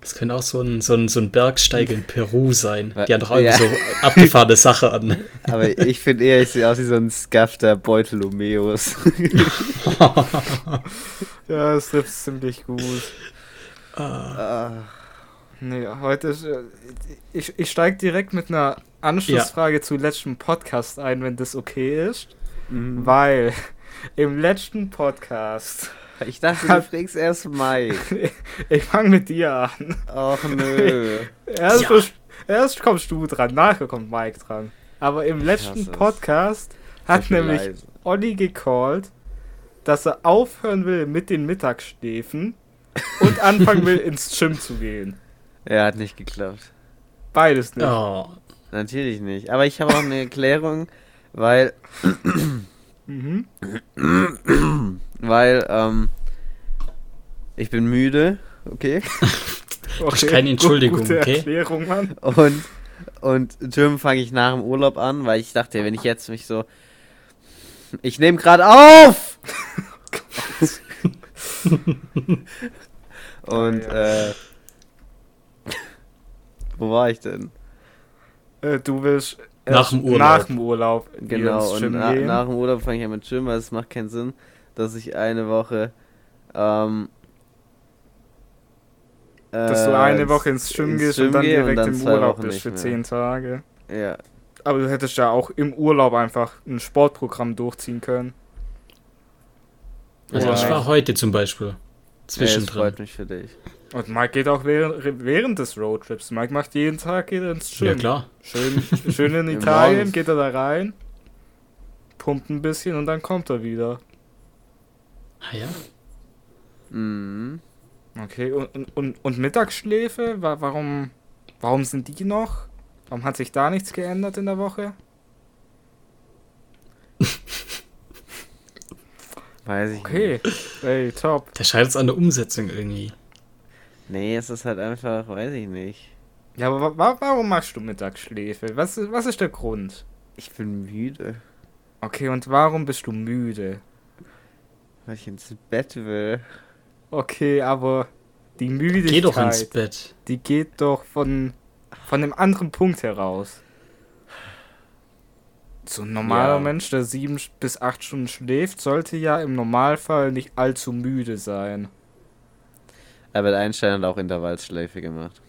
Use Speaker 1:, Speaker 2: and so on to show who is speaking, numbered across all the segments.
Speaker 1: Das könnte auch so ein, so ein, so ein Bergsteig in Peru sein. Die haben doch auch ja. so abgefahrene Sache an.
Speaker 2: Aber ich finde eher, ich sehe aus wie so ein Skafter Beutelumeus.
Speaker 3: ja, das trifft ziemlich gut. Ah. ah. Nee, heute ist, äh, ich, ich steige direkt mit einer Anschlussfrage ja. zu letzten Podcast ein, wenn das okay ist. Mhm. Weil im letzten Podcast.
Speaker 2: Ich dachte, du fragst erst Mike.
Speaker 3: ich fange mit dir an.
Speaker 2: Ach nö.
Speaker 3: erst, ja. erst kommst du dran, nachher kommt Mike dran. Aber im letzten Podcast hat nämlich leise. Olli gecallt, dass er aufhören will mit den Mittagsschläfen und anfangen will, ins Gym zu gehen.
Speaker 2: Ja, hat nicht geklappt.
Speaker 3: Beides nicht.
Speaker 2: Oh. Natürlich nicht. Aber ich habe auch eine Erklärung, weil. mhm. weil, ähm. Ich bin müde, okay?
Speaker 1: okay. Das ist keine Entschuldigung, Gute okay?
Speaker 3: Erklärung, Mann.
Speaker 2: Und, und Gym fange ich nach dem Urlaub an, weil ich dachte, wenn ich jetzt mich so. Ich nehme gerade auf! und,
Speaker 3: Ah,
Speaker 2: äh. Wo war ich denn?
Speaker 3: Äh, du willst
Speaker 1: nach dem Urlaub.
Speaker 3: Nach dem Urlaub
Speaker 2: genau, und na, nach dem Urlaub fange ich an mit Gym, weil es macht keinen Sinn, dass ich eine Woche. Ähm,
Speaker 3: dass äh, du eine Woche ins Gym ins gehst Gym und dann direkt und dann im Urlaub bist für zehn Tage.
Speaker 2: Ja.
Speaker 3: Aber du hättest ja auch im Urlaub einfach ein Sportprogramm durchziehen können.
Speaker 1: Also, ich war heute zum Beispiel. Zwischendrin.
Speaker 2: Ja, freut mich für dich.
Speaker 3: Und Mike geht auch während, während des Roadtrips. Mike macht jeden Tag geht er ins Gym.
Speaker 1: Ja, klar.
Speaker 3: Schön, schön in Italien, geht er da rein, pumpt ein bisschen und dann kommt er wieder.
Speaker 1: Ah ja?
Speaker 2: Mhm.
Speaker 3: Okay, und, und, und, und Mittagsschläfe, wa warum, warum sind die noch? Warum hat sich da nichts geändert in der Woche?
Speaker 2: Weiß ich
Speaker 3: okay.
Speaker 2: nicht.
Speaker 3: Ey, top.
Speaker 1: Der scheitert an der Umsetzung irgendwie.
Speaker 2: Nee, es ist halt einfach, weiß ich nicht.
Speaker 3: Ja, aber wa warum machst du Mittagsschläfe? Was, ist, was ist der Grund?
Speaker 2: Ich bin müde.
Speaker 3: Okay, und warum bist du müde?
Speaker 2: Weil ich ins Bett will.
Speaker 3: Okay, aber die Müdigkeit. Geh
Speaker 1: doch ins Bett.
Speaker 3: Die geht doch von, von einem anderen Punkt heraus. So ein normaler ja. Mensch, der sieben bis acht Stunden schläft, sollte ja im Normalfall nicht allzu müde sein.
Speaker 2: Albert Einstein hat auch Intervallschläfe gemacht.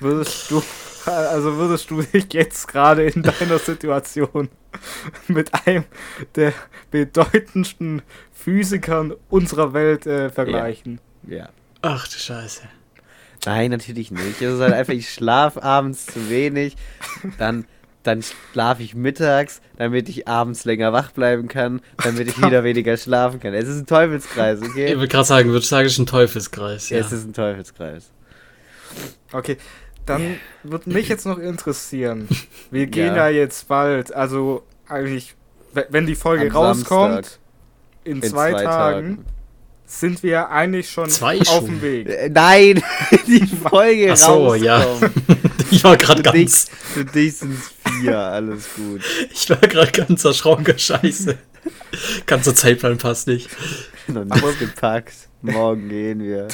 Speaker 3: würdest du, also würdest du dich jetzt gerade in deiner Situation mit einem der bedeutendsten Physikern unserer Welt äh, vergleichen?
Speaker 2: Ja. ja.
Speaker 1: Ach du Scheiße.
Speaker 2: Nein, natürlich nicht. Es ist halt einfach, ich schlafe abends zu wenig, dann, dann schlafe ich mittags, damit ich abends länger wach bleiben kann, damit ich wieder weniger schlafen kann. Es ist ein Teufelskreis, okay?
Speaker 1: Ich will gerade sagen, würde ich sagen, es ist ein Teufelskreis. Ja.
Speaker 2: Es ist ein Teufelskreis.
Speaker 3: Okay, dann würde mich jetzt noch interessieren. Wir gehen ja, ja jetzt bald, also eigentlich, wenn die Folge Am rauskommt, Samstag. in, zwei, in zwei Tagen, Tagen sind wir eigentlich schon
Speaker 1: Zwei
Speaker 3: auf dem Weg.
Speaker 2: Äh, Nein, die Folge Ach so, rauskommt.
Speaker 1: ja. Ich war gerade ganz.
Speaker 2: Dich, für dich sind es vier, alles gut.
Speaker 1: Ich war gerade ganz erschrocken, scheiße. Ganzer Zeitplan passt nicht.
Speaker 2: Noch nicht gepackt. Morgen gehen wir.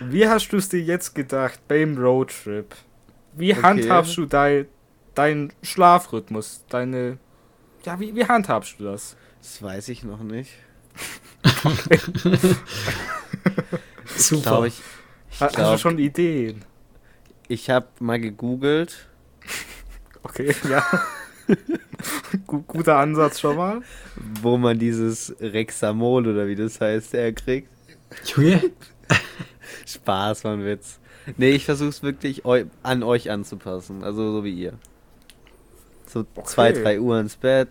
Speaker 3: Wie hast du es dir jetzt gedacht beim Roadtrip? Wie okay. handhabst du deinen dein Schlafrhythmus? Deine. Ja, wie, wie handhabst du das?
Speaker 2: Das weiß ich noch nicht.
Speaker 1: Super. Glaub,
Speaker 3: ich, ich glaub, Hast du schon Ideen?
Speaker 2: Ich habe mal gegoogelt.
Speaker 3: Okay, ja. Guter Ansatz schon mal.
Speaker 2: Wo man dieses Rexamol oder wie das heißt, erkriegt.
Speaker 1: Junge.
Speaker 2: Spaß, mein Witz. Nee, ich versuch's wirklich eu an euch anzupassen. Also so wie ihr. So okay. zwei, drei Uhr ins Bett,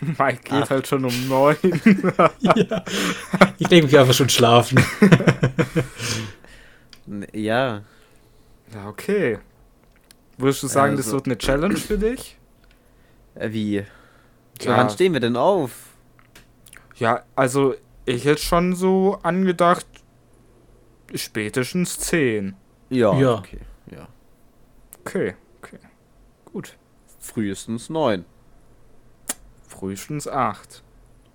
Speaker 3: Mike geht Ach. halt schon um neun. ja.
Speaker 1: Ich denke, wir einfach schon schlafen.
Speaker 2: ja.
Speaker 3: Ja, okay. Würdest du sagen, also. das wird eine Challenge für dich?
Speaker 2: Äh, Wie? Ja. Wann stehen wir denn auf?
Speaker 3: Ja, also ich hätte schon so angedacht, spätestens zehn.
Speaker 2: Ja, ja. okay. Ja.
Speaker 3: Okay, okay. Gut.
Speaker 2: Frühestens neun
Speaker 3: frühestens 8.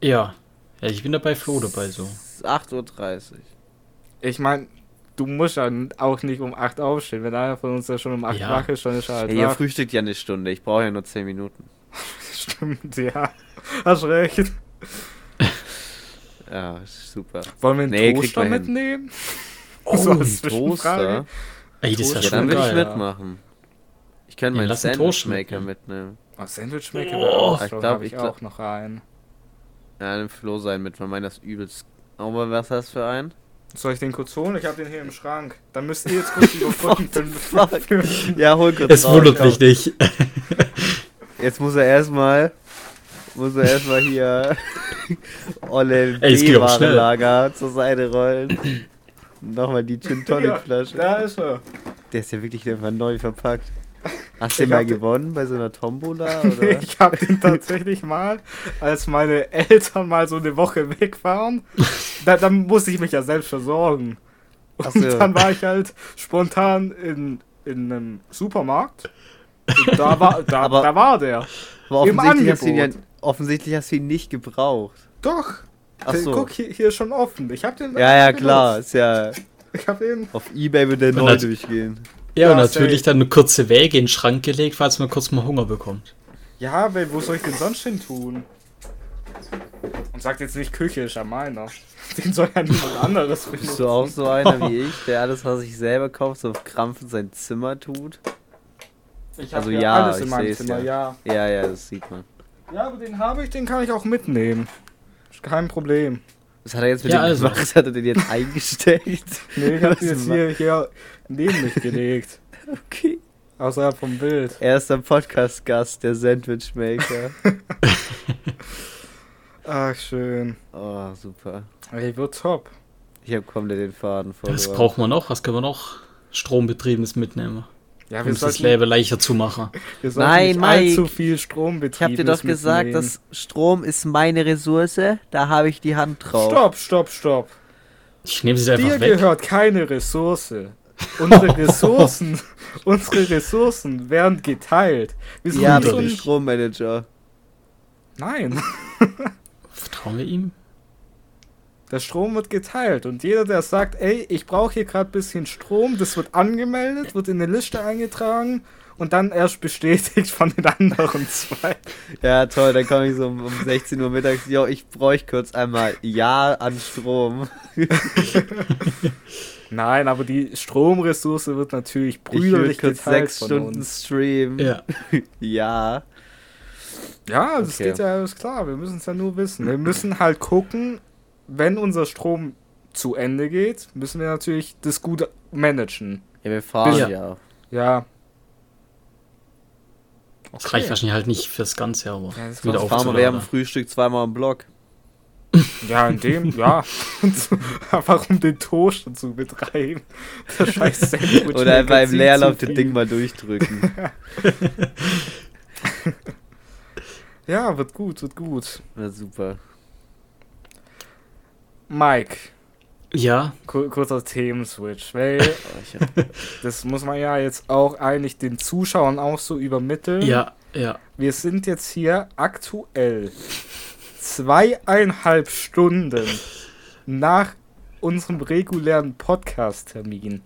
Speaker 1: Ja, Ja, ich bin dabei Flo dabei so.
Speaker 2: 8.30 Uhr.
Speaker 3: Ich meine, du musst ja auch nicht um 8 aufstehen. Wenn einer von uns ja schon um 8
Speaker 1: Ja.
Speaker 3: wach ist, dann ist er halt
Speaker 2: Ja, ihr
Speaker 3: wach.
Speaker 2: frühstückt ja eine Stunde. Ich brauche ja nur 10 Minuten.
Speaker 3: Stimmt, ja. Hast recht.
Speaker 2: Ja, super.
Speaker 3: Wollen wir einen
Speaker 2: Nee, kriegt
Speaker 3: Toaster
Speaker 2: man hin.
Speaker 3: mitnehmen?
Speaker 1: Oh,
Speaker 3: So als
Speaker 2: Toaster?
Speaker 3: Zwischenfrage.
Speaker 1: Ey, das
Speaker 3: Ja,
Speaker 1: wäre
Speaker 2: Ja,
Speaker 1: schon
Speaker 2: dann will ich
Speaker 1: geil.
Speaker 3: ja.
Speaker 2: mitmachen. Ich kann
Speaker 1: Ja,
Speaker 2: meinen
Speaker 1: lass einen
Speaker 2: Sandwichmaker
Speaker 1: Toast
Speaker 2: mitnehmen.
Speaker 3: Oh, Sandwichmaker
Speaker 1: Oh,
Speaker 3: oh,
Speaker 2: ich
Speaker 3: ich
Speaker 2: glaub,
Speaker 3: habe ich
Speaker 2: ich glaub-
Speaker 3: auch noch einen.
Speaker 2: Ja, dann Flo sein mit, weil meiner ist übelst. Oh, Aber was hast du für einen?
Speaker 3: Soll ich den kurz holen? Ich habe den hier im Schrank. Dann müsst ihr jetzt kurz überbrücken.
Speaker 2: What the
Speaker 3: für- für-
Speaker 2: Ja, hol kurz
Speaker 1: Es
Speaker 2: raus.
Speaker 1: wundert mich nicht.
Speaker 2: Jetzt muss er erstmal. Muss er erstmal hier. Olle
Speaker 1: Ey, es geht aber schnell.
Speaker 2: B-Warenlager zur Seite rollen. Nochmal die Gin Tonic Flasche.
Speaker 3: Ja, da ist er.
Speaker 2: Der ist ja wirklich einfach neu verpackt. Hast du
Speaker 3: Ich
Speaker 2: den mal
Speaker 3: hab den-
Speaker 2: gewonnen bei so einer Tombola? Oder?
Speaker 3: Ich habe den tatsächlich mal, als meine Eltern mal so eine Woche weg waren, da, dann musste ich mich ja selbst versorgen.
Speaker 2: Ach
Speaker 3: Und
Speaker 2: so.
Speaker 3: dann war ich halt spontan in, in einem Supermarkt. Und da war, da,
Speaker 2: Aber-
Speaker 3: da war der.
Speaker 2: Aber
Speaker 3: Im
Speaker 2: offensichtlich hast, du ihn ja,
Speaker 3: Angebot.
Speaker 2: offensichtlich hast du ihn nicht gebraucht.
Speaker 3: Doch.
Speaker 2: Ach so.
Speaker 3: Guck, hier, hier ist schon offen. Ich habe den.
Speaker 2: Ja, ja,
Speaker 3: benutzt.
Speaker 2: klar. Ist ja,
Speaker 3: Ich habe den.
Speaker 2: auf Ebay wird der
Speaker 1: Und
Speaker 2: neu
Speaker 1: das-
Speaker 2: durchgehen.
Speaker 1: Ja, und
Speaker 3: Ja,
Speaker 1: natürlich
Speaker 3: safe.
Speaker 1: dann eine kurze Wäge in den Schrank gelegt, falls man kurz mal Hunger bekommt.
Speaker 3: Ja, weil wo soll ich den sonst hin tun? Und sagt jetzt nicht Küche, ist ja meiner. Den soll ja niemand anderes
Speaker 2: Bist
Speaker 3: benutzen.
Speaker 2: du auch so einer wie ich, der alles, was ich selber kaufe, so auf Krampf in sein Zimmer tut?
Speaker 3: Ich hab
Speaker 2: Also
Speaker 3: hier
Speaker 2: ja,
Speaker 3: alles in
Speaker 2: ich
Speaker 3: meinem
Speaker 2: seh's
Speaker 3: Zimmer,
Speaker 2: ja.
Speaker 3: ja.
Speaker 2: Ja, ja, das sieht man.
Speaker 3: Ja, aber den habe ich, den kann ich auch mitnehmen. Ist kein Problem.
Speaker 2: Was hat er jetzt mit
Speaker 1: Ja,
Speaker 2: dem
Speaker 1: also.
Speaker 2: gemacht? Hat er den jetzt eingestellt?
Speaker 3: Nee, ich habe
Speaker 2: Was
Speaker 3: den jetzt
Speaker 2: ma-
Speaker 3: hier, hier neben mich gelegt.
Speaker 2: Okay.
Speaker 3: Außerhalb vom Bild.
Speaker 2: Er ist ein Podcast-Gast, der Sandwichmaker.
Speaker 3: Ach, schön.
Speaker 2: Oh, super.
Speaker 3: Ey, wird top.
Speaker 2: Ich hab komplett den Faden verloren.
Speaker 1: Was braucht man noch? Was kann man noch? Strombetriebenes mitnehmen.
Speaker 3: Ja,
Speaker 1: Um es das Leben leichter zu machen.
Speaker 3: wir sollten
Speaker 2: Nein,
Speaker 3: nicht allzu
Speaker 2: Mike.
Speaker 3: viel Strom
Speaker 2: Ich hab
Speaker 3: betrieben.
Speaker 2: dir doch gesagt, dass Strom ist meine Ressource, da habe ich die Hand drauf.
Speaker 3: Stopp, stopp, stopp.
Speaker 1: Ich nehme sie einfach
Speaker 3: Dir
Speaker 1: weg.
Speaker 3: gehört keine Ressource. Unsere Ressourcen, unsere Ressourcen werden geteilt. Wir sind
Speaker 2: Ja,
Speaker 3: nicht
Speaker 2: mit
Speaker 3: so ein-
Speaker 2: dem Strommanager.
Speaker 3: Nein,
Speaker 1: Vertrauen wir ihm?
Speaker 3: der Strom wird geteilt und jeder, der sagt, ey, ich brauche hier gerade ein bisschen Strom, das wird angemeldet, wird in eine Liste eingetragen und dann erst bestätigt von den anderen zwei.
Speaker 2: Ja, toll, dann komme ich so um, um 16 Uhr mittags. Jo, ich bräuchte kurz einmal Ja an Strom.
Speaker 3: Nein, aber die Stromressource wird natürlich
Speaker 2: Ich will
Speaker 3: brüderlich
Speaker 2: kurz
Speaker 3: geteilt
Speaker 2: sechs
Speaker 3: von
Speaker 2: Stunden
Speaker 3: uns.
Speaker 2: streamen.
Speaker 1: Ja.
Speaker 2: Ja.
Speaker 3: Ja, das
Speaker 2: Okay.
Speaker 3: geht ja alles klar. Wir müssen es ja nur wissen. Wir müssen halt gucken, wenn unser Strom zu Ende geht, müssen wir natürlich das gut managen.
Speaker 2: Ja, wir fahren
Speaker 1: Ja.
Speaker 2: ja, auch.
Speaker 3: Ja.
Speaker 1: Das reicht wahrscheinlich halt nicht fürs Ganze, aber
Speaker 3: Ja, das
Speaker 1: wieder
Speaker 3: kannst
Speaker 2: Fahren wir während dem
Speaker 1: aufzuladen.
Speaker 2: Frühstück zweimal am Block.
Speaker 3: Ja, in dem, ja. Einfach um den Toaster zu betreiben. Das scheiß Sandwich.
Speaker 2: Oder einfach im
Speaker 3: Magazin
Speaker 2: Leerlauf
Speaker 3: zu
Speaker 2: das Ding
Speaker 3: kriegen.
Speaker 2: mal durchdrücken.
Speaker 3: Ja, wird gut, wird gut.
Speaker 2: Na super.
Speaker 3: Mike,
Speaker 1: Ja,
Speaker 3: ku- kurzer Themenswitch. Weil
Speaker 2: Oh, ich hab,
Speaker 3: das muss man ja jetzt auch eigentlich den Zuschauern auch so übermitteln.
Speaker 1: ja, ja.
Speaker 3: Wir sind jetzt hier aktuell zweieinhalb Stunden nach unserem regulären Podcast-Termin.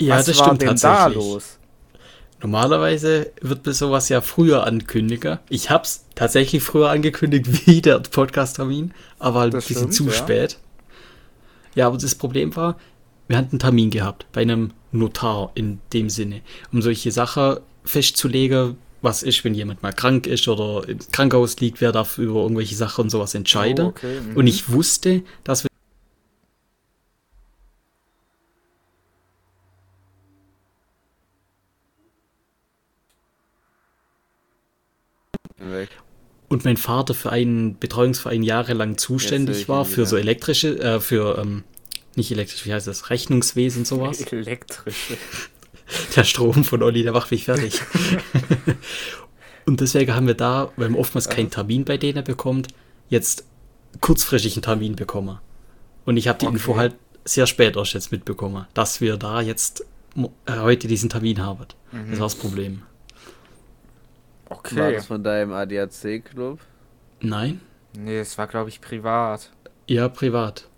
Speaker 1: Ja,
Speaker 3: Was
Speaker 1: das
Speaker 3: war
Speaker 1: stimmt
Speaker 3: denn da
Speaker 1: tatsächlich.
Speaker 3: los?
Speaker 1: Normalerweise wird mir sowas ja früher ankündiger. Ich hab's tatsächlich früher angekündigt wie der Podcast-Termin, aber halt ein
Speaker 3: Das
Speaker 1: bisschen
Speaker 3: stimmt,
Speaker 1: zu
Speaker 3: ja.
Speaker 1: spät. Ja, aber das Problem war, wir hatten einen Termin gehabt bei einem Notar in dem Sinne, um solche Sachen festzulegen, was ist, wenn jemand mal krank ist oder im Krankenhaus liegt, wer darf über irgendwelche Sachen und sowas entscheiden.
Speaker 3: Oh, okay, mhm.
Speaker 1: Und ich wusste, dass wir
Speaker 2: bin weg.
Speaker 1: und mein Vater für einen Betreuungsverein jahrelang
Speaker 2: Jetzt höre ich
Speaker 1: zuständig
Speaker 2: ihn
Speaker 1: war für so
Speaker 2: wieder.
Speaker 1: elektrische, äh, für ähm, nicht elektrisch, wie heißt das, Rechnungswesen und sowas.
Speaker 3: Elektrische.
Speaker 1: Der Strom von Olli, der macht mich fertig. und deswegen haben wir da, weil man oftmals keinen Termin bei denen bekommt, jetzt kurzfristig einen Termin bekommen. Und ich habe die Info halt sehr spät erst jetzt mitbekommen, dass wir da jetzt mo- äh, heute diesen Termin haben. Das war das Problem.
Speaker 2: War
Speaker 3: Okay.
Speaker 2: das von deinem ADAC-Club?
Speaker 1: Nein?
Speaker 3: Nee, es war, glaube ich, privat.
Speaker 1: Ja, privat.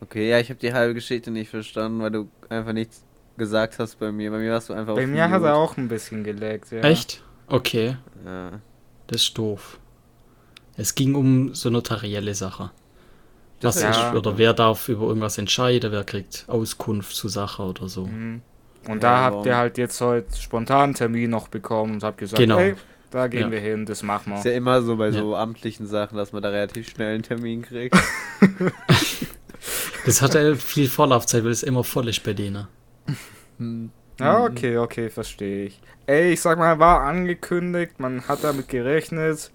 Speaker 2: Okay, ja, ich habe die halbe Geschichte nicht verstanden, weil du einfach nichts gesagt hast bei mir. Bei mir warst du einfach
Speaker 3: Bei
Speaker 2: auf
Speaker 3: mir hat er
Speaker 2: Mute.
Speaker 3: auch ein bisschen geleckt, ja.
Speaker 1: Echt? Okay,
Speaker 2: Ja.
Speaker 1: das ist doof. Es ging um so notarielle Sache. Was
Speaker 3: Ja.
Speaker 1: ist, oder wer darf über irgendwas entscheiden, wer kriegt Auskunft zur Sache oder so.
Speaker 3: Mhm. Und
Speaker 2: Ja,
Speaker 3: da habt
Speaker 2: warum?
Speaker 3: ihr halt jetzt heute spontan einen Termin noch bekommen und habt gesagt,
Speaker 1: Genau.
Speaker 3: hey, da gehen
Speaker 1: Ja.
Speaker 3: wir hin, das
Speaker 1: Oh.
Speaker 3: machen
Speaker 2: Ist
Speaker 3: wir.
Speaker 2: ja immer so bei so amtlichen Sachen, dass man da relativ schnell einen Termin kriegt.
Speaker 1: Das hat ja viel Vorlaufzeit, weil es immer voll ist bei denen.
Speaker 2: Hm.
Speaker 3: Ja, okay, okay, verstehe ich. Ey, ich sag mal, war angekündigt, man hat damit gerechnet.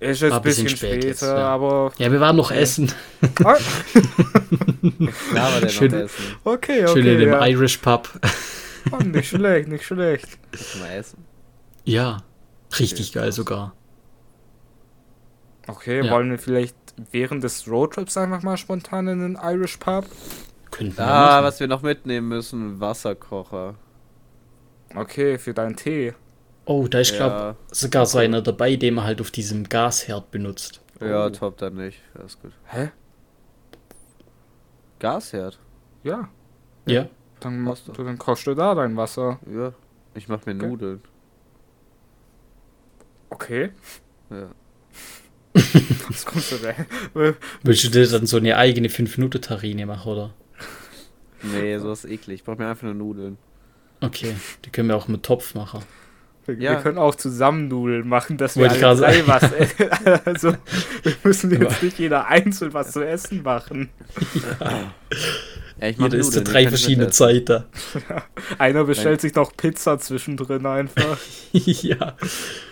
Speaker 3: Ist jetzt
Speaker 1: War
Speaker 3: ein bisschen, später,
Speaker 1: spät jetzt, ja.
Speaker 3: aber.
Speaker 1: Ja, wir waren noch essen.
Speaker 3: Ah,
Speaker 2: Klar war der
Speaker 1: Schön-
Speaker 2: noch essen.
Speaker 3: okay, okay.
Speaker 1: Schön in dem
Speaker 3: ja.
Speaker 1: Irish Pub.
Speaker 3: Oh, nicht schlecht, nicht schlecht.
Speaker 2: Lass mal essen.
Speaker 1: Ja, richtig geil sogar.
Speaker 3: Okay,
Speaker 1: Ja.
Speaker 3: wollen wir vielleicht während des Roadtrips einfach mal spontan in den Irish Pub?
Speaker 1: Könnten wir
Speaker 2: Ah,
Speaker 1: machen.
Speaker 2: was wir noch mitnehmen müssen, Wasserkocher.
Speaker 3: Okay, für deinen Tee.
Speaker 1: Oh, da ist, glaube
Speaker 2: ja,
Speaker 1: sogar so einer dabei, den man halt auf diesem Gasherd benutzt.
Speaker 2: ja,
Speaker 3: Oh.
Speaker 2: top dann nicht. Das ist gut.
Speaker 3: Hä?
Speaker 2: Gasherd.
Speaker 3: Ja.
Speaker 1: Ja.
Speaker 3: Dann,
Speaker 2: Passt
Speaker 3: machst
Speaker 2: doch.
Speaker 3: du, dann kochst du da dein Wasser.
Speaker 2: Ja. Ich mach mir
Speaker 3: Okay.
Speaker 2: Nudeln.
Speaker 3: Okay.
Speaker 2: Ja.
Speaker 3: Das kommt so ne? rein.
Speaker 1: Willst du dir dann so eine eigene 5-Minuten-Tarine machen, oder?
Speaker 2: Nee, sowas ist eklig. Ich brauch mir einfach nur Nudeln.
Speaker 1: Okay, die können wir auch mit Topf machen.
Speaker 3: Wir,
Speaker 2: Ja.
Speaker 3: wir können auch zusammen Nudeln machen, dass wir
Speaker 1: Wollte ich
Speaker 3: alle
Speaker 1: gerade
Speaker 3: drei was essen. Also, wir müssen jetzt nicht jeder einzeln was zu essen machen.
Speaker 2: Ja, ich mach
Speaker 1: Jeder ist zu
Speaker 2: Nudeln,
Speaker 1: drei
Speaker 2: ihr könnt
Speaker 1: verschiedene
Speaker 2: mitessen.
Speaker 1: Zeiten.
Speaker 3: Einer bestellt sich noch Pizza zwischendrin einfach.
Speaker 1: ja.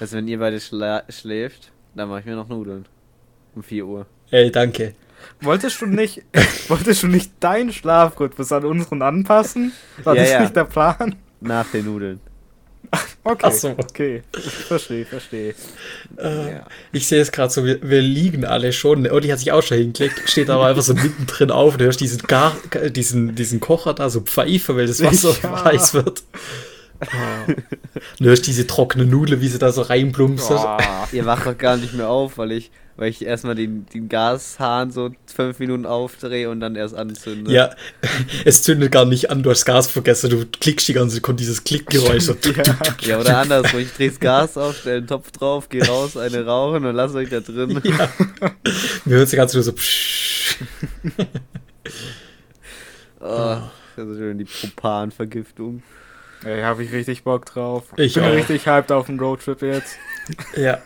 Speaker 2: Also wenn ihr beide schla schläft, dann mach ich mir noch Nudeln. Um 4 Uhr.
Speaker 1: Ey, danke.
Speaker 3: Wolltest du nicht, wolltest du nicht deinen Schlafrhythmus an unseren anpassen? War
Speaker 2: Ja,
Speaker 3: das
Speaker 2: ja.
Speaker 3: nicht der Plan?
Speaker 2: Nach den Nudeln.
Speaker 3: Okay,
Speaker 1: Ach so.
Speaker 3: okay. Verstehe, verstehe.
Speaker 1: Äh,
Speaker 2: Ja.
Speaker 1: Ich sehe es gerade so, wir, wir liegen alle schon. Olli hat sich auch schon hingelegt, steht aber einfach so mittendrin auf und du hörst diesen, Gar, diesen, diesen Kocher da so pfeifen, weil das Wasser
Speaker 3: Ja.
Speaker 1: heiß wird. Und du hörst diese trockene Nudel, wie sie da so reinplumpsen.
Speaker 3: Boah.
Speaker 2: Ihr wacht doch gar nicht mehr auf, weil ich, weil ich erstmal den, den Gashahn so fünf Minuten aufdrehe und dann erst anzünde.
Speaker 1: Ja, es zündet gar nicht an, du hast Gas vergessen, du klickst die ganze Sekunde dieses Klickgeräusch. So.
Speaker 2: Ja, oder andersrum. Ich dreh's Gas auf, stell einen Topf drauf, geh raus, eine rauchen und lass euch da drin.
Speaker 1: Ja. Mir hört es ganz nur so. psch.
Speaker 2: Oh, das ist schön die Propanvergiftung.
Speaker 3: Ey, hab ich richtig Bock drauf.
Speaker 1: Ich
Speaker 3: bin
Speaker 1: auch.
Speaker 3: richtig hyped auf den Roadtrip jetzt.
Speaker 1: Ja.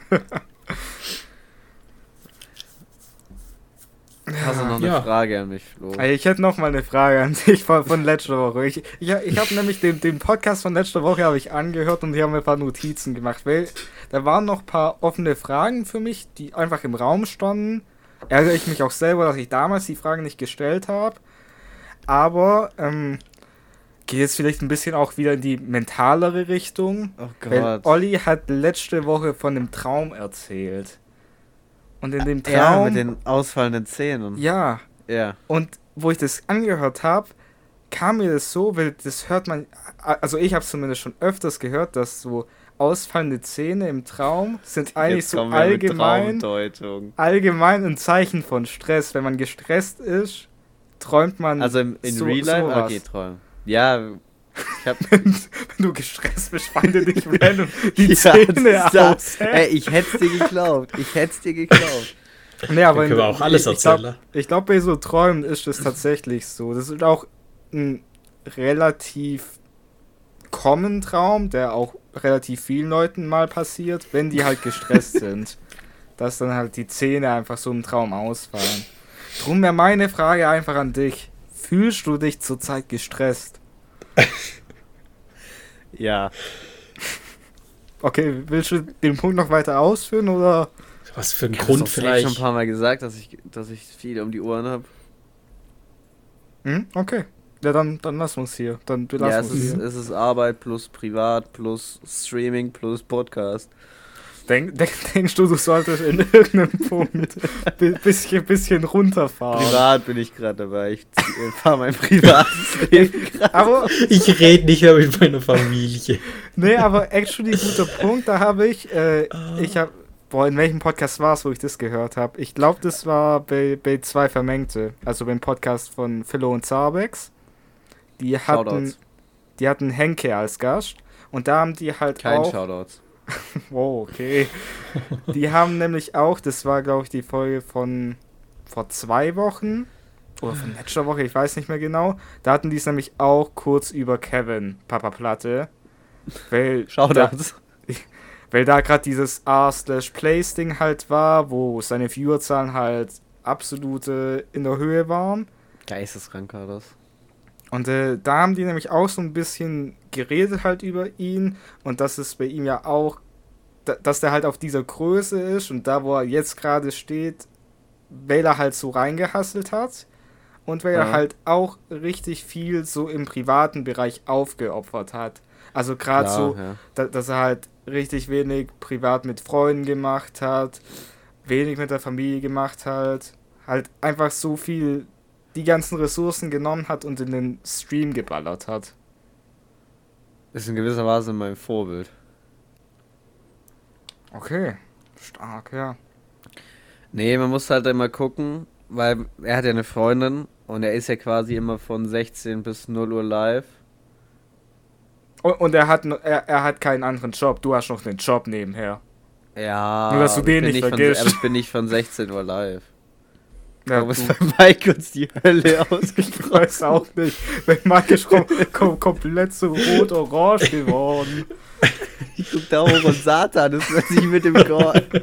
Speaker 2: Hast du noch eine
Speaker 1: Ja.
Speaker 2: Frage an mich, Flo?
Speaker 3: Ey, Ich hätte noch mal eine Frage an dich von, von letzter Woche. Ich, ich, ich habe nämlich den, den Podcast von letzter Woche habe ich angehört und die haben mir ein paar Notizen gemacht, weil da waren noch ein paar offene Fragen für mich, die einfach im Raum standen. Ärgere ich mich auch selber, dass ich damals die Fragen nicht gestellt habe. Aber ähm, geht jetzt vielleicht ein bisschen auch wieder in die mentalere Richtung.
Speaker 2: Oh
Speaker 3: Weil
Speaker 2: Gott.
Speaker 3: Olli hat letzte Woche von dem Traum erzählt. Und in dem Traum.
Speaker 2: ja, mit den ausfallenden Zähnen.
Speaker 3: ja,
Speaker 2: Ja.
Speaker 3: und wo ich das angehört habe, kam mir das so, weil das hört man, also ich habe zumindest schon öfters gehört, dass so ausfallende Zähne im Traum sind eigentlich
Speaker 2: Jetzt
Speaker 3: so
Speaker 2: kommen wir mit
Speaker 3: allgemein,
Speaker 2: Traumdeutung.
Speaker 3: allgemein ein Zeichen von Stress. Wenn man gestresst ist, träumt man.
Speaker 2: Also im, in
Speaker 3: so-
Speaker 2: Real Life?
Speaker 3: sowas.
Speaker 2: okay, Träumen. Ja, ich hab
Speaker 3: Wenn du gestresst bist, fallen dir nicht random die
Speaker 2: Ja,
Speaker 3: Zähne
Speaker 2: das- das-
Speaker 3: aus. hä?
Speaker 2: Ey, ich hätt's dir geglaubt. Ich hätt's dir geglaubt.
Speaker 3: Nee, aber
Speaker 1: Dann können
Speaker 3: in-
Speaker 1: wir auch alles
Speaker 3: ich, ich glaub-
Speaker 1: erzählen. ne?
Speaker 3: Ich glaube, bei so Träumen ist es tatsächlich so. Das ist auch ein relativ common Traum, der auch relativ vielen Leuten mal passiert, wenn die halt gestresst sind. Dass dann halt die Zähne einfach so im Traum ausfallen. Drum wäre meine Frage einfach an dich. Fühlst du dich zurzeit gestresst?
Speaker 2: Ja.
Speaker 3: Okay, willst du den Punkt noch weiter ausführen oder?
Speaker 1: Was für ein
Speaker 2: Ich hab
Speaker 1: Grund
Speaker 2: das doch safe
Speaker 1: vielleicht.
Speaker 2: schon ein paar Mal gesagt, dass ich, dass ich viel um die Ohren habe.
Speaker 3: Hm? Okay. Ja, dann, dann lassen wir uns hier. Dann
Speaker 2: Ja, es
Speaker 3: belassen wir es
Speaker 2: ist,
Speaker 3: hier.
Speaker 2: es ist Arbeit plus Privat plus Streaming plus Podcast.
Speaker 3: Denk, denk, denkst du, du solltest in irgendeinem Punkt bi- bisschen, bisschen runterfahren?
Speaker 2: Privat bin ich gerade dabei. Ich fahre mein privates Leben gerade.
Speaker 3: Aber,
Speaker 1: Ich rede nicht mehr mit meiner Familie.
Speaker 3: nee, aber actually guter Punkt, da habe ich, äh, ich habe Boah, in welchem Podcast war es, wo ich das gehört habe? Ich glaube, das war bei, bei zwei Vermengte. Also beim Podcast von Philo und Zabex. Die hatten,
Speaker 2: Shoutouts.
Speaker 3: die hatten Henke als Gast. Und da haben die halt
Speaker 2: Kein
Speaker 3: auch.
Speaker 2: Shoutouts.
Speaker 3: Wow, okay. Die haben nämlich auch, das war glaube ich die Folge von vor zwei Wochen oder von letzter Woche, ich weiß nicht mehr genau. Da hatten die es nämlich auch kurz über Kevin, Papa Platte. Weil da,
Speaker 2: Shoutouts.
Speaker 3: weil da gerade dieses R-Slash-Plays-Ding halt war, wo seine Viewerzahlen halt absolute in der Höhe waren.
Speaker 2: Geisteskrank war das.
Speaker 3: Und äh, da haben die nämlich auch so ein bisschen geredet halt über ihn und dass es bei ihm ja auch, da, dass der halt auf dieser Größe ist und da, wo er jetzt gerade steht, weil er halt so reingehasselt hat und weil er
Speaker 2: Ja.
Speaker 3: halt auch richtig viel so im privaten Bereich aufgeopfert hat. Also gerade
Speaker 2: Klar,
Speaker 3: so,
Speaker 2: ja.
Speaker 3: da, dass er halt richtig wenig privat mit Freunden gemacht hat, wenig mit der Familie gemacht hat, halt einfach so viel die ganzen Ressourcen genommen hat und in den Stream geballert hat.
Speaker 2: Ist in gewisser Weise mein Vorbild.
Speaker 3: Okay, stark, ja.
Speaker 2: Nee, man muss halt immer gucken, weil er hat ja eine Freundin und er ist ja quasi immer von 16 bis 0 Uhr live.
Speaker 3: Und, und er, hat, no- er, er hat keinen anderen Job, du hast noch einen Job nebenher.
Speaker 2: Ja.
Speaker 3: Nur, dass du
Speaker 2: aber ich
Speaker 3: den
Speaker 2: bin
Speaker 3: nicht
Speaker 2: von,
Speaker 3: vergisst.
Speaker 2: Aber ich bin nicht von 16 Uhr live.
Speaker 3: Ja,
Speaker 2: du bist
Speaker 3: du-
Speaker 2: bei Mike uns die Hölle
Speaker 3: ich
Speaker 2: ausgebrochen.
Speaker 3: weiß auch nicht. Wenn Mike ist kom kom komplett so rot-orange geworden.
Speaker 2: Ich guck da hoch und Satan ist plötzlich mit dem Chor.
Speaker 1: Ja,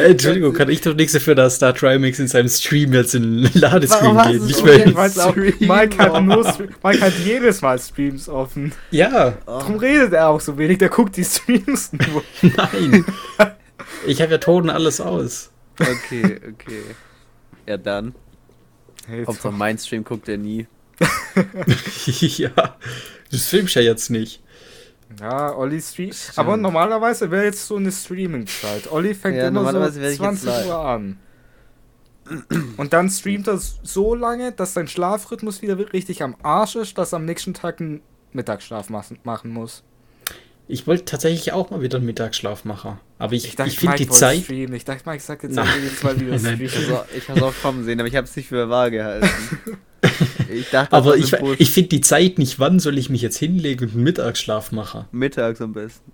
Speaker 1: Äh, Entschuldigung, kann ich doch nichts dafür, dass Star Trimax in seinem Stream jetzt in den
Speaker 2: Warum
Speaker 1: Ladescreen
Speaker 2: hast
Speaker 1: geht.
Speaker 2: du
Speaker 1: Nicht
Speaker 2: so
Speaker 1: mehr
Speaker 2: viel-
Speaker 1: ins-
Speaker 3: Weil's auch,
Speaker 2: Stream
Speaker 3: Mike, hat
Speaker 2: offen.
Speaker 3: nur, Stre- Mike hat jedes Mal Streams offen.
Speaker 1: ja,
Speaker 3: Darum redet er auch so wenig, der guckt die Streams nur.
Speaker 1: nein. Ich habe ja Toten alles aus.
Speaker 2: Okay, okay. Ja, dann.
Speaker 3: Hey,
Speaker 2: Hauptsache Mainstream guckt er nie.
Speaker 1: ja, das filmst ja jetzt nicht.
Speaker 3: Ja, Olli streamt. Aber normalerweise wäre jetzt so eine Streaming-Zeit. Olli fängt
Speaker 2: Ja,
Speaker 3: immer so
Speaker 2: normalerweise wär ich jetzt
Speaker 3: 20
Speaker 2: live.
Speaker 3: Uhr an. Und dann streamt er so lange, dass sein Schlafrhythmus wieder richtig am Arsch ist, dass er am nächsten Tag einen Mittagsschlaf machen, machen muss.
Speaker 1: Ich wollte tatsächlich auch mal wieder einen Mittagsschlaf machen. Aber ich,
Speaker 3: Ich
Speaker 1: ich,
Speaker 3: dachte,
Speaker 1: finde
Speaker 3: Mike
Speaker 1: die
Speaker 3: wollte
Speaker 1: Zeit.
Speaker 3: Streamen. Ich dachte, Mike sagt jetzt
Speaker 1: Nein.
Speaker 3: irgendwie jetzt mal wieder
Speaker 1: Nein.
Speaker 2: Ich
Speaker 3: streamen.
Speaker 2: hab's auch- Ich hab's auch kommen sehen, aber ich hab's nicht für wahr gehalten. Ich dachte, das
Speaker 1: Aber
Speaker 2: war
Speaker 1: ich,
Speaker 2: eine Bull-
Speaker 1: ich finde die Zeit nicht, wann soll ich mich jetzt hinlegen und einen Mittagsschlaf machen.
Speaker 2: mittags am besten.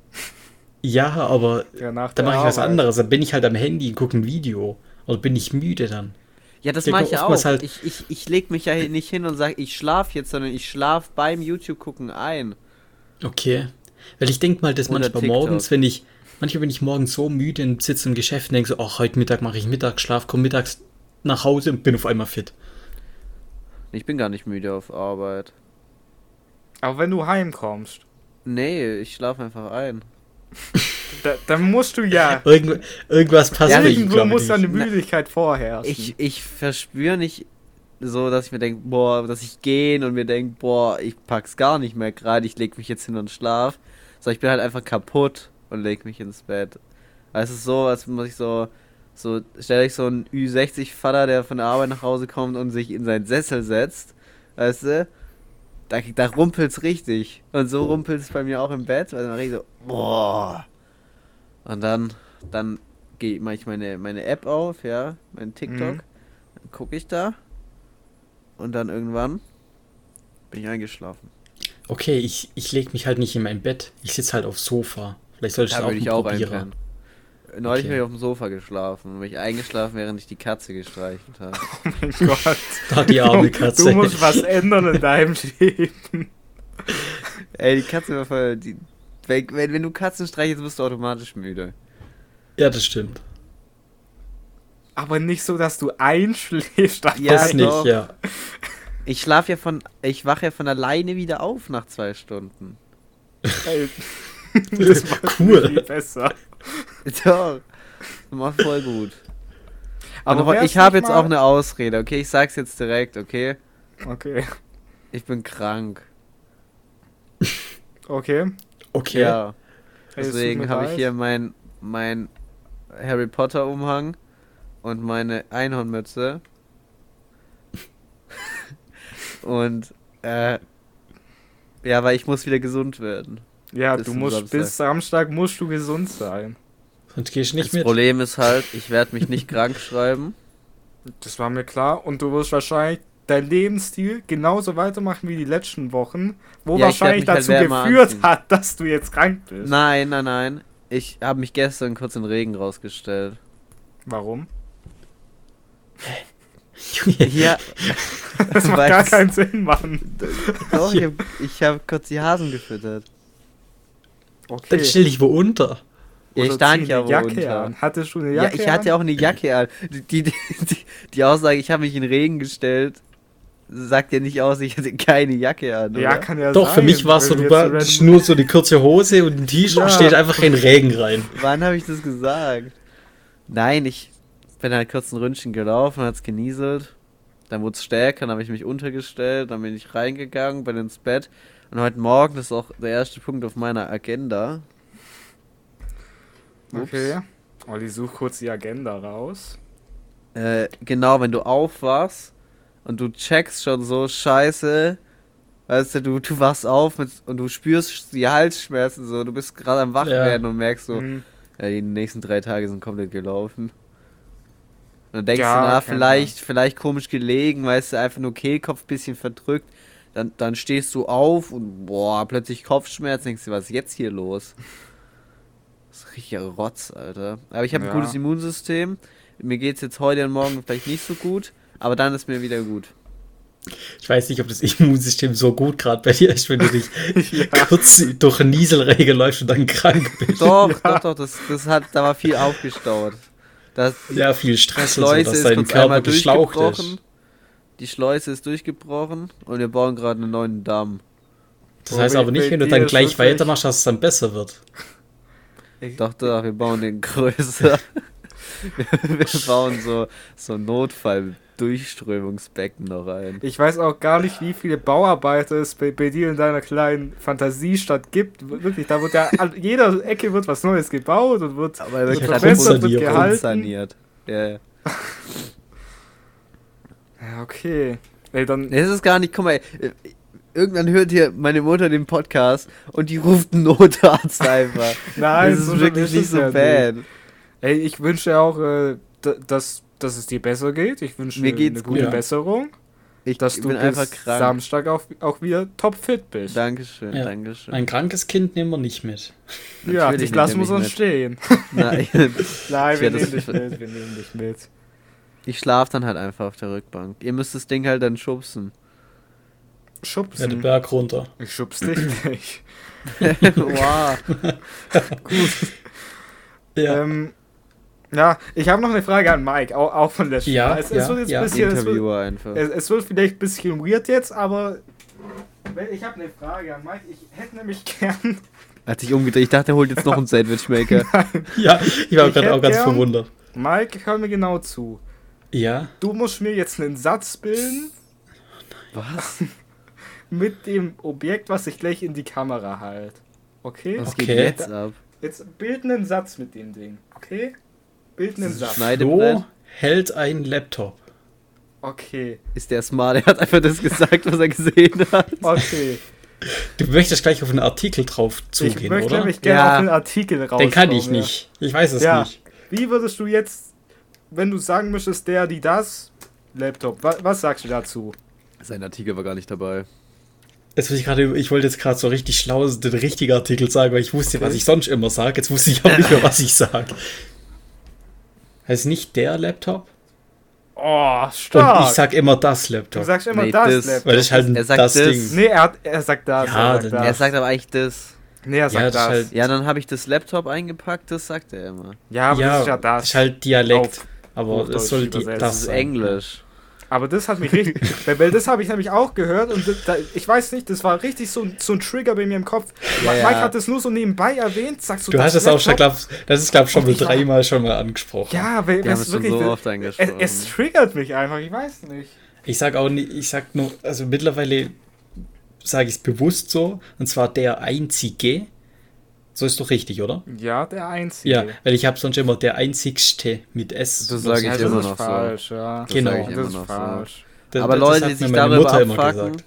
Speaker 1: Ja, aber
Speaker 3: Ja, nach
Speaker 1: dann
Speaker 3: der
Speaker 1: mache ich was
Speaker 3: Arbeit.
Speaker 1: anderes. Dann bin ich halt am Handy und gucke ein Video. Oder bin ich müde dann?
Speaker 2: Ja, das
Speaker 1: Ja,
Speaker 2: mache
Speaker 1: komm,
Speaker 2: ich ja
Speaker 1: oftmals
Speaker 2: auch.
Speaker 1: halt-
Speaker 2: Ich, ich, ich leg mich ja nicht hin und sag, ich schlaf jetzt, sondern ich schlaf beim YouTube gucken ein.
Speaker 1: Okay. Weil ich denke mal, dass
Speaker 2: Oder
Speaker 1: manchmal
Speaker 2: TikTok.
Speaker 1: morgens, wenn ich, manchmal bin ich morgens so müde und sitze im Geschäft und denke so, ach, heute Mittag mache ich Mittagsschlaf, komme mittags nach Hause und bin auf einmal fit.
Speaker 2: Ich bin gar nicht müde auf Arbeit.
Speaker 3: Aber wenn du heimkommst,
Speaker 2: Nee, ich schlaf einfach ein.
Speaker 3: da, dann musst du ja.
Speaker 1: Irgend, irgendwas passt bei ihm,
Speaker 3: Irgendwo
Speaker 1: glaube
Speaker 3: muss
Speaker 1: ich.
Speaker 3: da eine
Speaker 1: Nicht.
Speaker 3: Müdigkeit vorherrschen.
Speaker 2: Ich, ich verspüre nicht so, dass ich mir denke, boah, dass ich gehen und mir denke, boah, ich pack's gar nicht mehr gerade, ich leg mich jetzt hin und schlaf. So, ich bin halt einfach kaputt und leg mich ins Bett. Also es ist so, als muss ich so, so, stell ich so einen Ü60-Vater, der von der Arbeit nach Hause kommt und sich in seinen Sessel setzt, weißt du? Da, da rumpelt's richtig. Und so rumpelt's bei mir auch im Bett, weil dann mach ich so, boah. Und dann, dann gehe mache ich meine, meine App auf, ja, mein TikTok.
Speaker 3: Mhm.
Speaker 2: Dann gucke ich da. Und dann irgendwann bin ich eingeschlafen.
Speaker 1: Okay, ich, ich lege mich halt nicht in mein Bett. Ich sitze halt aufs Sofa. Vielleicht sollte ich
Speaker 2: Da
Speaker 1: es auch,
Speaker 2: würde ich
Speaker 1: mal
Speaker 2: auch
Speaker 1: probieren.
Speaker 2: einpennen. Neulich
Speaker 1: Okay.
Speaker 2: bin ich auf dem Sofa geschlafen und bin ich eingeschlafen, während ich die Katze gestreichelt habe.
Speaker 3: oh mein Gott.
Speaker 1: Da die arme Katze.
Speaker 3: Du musst was ändern in deinem Leben.
Speaker 2: Ey, die Katze war voll. Die, wenn, wenn wenn du Katzen streichelst, wirst du automatisch müde.
Speaker 1: Ja, das stimmt.
Speaker 3: Aber nicht so, dass du einschläfst.
Speaker 2: Ja,
Speaker 1: das nicht,
Speaker 2: doch.
Speaker 1: ja.
Speaker 2: Ich schlaf ja von. Ich wache ja von alleine wieder auf nach zwei Stunden.
Speaker 3: Ey, das macht cool.
Speaker 1: Cool.
Speaker 3: viel besser.
Speaker 2: Doch. Macht voll gut.
Speaker 3: Aber
Speaker 2: Aber
Speaker 3: wär's
Speaker 2: ich habe
Speaker 3: nicht
Speaker 2: jetzt
Speaker 3: mal-
Speaker 2: auch eine Ausrede, okay? Ich sag's jetzt direkt, okay?
Speaker 3: Okay.
Speaker 2: Ich bin krank.
Speaker 3: Okay.
Speaker 1: Okay.
Speaker 2: Ja.
Speaker 3: Ey, es tut mir
Speaker 2: Deswegen habe ich
Speaker 3: leid.
Speaker 2: hier mein, mein Harry Potter Umhang und meine Einhornmütze. und äh, ja, weil ich muss wieder gesund werden.
Speaker 3: Ja,
Speaker 2: bis
Speaker 3: du
Speaker 2: zum
Speaker 3: musst
Speaker 2: Samstag.
Speaker 3: bis Samstag musst du gesund sein.
Speaker 1: Sonst gehst du nicht
Speaker 2: das
Speaker 1: mit.
Speaker 2: Problem ist halt, ich werde mich nicht krank schreiben.
Speaker 3: Das war mir klar. Und du wirst wahrscheinlich deinen Lebensstil genauso weitermachen wie die letzten Wochen, wo
Speaker 2: Ja, ich werd
Speaker 3: wahrscheinlich
Speaker 2: mich halt
Speaker 3: dazu
Speaker 2: wärmer
Speaker 3: geführt
Speaker 2: anziehen.
Speaker 3: hat, dass du jetzt krank bist.
Speaker 2: Nein, nein, nein. Ich habe mich gestern kurz in den Regen rausgestellt.
Speaker 3: Warum?
Speaker 1: Junge,
Speaker 2: Ja,
Speaker 3: Das macht
Speaker 2: Weil-
Speaker 3: gar keinen Sinn, Mann.
Speaker 2: doch, ich habe hab kurz die Hasen gefüttert.
Speaker 1: dann
Speaker 3: Okay.
Speaker 1: stell dich wo unter.
Speaker 2: Ja,
Speaker 3: Oder
Speaker 2: ich stand
Speaker 3: zieh
Speaker 2: ja
Speaker 3: die
Speaker 2: wohl
Speaker 3: Jacke
Speaker 2: unter.
Speaker 3: an. Hattest du eine
Speaker 2: Ja,
Speaker 3: Jacke
Speaker 2: ich hatte
Speaker 3: an?
Speaker 2: auch eine Jacke an. Die, die, die, die Aussage, ich habe mich in den Regen gestellt, sagt ja nicht aus, ich hatte keine Jacke an.
Speaker 3: Ja,
Speaker 2: oder?
Speaker 3: kann ja
Speaker 1: Doch,
Speaker 3: sein.
Speaker 1: für mich war es so,
Speaker 3: wenn
Speaker 1: du
Speaker 3: jetzt so
Speaker 1: warst
Speaker 3: random-
Speaker 1: nur so die kurze Hose und ein T-Shirt
Speaker 3: Ja.
Speaker 1: und steht einfach kein Regen rein.
Speaker 2: Wann habe ich das gesagt? Nein, ich bin halt kurz ein Ründchen gelaufen, hat's genieselt. Dann wurde es stärker, dann habe ich mich untergestellt, dann bin ich reingegangen, bin ins Bett. Und heute Morgen ist auch der erste Punkt auf meiner Agenda. Ups.
Speaker 3: Okay. Olli, such kurz die Agenda raus.
Speaker 2: Äh, genau, wenn du aufwachst und du checkst schon so, scheiße, weißt du, du, du wachst auf mit, und du spürst die Halsschmerzen so, du bist gerade am Wachwerden und merkst so,
Speaker 3: Hm.
Speaker 2: ja, die nächsten drei Tage sind komplett gelaufen. Und dann denkst du,
Speaker 3: Ja,
Speaker 2: na,
Speaker 3: kennt man.
Speaker 2: vielleicht, vielleicht komisch gelegen, weißt du, einfach nur Kehlkopf bisschen verdrückt. Dann, dann stehst du auf und boah, plötzlich Kopfschmerzen, denkst du, was ist jetzt hier los? Das ist richtiger Rotz, Alter. Aber ich habe
Speaker 3: Ja.
Speaker 2: ein gutes Immunsystem. Mir geht's jetzt heute und morgen vielleicht nicht so gut, aber dann ist mir wieder gut.
Speaker 1: Ich weiß nicht, ob das Immunsystem so gut gerade bei dir ist, wenn du dich
Speaker 3: Ja.
Speaker 1: kurz durch einen Nieselregen läufst und dann krank bist.
Speaker 2: Doch, doch, doch, das, das hat, da war viel aufgestaut. Das,
Speaker 1: Ja, viel
Speaker 2: Die
Speaker 1: Stress und so, Also,
Speaker 2: Schleuse
Speaker 1: dass
Speaker 2: ist
Speaker 1: dein
Speaker 2: kurz
Speaker 1: Körper
Speaker 2: einmal
Speaker 1: geschlaucht ist.
Speaker 2: durchgebrochen. Die Schleuse ist durchgebrochen und wir bauen gerade einen neuen Damm.
Speaker 1: Das heißt aber nicht, wenn du
Speaker 3: Bei
Speaker 1: dann
Speaker 3: dir
Speaker 1: gleich
Speaker 3: ist wirklich-
Speaker 1: weitermachst, dass es dann besser wird.
Speaker 2: Doch, doch, wir bauen den größer. wir, wir bauen so, so Notfall-Durchströmungsbecken noch rein.
Speaker 3: Ich weiß auch gar nicht, wie viele Bauarbeiter es bei, bei dir in deiner kleinen Fantasiestadt gibt. Wirklich, da wird ja an jeder Ecke wird was Neues gebaut und wird
Speaker 2: Aber
Speaker 3: wird
Speaker 1: ich
Speaker 2: gerade
Speaker 1: verbessert,
Speaker 2: Grund-
Speaker 1: wird
Speaker 2: Grund
Speaker 3: gehalten.
Speaker 2: saniert. Ja, ja.
Speaker 3: Ja, okay. Ey, dann.
Speaker 2: Nee, Es ist gar nicht, guck mal, äh, irgendwann hört hier meine Mutter den Podcast und die ruft einen Notarzt einfach.
Speaker 3: Nein,
Speaker 2: das ist
Speaker 3: schlimm
Speaker 2: wirklich
Speaker 3: es
Speaker 2: nicht so
Speaker 3: ja
Speaker 2: bad.
Speaker 3: Ey, ich wünsche ja auch, äh, d- dass, dass es dir besser geht. Ich wünsche
Speaker 2: Mir
Speaker 3: dir eine
Speaker 2: geht's
Speaker 3: gute
Speaker 1: gut.
Speaker 3: Besserung.
Speaker 2: Ich
Speaker 3: Dass du
Speaker 2: bin
Speaker 3: bis
Speaker 2: einfach krank.
Speaker 3: Samstag auch, auch wieder topfit bist.
Speaker 2: Dankeschön,
Speaker 1: Ja.
Speaker 2: Dankeschön.
Speaker 1: Ein krankes Kind nehmen wir nicht mit.
Speaker 3: ja,
Speaker 2: natürlich
Speaker 3: dich lassen wir
Speaker 2: nämlich
Speaker 3: sonst
Speaker 2: nicht.
Speaker 3: stehen.
Speaker 2: Nein,
Speaker 3: Nein,
Speaker 2: Ich
Speaker 3: wir
Speaker 2: werd
Speaker 3: nehmen
Speaker 2: das-
Speaker 3: dich mit. Wir nehmen dich mit.
Speaker 2: ich schlaf dann halt einfach auf der Rückbank. Ihr müsst das Ding halt dann schubsen.
Speaker 1: Ja, den
Speaker 3: Schubsen.
Speaker 1: Berg runter.
Speaker 3: Ich schubs dich nicht.
Speaker 2: wow.
Speaker 1: Ja.
Speaker 3: Ähm, ja, ich habe noch eine Frage an Mike, auch, auch von letztem
Speaker 1: Ja,
Speaker 3: Mal. Es, es
Speaker 1: ja,
Speaker 3: wird jetzt
Speaker 1: ja.
Speaker 3: ein bisschen, es wird,
Speaker 2: Interviewer einfach.
Speaker 3: es, es wird vielleicht ein bisschen weird jetzt, aber ich habe eine Frage an Mike. Ich hätte nämlich gern,
Speaker 2: Hat sich umgedreht. Ich dachte, er holt jetzt noch einen Sandwichmaker.
Speaker 1: ja, ich war
Speaker 3: ich
Speaker 1: gerade auch
Speaker 3: hätt
Speaker 1: ganz
Speaker 3: gern-
Speaker 1: verwundert.
Speaker 3: Mike, hör mir genau zu.
Speaker 1: Ja,
Speaker 3: Du musst mir jetzt einen Satz bilden
Speaker 2: Was?
Speaker 3: mit dem Objekt, was ich gleich in die Kamera halte. Okay?
Speaker 2: Was
Speaker 1: Okay.
Speaker 2: geht jetzt ab?
Speaker 3: Jetzt bild einen Satz mit dem Ding. Okay? Bild einen Satz.
Speaker 2: Schneidebrett?
Speaker 1: Flo hält einen Laptop.
Speaker 3: Okay.
Speaker 2: Ist der smart? Er hat einfach das gesagt, was er gesehen hat.
Speaker 3: Okay.
Speaker 1: Du möchtest gleich auf einen Artikel drauf
Speaker 3: ich
Speaker 1: zugehen,
Speaker 3: möchte
Speaker 1: oder?
Speaker 3: nämlich gerne
Speaker 2: Ja.
Speaker 3: auf einen Artikel raus.
Speaker 1: Den kann ich nicht. Ich weiß es
Speaker 3: Ja.
Speaker 1: nicht.
Speaker 3: Wie würdest du jetzt, wenn du sagen müsstest, der, die, das, Laptop, wa was sagst du dazu?
Speaker 2: Sein Artikel war gar nicht dabei.
Speaker 1: Jetzt will ich gerade, ich wollte jetzt gerade so richtig schlau den richtigen Artikel sagen, weil ich wusste, was ich sonst immer sage. Jetzt wusste ich auch nicht mehr, was ich sage. Heißt nicht der Laptop?
Speaker 3: Oh,
Speaker 1: Und
Speaker 3: stark.
Speaker 1: ich sag immer das
Speaker 3: du
Speaker 1: Laptop.
Speaker 3: sagst immer
Speaker 2: Nee,
Speaker 3: das,
Speaker 2: das-
Speaker 3: Laptop.
Speaker 1: Weil das ist halt ein
Speaker 2: Er sagt
Speaker 1: das
Speaker 2: das.
Speaker 1: Ding.
Speaker 3: Nee, er, hat, er sagt das.
Speaker 1: Ja,
Speaker 3: er sagt
Speaker 1: dann-
Speaker 3: das.
Speaker 2: Er sagt aber eigentlich das.
Speaker 3: nee, er sagt
Speaker 1: Ja, das
Speaker 3: das.
Speaker 1: ist halt-
Speaker 2: Ja, dann habe ich das Laptop eingepackt, das sagt er immer.
Speaker 3: ja, aber das ist ja das.
Speaker 1: das ist halt Dialekt.
Speaker 3: Auf
Speaker 1: aber
Speaker 3: Hochdeutsch
Speaker 1: es soll die,
Speaker 3: übersetzt.
Speaker 1: das,
Speaker 2: Das ist
Speaker 1: sein.
Speaker 2: Englisch.
Speaker 3: Aber das hat mich richtig. weil, weil das habe ich nämlich auch gehört und das, da, ich weiß nicht, das war richtig so, ein- so ein Trigger bei mir im Kopf.
Speaker 2: Ja,
Speaker 3: Mike
Speaker 2: ja.
Speaker 3: hat das nur so nebenbei erwähnt, sagst du
Speaker 1: Du hast es auch schon,
Speaker 3: Laptop?
Speaker 1: glaub, das ist, glaube ich, schon
Speaker 3: Und
Speaker 1: mal
Speaker 3: ich war-
Speaker 1: dreimal schon mal angesprochen.
Speaker 3: Ja, weil
Speaker 2: Wir haben
Speaker 3: es
Speaker 2: es schon
Speaker 3: wirklich.
Speaker 2: so
Speaker 3: So
Speaker 2: oft
Speaker 3: es,
Speaker 2: angesprochen.
Speaker 3: es triggert mich einfach, ich weiß nicht.
Speaker 1: Ich sag auch nicht, ich sag nur, also mittlerweile sage ich es bewusst so, und zwar der einzige. So ist doch richtig, oder?
Speaker 3: Ja, der Einzige.
Speaker 1: Ja, weil ich habe sonst immer der einzigste mit S.
Speaker 2: Das
Speaker 1: oder
Speaker 2: sag ich
Speaker 1: so.
Speaker 3: das
Speaker 2: immer
Speaker 3: ist
Speaker 2: noch so.
Speaker 3: falsch,
Speaker 1: Genau.
Speaker 3: ja.
Speaker 2: sag ich
Speaker 3: Das
Speaker 2: immer
Speaker 3: ist
Speaker 2: noch so.
Speaker 3: falsch.
Speaker 1: Das-
Speaker 2: aber
Speaker 1: das
Speaker 2: Leute,
Speaker 1: hat
Speaker 2: die
Speaker 1: mir
Speaker 2: sich
Speaker 1: meine
Speaker 2: darüber
Speaker 1: Mutter immer
Speaker 2: abfacken.
Speaker 1: gesagt.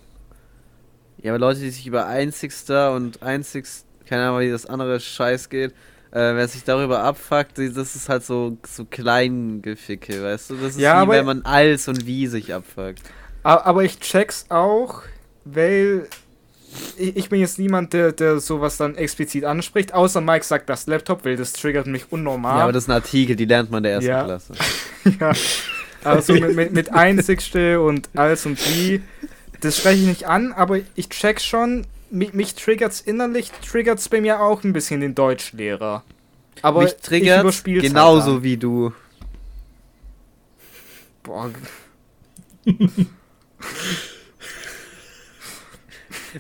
Speaker 2: Ja, aber Leute, die sich über einzigster und einzigst, keine Ahnung, wie das andere Scheiß geht, Äh, wer sich darüber abfuckt, das ist halt so, so klein Geficke, weißt du? Das ist
Speaker 3: Ja,
Speaker 2: wie
Speaker 3: aber-
Speaker 2: wenn man als und wie sich abfuckt.
Speaker 3: A- Aber ich check's auch, weil ich, ich bin jetzt niemand, der, der sowas dann explizit anspricht, außer Mike sagt das Laptop, weil das triggert mich unnormal.
Speaker 2: Ja, aber das ist ein Artikel, die lernt man in der ersten
Speaker 3: Ah. Ja.
Speaker 2: Klasse.
Speaker 3: Ja. Also mit, mit, mit Einzigste und als und wie. Das spreche ich nicht an, aber ich check schon, mich, mich triggert's innerlich, triggert's bei mir auch ein bisschen den Deutschlehrer. Aber
Speaker 2: Mich
Speaker 3: ich
Speaker 2: triggert
Speaker 3: überspiel's halt
Speaker 2: genauso
Speaker 3: dann.
Speaker 2: wie du.
Speaker 3: Boah,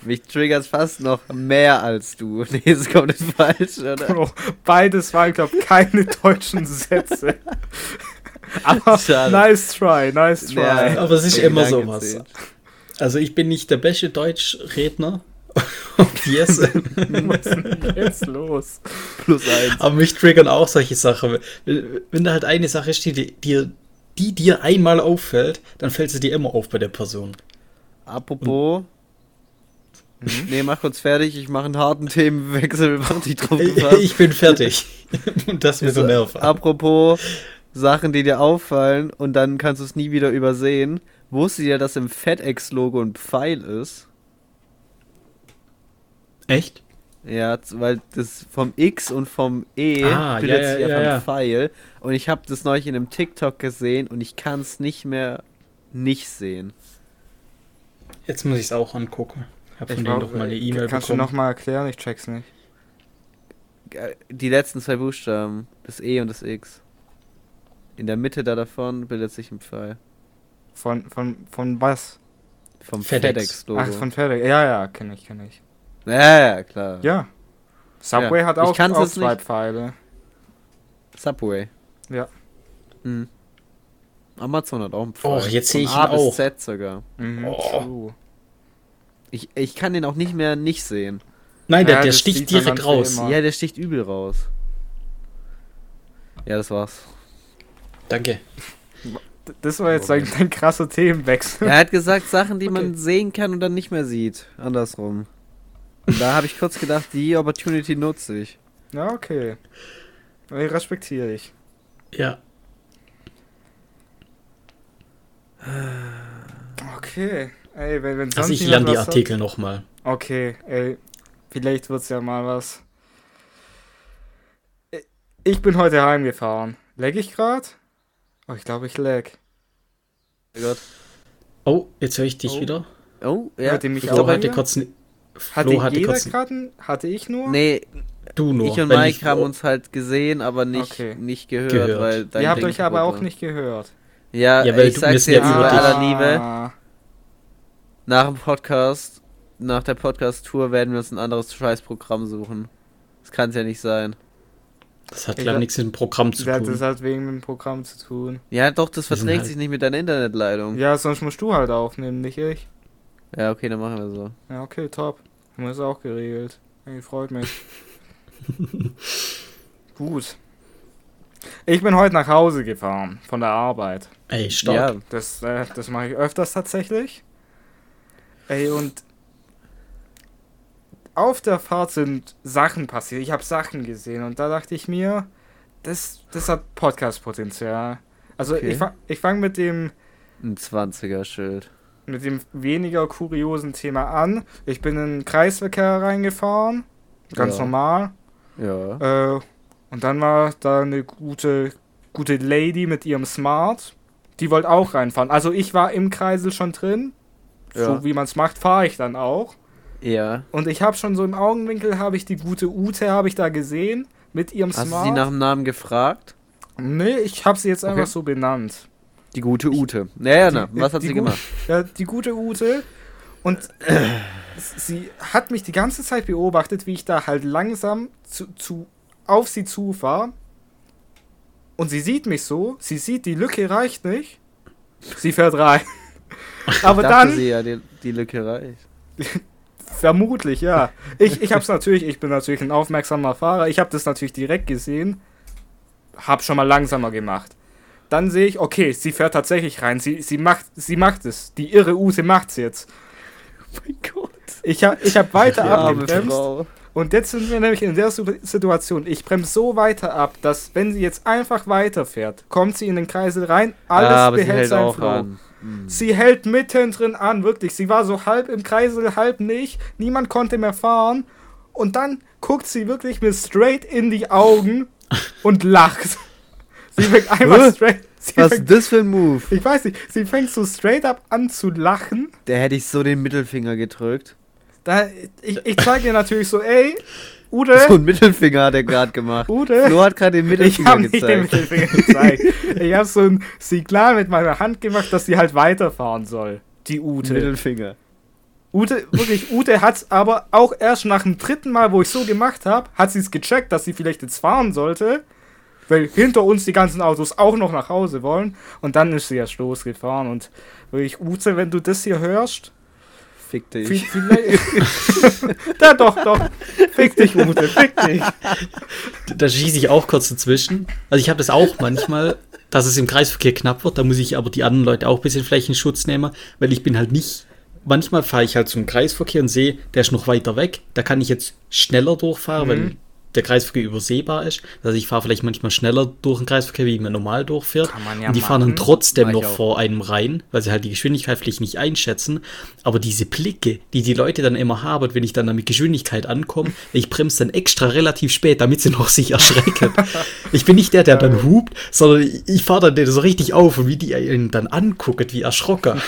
Speaker 2: Mich triggert fast noch mehr als du. Nee, das kommt nicht falsch, oder?
Speaker 3: Bro, beides waren, glaub keine deutschen Sätze. Aber
Speaker 2: Schade.
Speaker 3: nice try, nice try.
Speaker 2: Ja,
Speaker 1: Aber es ist
Speaker 2: so
Speaker 1: immer
Speaker 2: Gedanken
Speaker 1: sowas.
Speaker 2: zählt.
Speaker 1: Also ich bin nicht der beste Deutschredner. Und yes.
Speaker 3: Was ist denn jetzt los?
Speaker 2: Plus eins.
Speaker 1: Aber mich triggern auch solche Sachen. Wenn da halt eine Sache steht, die dir, die dir einmal auffällt, dann fällt sie dir immer auf bei der Person.
Speaker 2: Apropos. Nee, mach kurz fertig, ich mache einen harten Themenwechsel, mach dich drauf gefasst.
Speaker 1: Ich bin fertig. Und das mit so
Speaker 2: Also,
Speaker 1: Nerv.
Speaker 2: Apropos Sachen, die dir auffallen und dann kannst du es nie wieder übersehen. Wusstet ihr, dass im FedEx-Logo ein Pfeil ist?
Speaker 1: Echt?
Speaker 2: Ja, z- weil das vom X und vom E
Speaker 1: Ah, ja,
Speaker 2: bildet
Speaker 1: ja,
Speaker 2: sich einfach
Speaker 1: ja, ja.
Speaker 2: ein Pfeil. Und ich habe das neulich in einem TikTok gesehen und ich kann es nicht mehr nicht sehen.
Speaker 1: Jetzt muss ich es auch angucken. Hab von
Speaker 3: Ich
Speaker 1: denen
Speaker 3: glaub,
Speaker 1: doch mal eine E-Mail
Speaker 3: Kannst
Speaker 1: bekommen.
Speaker 3: du nochmal erklären? Ich check's nicht.
Speaker 2: Äh, Die letzten zwei Buchstaben, das E und das X. In der Mitte da davon bildet sich ein Pfeil.
Speaker 3: Von, von, von was?
Speaker 2: Vom
Speaker 1: FedEx.
Speaker 2: FedEx-Logo.
Speaker 3: Ach, von Fertig. Ja, ja, kenne ich, kenne ich.
Speaker 2: ja, ja, klar.
Speaker 3: Ja. Subway hat
Speaker 2: Ich
Speaker 3: auch,
Speaker 2: kann's
Speaker 3: auch
Speaker 2: jetzt
Speaker 3: zwei
Speaker 2: nicht.
Speaker 3: Pfeile.
Speaker 2: Subway.
Speaker 3: Ja.
Speaker 2: Mhm. Amazon hat auch einen Pfeil.
Speaker 1: Oh, jetzt sehe
Speaker 2: Von
Speaker 1: ich ihn
Speaker 2: A bis
Speaker 1: auch.
Speaker 2: Z sogar.
Speaker 3: Mhm,
Speaker 1: Oh.
Speaker 3: true.
Speaker 2: Ich, ich kann den auch nicht mehr nicht sehen.
Speaker 1: Nein, der,
Speaker 3: Ja,
Speaker 1: der
Speaker 3: das
Speaker 1: sticht
Speaker 3: sieht man
Speaker 1: direkt
Speaker 3: dann für
Speaker 1: raus.
Speaker 3: immer. Ah.
Speaker 2: Ja, der sticht übel raus. Ja, das war's.
Speaker 1: Danke.
Speaker 3: D- Das war jetzt ein, ein krasser Themenwechsel.
Speaker 2: Er hat gesagt, Sachen, die man
Speaker 1: Hm. Okay.
Speaker 2: sehen kann und dann nicht mehr sieht. Andersrum. Und da habe ich kurz gedacht, die Opportunity nutze ich.
Speaker 3: Ja, okay. Respektiere ich.
Speaker 1: Ja.
Speaker 3: Okay. Ey, wenn, wenn sonst
Speaker 1: Also ich
Speaker 3: niemand
Speaker 1: lerne die
Speaker 3: was hat-
Speaker 1: Artikel nochmal.
Speaker 3: Okay, ey, vielleicht wird's ja mal was. I- Ich bin heute heimgefahren. Lag ich grad? Oh, ich glaube, ich lag.
Speaker 2: Oh Gott.
Speaker 1: Oh, jetzt höre ich dich
Speaker 3: Oh.
Speaker 1: wieder.
Speaker 2: Oh, ja.
Speaker 3: Hört ihr
Speaker 2: ich
Speaker 3: mich
Speaker 1: Flo
Speaker 3: auch
Speaker 2: glaube,
Speaker 1: hatte
Speaker 3: wieder?
Speaker 1: kurz... ne-
Speaker 3: Hatte
Speaker 1: Flo hatte
Speaker 3: jeder
Speaker 1: kurz...
Speaker 3: grad einen? Hatte ich nur?
Speaker 2: Nee,
Speaker 1: Du nur.
Speaker 2: ich und
Speaker 1: weil
Speaker 2: Mike haben uns halt gesehen, aber nicht,
Speaker 3: Okay.
Speaker 2: nicht gehört,
Speaker 1: Gehört.
Speaker 2: weil dein
Speaker 3: Ihr habt
Speaker 2: Ding
Speaker 3: euch aber
Speaker 2: kaputt ne?
Speaker 3: auch
Speaker 2: war.
Speaker 3: nicht gehört.
Speaker 2: Ja,
Speaker 1: Ja, weil
Speaker 2: ich
Speaker 1: du-
Speaker 2: sag's
Speaker 1: müssen
Speaker 2: dir
Speaker 1: jetzt
Speaker 2: jetzt bei
Speaker 1: über
Speaker 2: aller
Speaker 3: Ah.
Speaker 2: Liebe. Nach dem Podcast, nach der Podcast-Tour werden wir uns ein anderes Scheißprogramm suchen. Das kann's ja nicht sein.
Speaker 1: Das hat,
Speaker 3: Ich
Speaker 1: glaube
Speaker 3: hab-
Speaker 1: ich, nichts mit dem Programm zu
Speaker 3: Ja,
Speaker 1: tun.
Speaker 3: das hat wegen dem Programm zu tun.
Speaker 2: Ja, doch, das
Speaker 1: Wir sind
Speaker 2: verträgt
Speaker 1: halt-
Speaker 2: sich nicht mit deiner Internetleitung. Ja.
Speaker 3: Ja, sonst musst du halt aufnehmen, nicht ich.
Speaker 2: okay, dann machen wir so.
Speaker 3: Ja, okay, top. Haben wir es auch geregelt. Ey, freut mich. Gut. Ich bin heute nach Hause gefahren von der Arbeit.
Speaker 1: Ey, stark.
Speaker 2: Ja,
Speaker 3: Das, äh, das mache ich öfters tatsächlich. Ey, und auf der Fahrt sind Sachen passiert. Ich habe Sachen gesehen und da dachte ich mir, das, das hat Podcast-Potenzial. Also
Speaker 2: Okay.
Speaker 3: ich, fa ich fange mit dem,
Speaker 2: ein 20er-Schild.
Speaker 3: mit dem weniger kuriosen Thema an. Ich bin in den Kreisverkehr reingefahren, ganz
Speaker 2: Ja.
Speaker 3: normal.
Speaker 2: Ja.
Speaker 3: Äh, und dann war da eine gute, gute Lady mit ihrem Smart. Die wollte auch reinfahren. Also ich war im Kreisel schon drin.
Speaker 2: Ja.
Speaker 3: So wie man es macht, fahre ich dann auch.
Speaker 2: Ja.
Speaker 3: Und ich habe schon so im Augenwinkel, habe ich die gute Ute, habe ich da gesehen. Mit ihrem
Speaker 2: Hast du
Speaker 3: Smart.
Speaker 2: sie nach dem Namen gefragt?
Speaker 3: nee, ich habe sie jetzt einfach
Speaker 2: Okay.
Speaker 3: so benannt.
Speaker 2: Die gute Ute. Ja, ja, na, was hat
Speaker 3: die
Speaker 2: sie
Speaker 3: gute-
Speaker 2: gemacht?
Speaker 3: Ja, die gute Ute. Und sie hat mich die ganze Zeit beobachtet, wie ich da halt langsam zu, zu, auf sie zu war. Und sie sieht mich so. Sie sieht, die Lücke reicht nicht. Sie fährt rein. Aber
Speaker 2: ich dachte
Speaker 3: dann,
Speaker 2: sie ja, die, die Lücke reicht.
Speaker 3: vermutlich, ja. Ich, ich hab's natürlich, ich bin natürlich ein aufmerksamer Fahrer. Ich habe das natürlich direkt gesehen. Hab schon mal langsamer gemacht. Dann sehe ich, okay, sie fährt tatsächlich rein. Sie, sie, macht, sie macht es. Die irre Ute macht's jetzt.
Speaker 2: Mein Gott.
Speaker 3: Ich hab, ich hab weiter
Speaker 2: Die arme
Speaker 3: abgebremst
Speaker 2: Frau.
Speaker 3: Und jetzt sind wir nämlich in der Su- Situation. Ich bremse so weiter ab, dass wenn sie jetzt einfach weiterfährt, kommt sie in den Kreisel rein, alles
Speaker 2: Ah, aber sie
Speaker 3: behält
Speaker 2: hält
Speaker 3: seinen
Speaker 2: auch
Speaker 3: Flow.
Speaker 2: an. Mhm.
Speaker 3: Sie hält mittendrin an, wirklich. Sie war so halb im Kreisel, halb nicht. Niemand konnte mehr fahren. Und dann guckt sie wirklich mir straight in die Augen und lacht. Sie fängt einmal
Speaker 2: Hä?
Speaker 3: straight. Sie
Speaker 2: Was ist
Speaker 3: fängt,
Speaker 2: das für ein Move?
Speaker 3: ich weiß nicht, sie fängt so straight up an zu lachen.
Speaker 2: Der hätte ich so den Mittelfinger gedrückt.
Speaker 3: Da, ich ich zeige ihr natürlich so, ey, Ude,
Speaker 2: So einen Mittelfinger hat er gerade gemacht.
Speaker 3: Ude.
Speaker 2: Flo hat gerade den
Speaker 3: Ich
Speaker 2: Mittelfinger
Speaker 3: habe nicht den
Speaker 2: gezeigt.
Speaker 3: Mittelfinger gezeigt. Ich habe so ein Signal mit meiner Hand gemacht, dass sie halt weiterfahren soll. Die Ute.
Speaker 2: Mittelfinger.
Speaker 3: Ute, wirklich, Ute hat's aber auch erst nach dem dritten Mal, wo ich so gemacht habe, hat sie es gecheckt, dass sie vielleicht jetzt fahren sollte. Weil hinter uns die ganzen Autos auch noch nach Hause wollen. Und dann ist sie erst losgefahren. Und wirklich, Ute, wenn du das hier hörst,
Speaker 2: Fick
Speaker 3: vi-
Speaker 2: dich.
Speaker 3: vielleicht. da doch, doch. Fick dich, Ute, fick dich.
Speaker 1: Da schieße ich auch kurz dazwischen. Also ich habe das auch manchmal, dass es im Kreisverkehr knapp wird. Da muss ich aber die anderen Leute auch ein bisschen Flächenschutz nehmen, weil ich bin halt nicht. Manchmal fahre ich halt zum Kreisverkehr und sehe, der ist noch weiter weg. Da kann ich jetzt schneller durchfahren, weil
Speaker 3: Mhm.
Speaker 1: der Kreisverkehr übersehbar ist. Also ich fahre vielleicht manchmal schneller durch den Kreisverkehr, wie man normal durchfährt.
Speaker 3: Kann man ja
Speaker 1: und die fahren dann
Speaker 3: machen.
Speaker 1: trotzdem
Speaker 2: Mach ich
Speaker 1: noch
Speaker 2: auch.
Speaker 1: vor einem rein, weil sie halt die Geschwindigkeit vielleicht nicht einschätzen. Aber diese Blicke, die die Leute dann immer haben, wenn ich dann mit Geschwindigkeit ankomme, ich bremse dann extra relativ spät, damit sie noch sich erschrecken. ich bin nicht der, der dann hupt, sondern ich- ich fahre dann den so richtig auf und wie die ihn dann angucken, wie erschrocken.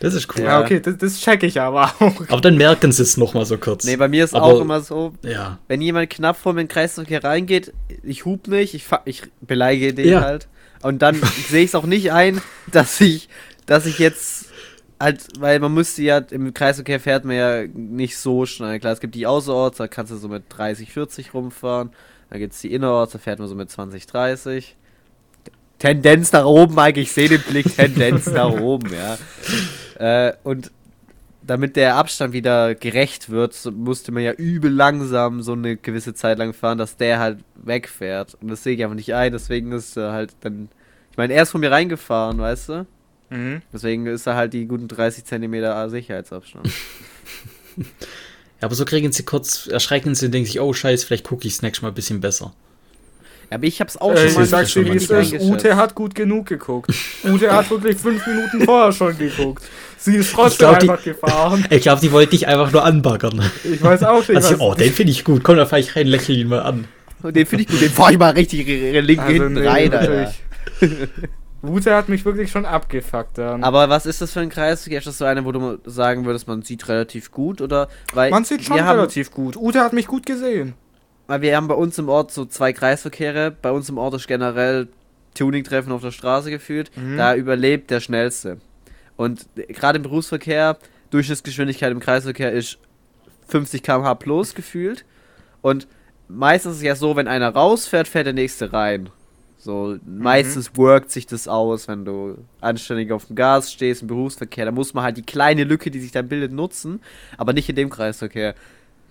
Speaker 1: das ist cool.
Speaker 2: Ja.
Speaker 3: Ja, okay, das, das check ich aber auch.
Speaker 1: Aber dann merken sie es nochmal so kurz.
Speaker 2: Nee, bei mir ist
Speaker 1: Aber-
Speaker 2: auch immer so,
Speaker 1: Ja,
Speaker 2: wenn jemand knapp vor mir in den Kreisverkehr reingeht, ich hub nicht, ich, fa- ich beleige den
Speaker 1: Ja.
Speaker 2: halt. Und dann sehe ich es auch nicht ein, dass ich, dass ich jetzt halt, weil man müsste ja, im Kreisverkehr fährt man ja nicht so schnell. Klar, es gibt die Außerorts, da kannst du so mit 30, 40 rumfahren. Dann gibt es die Innerorts, da fährt man so mit 20, 30. Tendenz nach oben, Mike, ich sehe den Blick, Tendenz nach oben, ja. Äh, und damit der Abstand wieder gerecht wird, so- musste man ja übel langsam so eine gewisse Zeit lang fahren, dass der halt wegfährt. Und das sehe ich einfach nicht ein, deswegen ist er halt dann. Ich meine, er ist von mir reingefahren, weißt du?
Speaker 3: Mhm.
Speaker 2: Deswegen ist da halt die guten 30 Zentimeter Sicherheitsabstand.
Speaker 1: Ja, aber so kriegen sie kurz, erschrecken sie und denken sich, oh scheiße, vielleicht gucke ich nächstes Mal ein bisschen besser.
Speaker 2: Ja, aber ich hab's auch
Speaker 3: Äh,
Speaker 2: schon mal
Speaker 3: ich sag's dir, wie es
Speaker 2: richtig
Speaker 3: ist.
Speaker 2: eingeschätzt.
Speaker 3: Ute hat gut genug geguckt. Ute hat wirklich fünf Minuten vorher schon geguckt. Sie ist
Speaker 1: Ich
Speaker 3: trotzdem
Speaker 1: glaub, die-
Speaker 3: einfach gefahren.
Speaker 1: Ich glaube, die wollte dich einfach nur anbaggern.
Speaker 3: Ich weiß auch nicht,
Speaker 1: Also,
Speaker 3: was.
Speaker 1: oh, den finde ich gut. Komm, da fahre ich rein, lächle ihn mal an.
Speaker 2: Und Oh, den finde ich gut, den fahr ich mal richtig r- r- linken
Speaker 3: Also,
Speaker 2: hinten
Speaker 3: nee,
Speaker 2: rein, Alter.
Speaker 3: wirklich. Ute hat mich wirklich schon abgefuckt dann.
Speaker 2: Aber was ist das für ein Kreis? Ist das so eine, wo du sagen würdest, man sieht relativ gut? Oder weil
Speaker 3: Man sieht schon
Speaker 2: wir haben,
Speaker 3: relativ gut. Ute hat mich gut gesehen.
Speaker 2: Weil wir haben bei uns im Ort so zwei Kreisverkehre. Bei uns im Ort ist generell Tuning-Treffen auf der Straße geführt.
Speaker 3: Mhm.
Speaker 2: Da überlebt der Schnellste. Und gerade im Berufsverkehr, Durchschnittsgeschwindigkeit im Kreisverkehr ist 50 km/h plus gefühlt. Und meistens ist es ja so, wenn einer rausfährt, fährt der nächste rein. So, meistens workt sich das aus, wenn du anständig auf dem Gas stehst im Berufsverkehr. Da muss man halt die kleine Lücke, die sich dann bildet, nutzen, aber nicht in dem Kreisverkehr.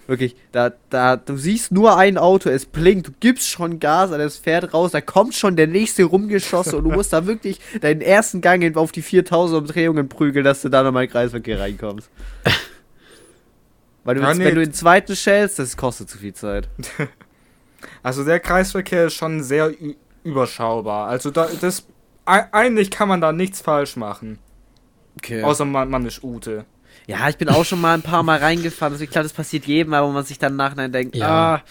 Speaker 2: Wirklich, da, da, du siehst nur ein Auto, es blinkt, du gibst schon Gas, aber es fährt raus, da kommt schon der nächste rumgeschossen und du musst da wirklich deinen ersten Gang hin- auf die 4000 Umdrehungen prügeln, dass du da nochmal in den Kreisverkehr reinkommst. Weil du,
Speaker 3: Ja,
Speaker 2: jetzt,
Speaker 3: nee.
Speaker 2: wenn du den zweiten schälst, das kostet zu viel Zeit.
Speaker 3: Also der Kreisverkehr ist schon sehr ü- überschaubar. Also da, das ei- eigentlich kann man da nichts falsch machen.
Speaker 2: Okay.
Speaker 3: Außer man, man ist Ute.
Speaker 2: Ja, ich bin auch schon mal ein paar Mal reingefahren. Also klar, das passiert jedem, aber wo man sich dann nachher denkt,
Speaker 1: Ja.
Speaker 2: ah,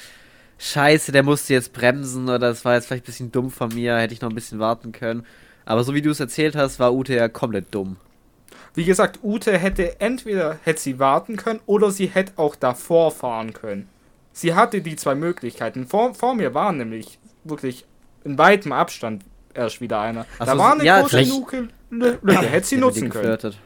Speaker 2: scheiße, der musste jetzt bremsen oder das war jetzt vielleicht ein bisschen dumm von mir, hätte ich noch ein bisschen warten können. Aber so wie du es erzählt hast, war Ute ja komplett dumm.
Speaker 3: Wie gesagt, Ute hätte entweder hätte sie warten können oder sie hätte auch davor fahren können. Sie hatte die zwei Möglichkeiten. Vor, vor mir war nämlich wirklich in weitem Abstand erst wieder einer.
Speaker 2: Ach
Speaker 3: da
Speaker 2: so,
Speaker 3: war eine
Speaker 2: ja,
Speaker 3: große
Speaker 1: vielleicht-
Speaker 3: Lücke, Lü- Lücke. hätte sie
Speaker 2: Der mit dir
Speaker 3: nutzen können.
Speaker 2: geflirtet.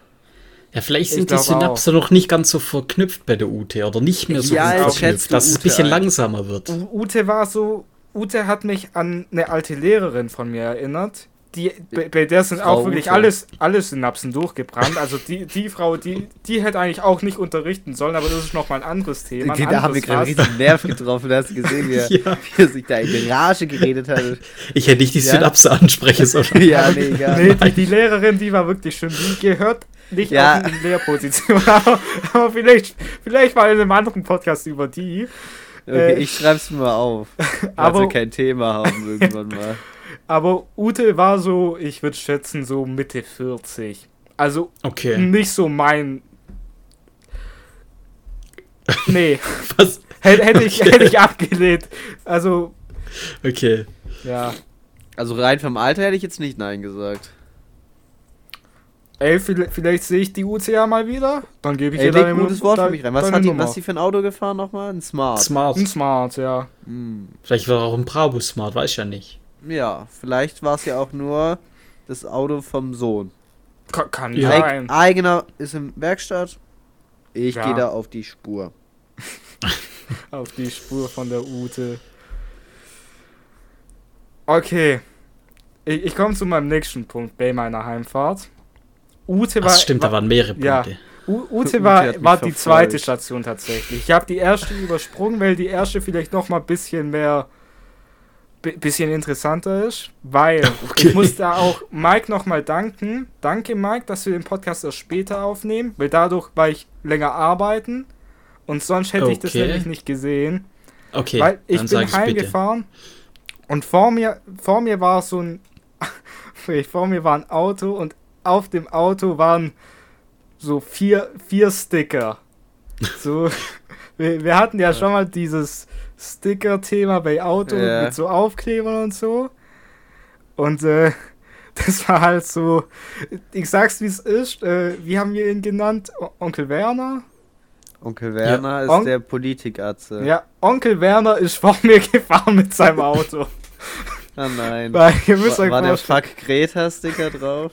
Speaker 1: Ja, vielleicht
Speaker 3: Ich
Speaker 1: sind die
Speaker 3: glaub auch.
Speaker 1: Synapsen noch nicht ganz so verknüpft bei der UT oder nicht mehr so
Speaker 2: Ja,
Speaker 1: gut
Speaker 2: jetzt schätzt
Speaker 1: verknüpft,
Speaker 2: du
Speaker 1: dass es ein
Speaker 2: Ute
Speaker 1: bisschen
Speaker 2: ein.
Speaker 1: langsamer wird.
Speaker 3: U Ute war so, Ute hat mich an eine alte Lehrerin von mir erinnert, die, bei, bei der sind
Speaker 2: Frau
Speaker 3: auch wirklich
Speaker 2: Ute.
Speaker 3: alles, alles Synapsen durchgebrannt. Also die, die Frau, die, die hätte eigentlich auch nicht unterrichten sollen, aber das ist nochmal ein anderes
Speaker 2: Die,
Speaker 3: Thema. Ein
Speaker 2: da haben wir
Speaker 3: anderes
Speaker 2: gerade einen
Speaker 3: Fass.
Speaker 2: riesen Nerv getroffen. Hast du gesehen, wie er,
Speaker 1: Ja.
Speaker 2: wie er sich da in die Rage geredet hat?
Speaker 1: Ich hätte nicht die
Speaker 2: Ja.
Speaker 1: Synapse ansprechen sollen.
Speaker 2: Ja, nee, egal.
Speaker 3: Nee, die, die Lehrerin, die war wirklich schön. Die gehört nicht
Speaker 2: Ja.
Speaker 3: auf die Lehrposition. Aber, aber vielleicht, vielleicht mal in einem anderen Podcast über die.
Speaker 2: Okay,
Speaker 3: Äh,
Speaker 2: ich schreib's mir mal auf. Falls
Speaker 3: aber-
Speaker 2: wir kein Thema haben irgendwann mal.
Speaker 3: Aber Ute war so, ich würde schätzen, so Mitte 40. Also
Speaker 1: Okay.
Speaker 3: nicht so mein. Nee,
Speaker 1: Was?
Speaker 3: hätte, hätte, ich, hätte ich abgelehnt. Also,
Speaker 1: Okay.
Speaker 3: ja.
Speaker 2: Also rein vom Alter hätte ich jetzt nicht Nein gesagt.
Speaker 3: Ey, vielleicht, vielleicht sehe ich die Ute ja mal wieder. Dann gebe ich
Speaker 2: Ey,
Speaker 3: ihr
Speaker 2: leg
Speaker 3: deine
Speaker 2: ein gutes
Speaker 3: Nummer-
Speaker 2: Wort für mich rein. Was
Speaker 3: deine
Speaker 2: hat die,
Speaker 3: Nummer.
Speaker 2: was die für ein Auto gefahren nochmal? Ein Smart.
Speaker 1: Smart.
Speaker 3: Ein Smart, Mhm. ja.
Speaker 2: Hm.
Speaker 1: Vielleicht war auch ein Bravo smart, weiß ich ja nicht.
Speaker 2: Ja, vielleicht war es ja auch nur das Auto vom Sohn.
Speaker 3: Kann, kann
Speaker 1: Ja.
Speaker 2: Eig
Speaker 3: sein.
Speaker 2: eigener ist im Werkstatt. Ich
Speaker 3: Ja.
Speaker 2: gehe da auf die Spur.
Speaker 3: Auf die Spur von der Ute. Okay. Ich, ich komme zu meinem nächsten Punkt bei meiner Heimfahrt. Ute war.
Speaker 1: Das stimmt, da
Speaker 3: war,
Speaker 1: waren mehrere
Speaker 3: ja.
Speaker 1: Punkte.
Speaker 3: U
Speaker 2: Ute
Speaker 3: Ute
Speaker 2: hat
Speaker 3: war,
Speaker 2: mich
Speaker 3: war die
Speaker 2: verfolgt.
Speaker 3: zweite Station tatsächlich. Ich habe die erste übersprungen, weil die erste vielleicht noch mal ein bisschen mehr. bi- Bisschen interessanter ist, weil
Speaker 1: Okay.
Speaker 3: ich muss da auch Mike nochmal danken. Danke, Mike, dass wir den Podcast erst später aufnehmen, weil dadurch war ich länger arbeiten und sonst hätte ich das
Speaker 1: Okay.
Speaker 3: nämlich nicht gesehen.
Speaker 1: Okay,
Speaker 3: Weil ich
Speaker 1: dann sag
Speaker 3: bin
Speaker 1: ich bitte.
Speaker 3: heimgefahren und vor mir, vor mir war so ein. vor mir war ein Auto und auf dem Auto waren so vier, vier Sticker. So, wir, wir hatten ja schon mal dieses Sticker-Thema bei Auto
Speaker 2: Ja.
Speaker 3: mit so Aufklebern und so. Und äh, das war halt so. Ich sag's wie es ist. Äh, wie haben wir ihn genannt? O Onkel Werner?
Speaker 2: Onkel Werner ist
Speaker 3: On-
Speaker 2: der Politikatze.
Speaker 3: Ja, Onkel Werner ist vor mir gefahren mit seinem Auto.
Speaker 2: Ah nein. War,
Speaker 3: Weil ihr müsst euch
Speaker 2: war der
Speaker 3: vorstellen,
Speaker 2: Fuck Greta-Sticker drauf?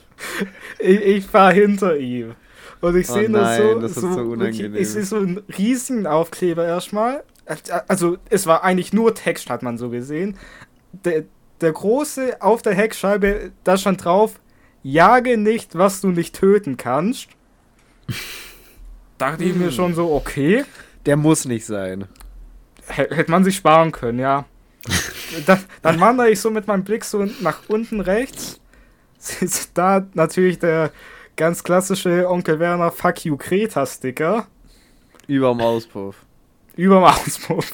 Speaker 3: ich, ich fahre hinter ihm. Und ich
Speaker 2: Oh
Speaker 3: sehe nur
Speaker 2: nein,
Speaker 3: so,
Speaker 2: das ist
Speaker 3: so,
Speaker 2: so unangenehm.
Speaker 3: Ich sehe so einen riesigen Aufkleber erstmal. Also es war eigentlich nur Text, hat man so gesehen. Der, der große auf der Heckscheibe, da stand drauf, jage nicht, was du nicht töten kannst. Dachte ich mir schon so, okay.
Speaker 2: Der muss nicht sein.
Speaker 3: Hä- Hätte man sich sparen können, ja. dann, dann wandere ich so mit meinem Blick so nach unten rechts. Ist da natürlich der ganz klassische Onkel Werner Fuck You Kreta Sticker
Speaker 2: Überm Auspuff.
Speaker 3: überm Auspuff.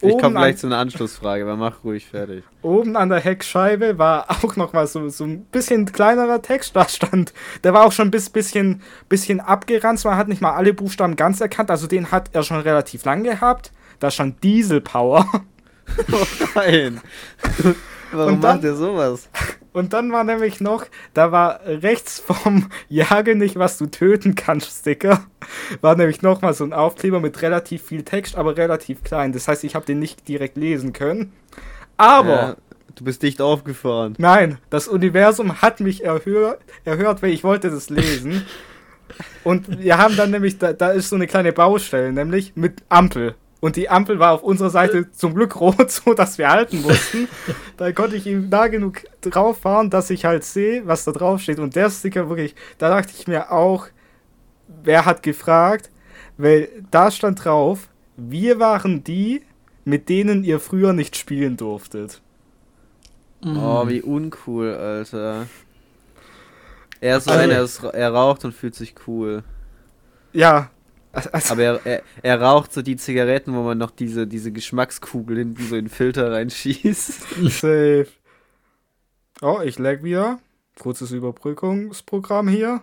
Speaker 2: Ich
Speaker 3: Oben
Speaker 2: komme
Speaker 3: an-
Speaker 2: gleich zu einer Anschlussfrage, aber mach ruhig fertig.
Speaker 3: Oben an der Heckscheibe war auch nochmal so, so ein bisschen kleinerer Text da stand. Der war auch schon ein bis, bisschen, bisschen abgeranzt. Man hat nicht mal alle Buchstaben ganz erkannt. Also den hat er schon relativ lang gehabt. Da stand Diesel Power.
Speaker 2: Oh nein. Warum
Speaker 3: Und dann-
Speaker 2: macht ihr sowas?
Speaker 3: Und dann war nämlich noch, da war rechts vom Jage nicht, was du töten kannst, Sticker, war nämlich nochmal so ein Aufkleber mit relativ viel Text, aber relativ klein. Das heißt, ich habe den nicht direkt lesen können. Aber,
Speaker 2: Ja, du bist dicht aufgefahren.
Speaker 3: nein, das Universum hat mich erhör, erhört, weil ich wollte das lesen. Und wir haben dann nämlich, da, da ist so eine kleine Baustelle, nämlich mit Ampel. Und die Ampel war auf unserer Seite zum Glück rot, so dass wir halten mussten. Da konnte ich ihm nah genug drauf fahren, dass ich halt sehe, was da drauf steht. Und der Sticker wirklich, da dachte ich mir auch, wer hat gefragt? Weil da stand drauf, wir waren die, mit denen ihr früher nicht spielen durftet.
Speaker 1: Mhm.
Speaker 2: Oh,
Speaker 3: Mhm.
Speaker 2: wie uncool, Alter. Er ist so
Speaker 1: Also-
Speaker 2: einer, er ist- er raucht und fühlt sich cool.
Speaker 3: Ja. Also,
Speaker 2: Aber er, er, er raucht so die Zigaretten, wo man noch diese, diese Geschmackskugel hinten so in den Filter reinschießt.
Speaker 3: safe. Oh, ich lag wieder. Kurzes Überbrückungsprogramm hier.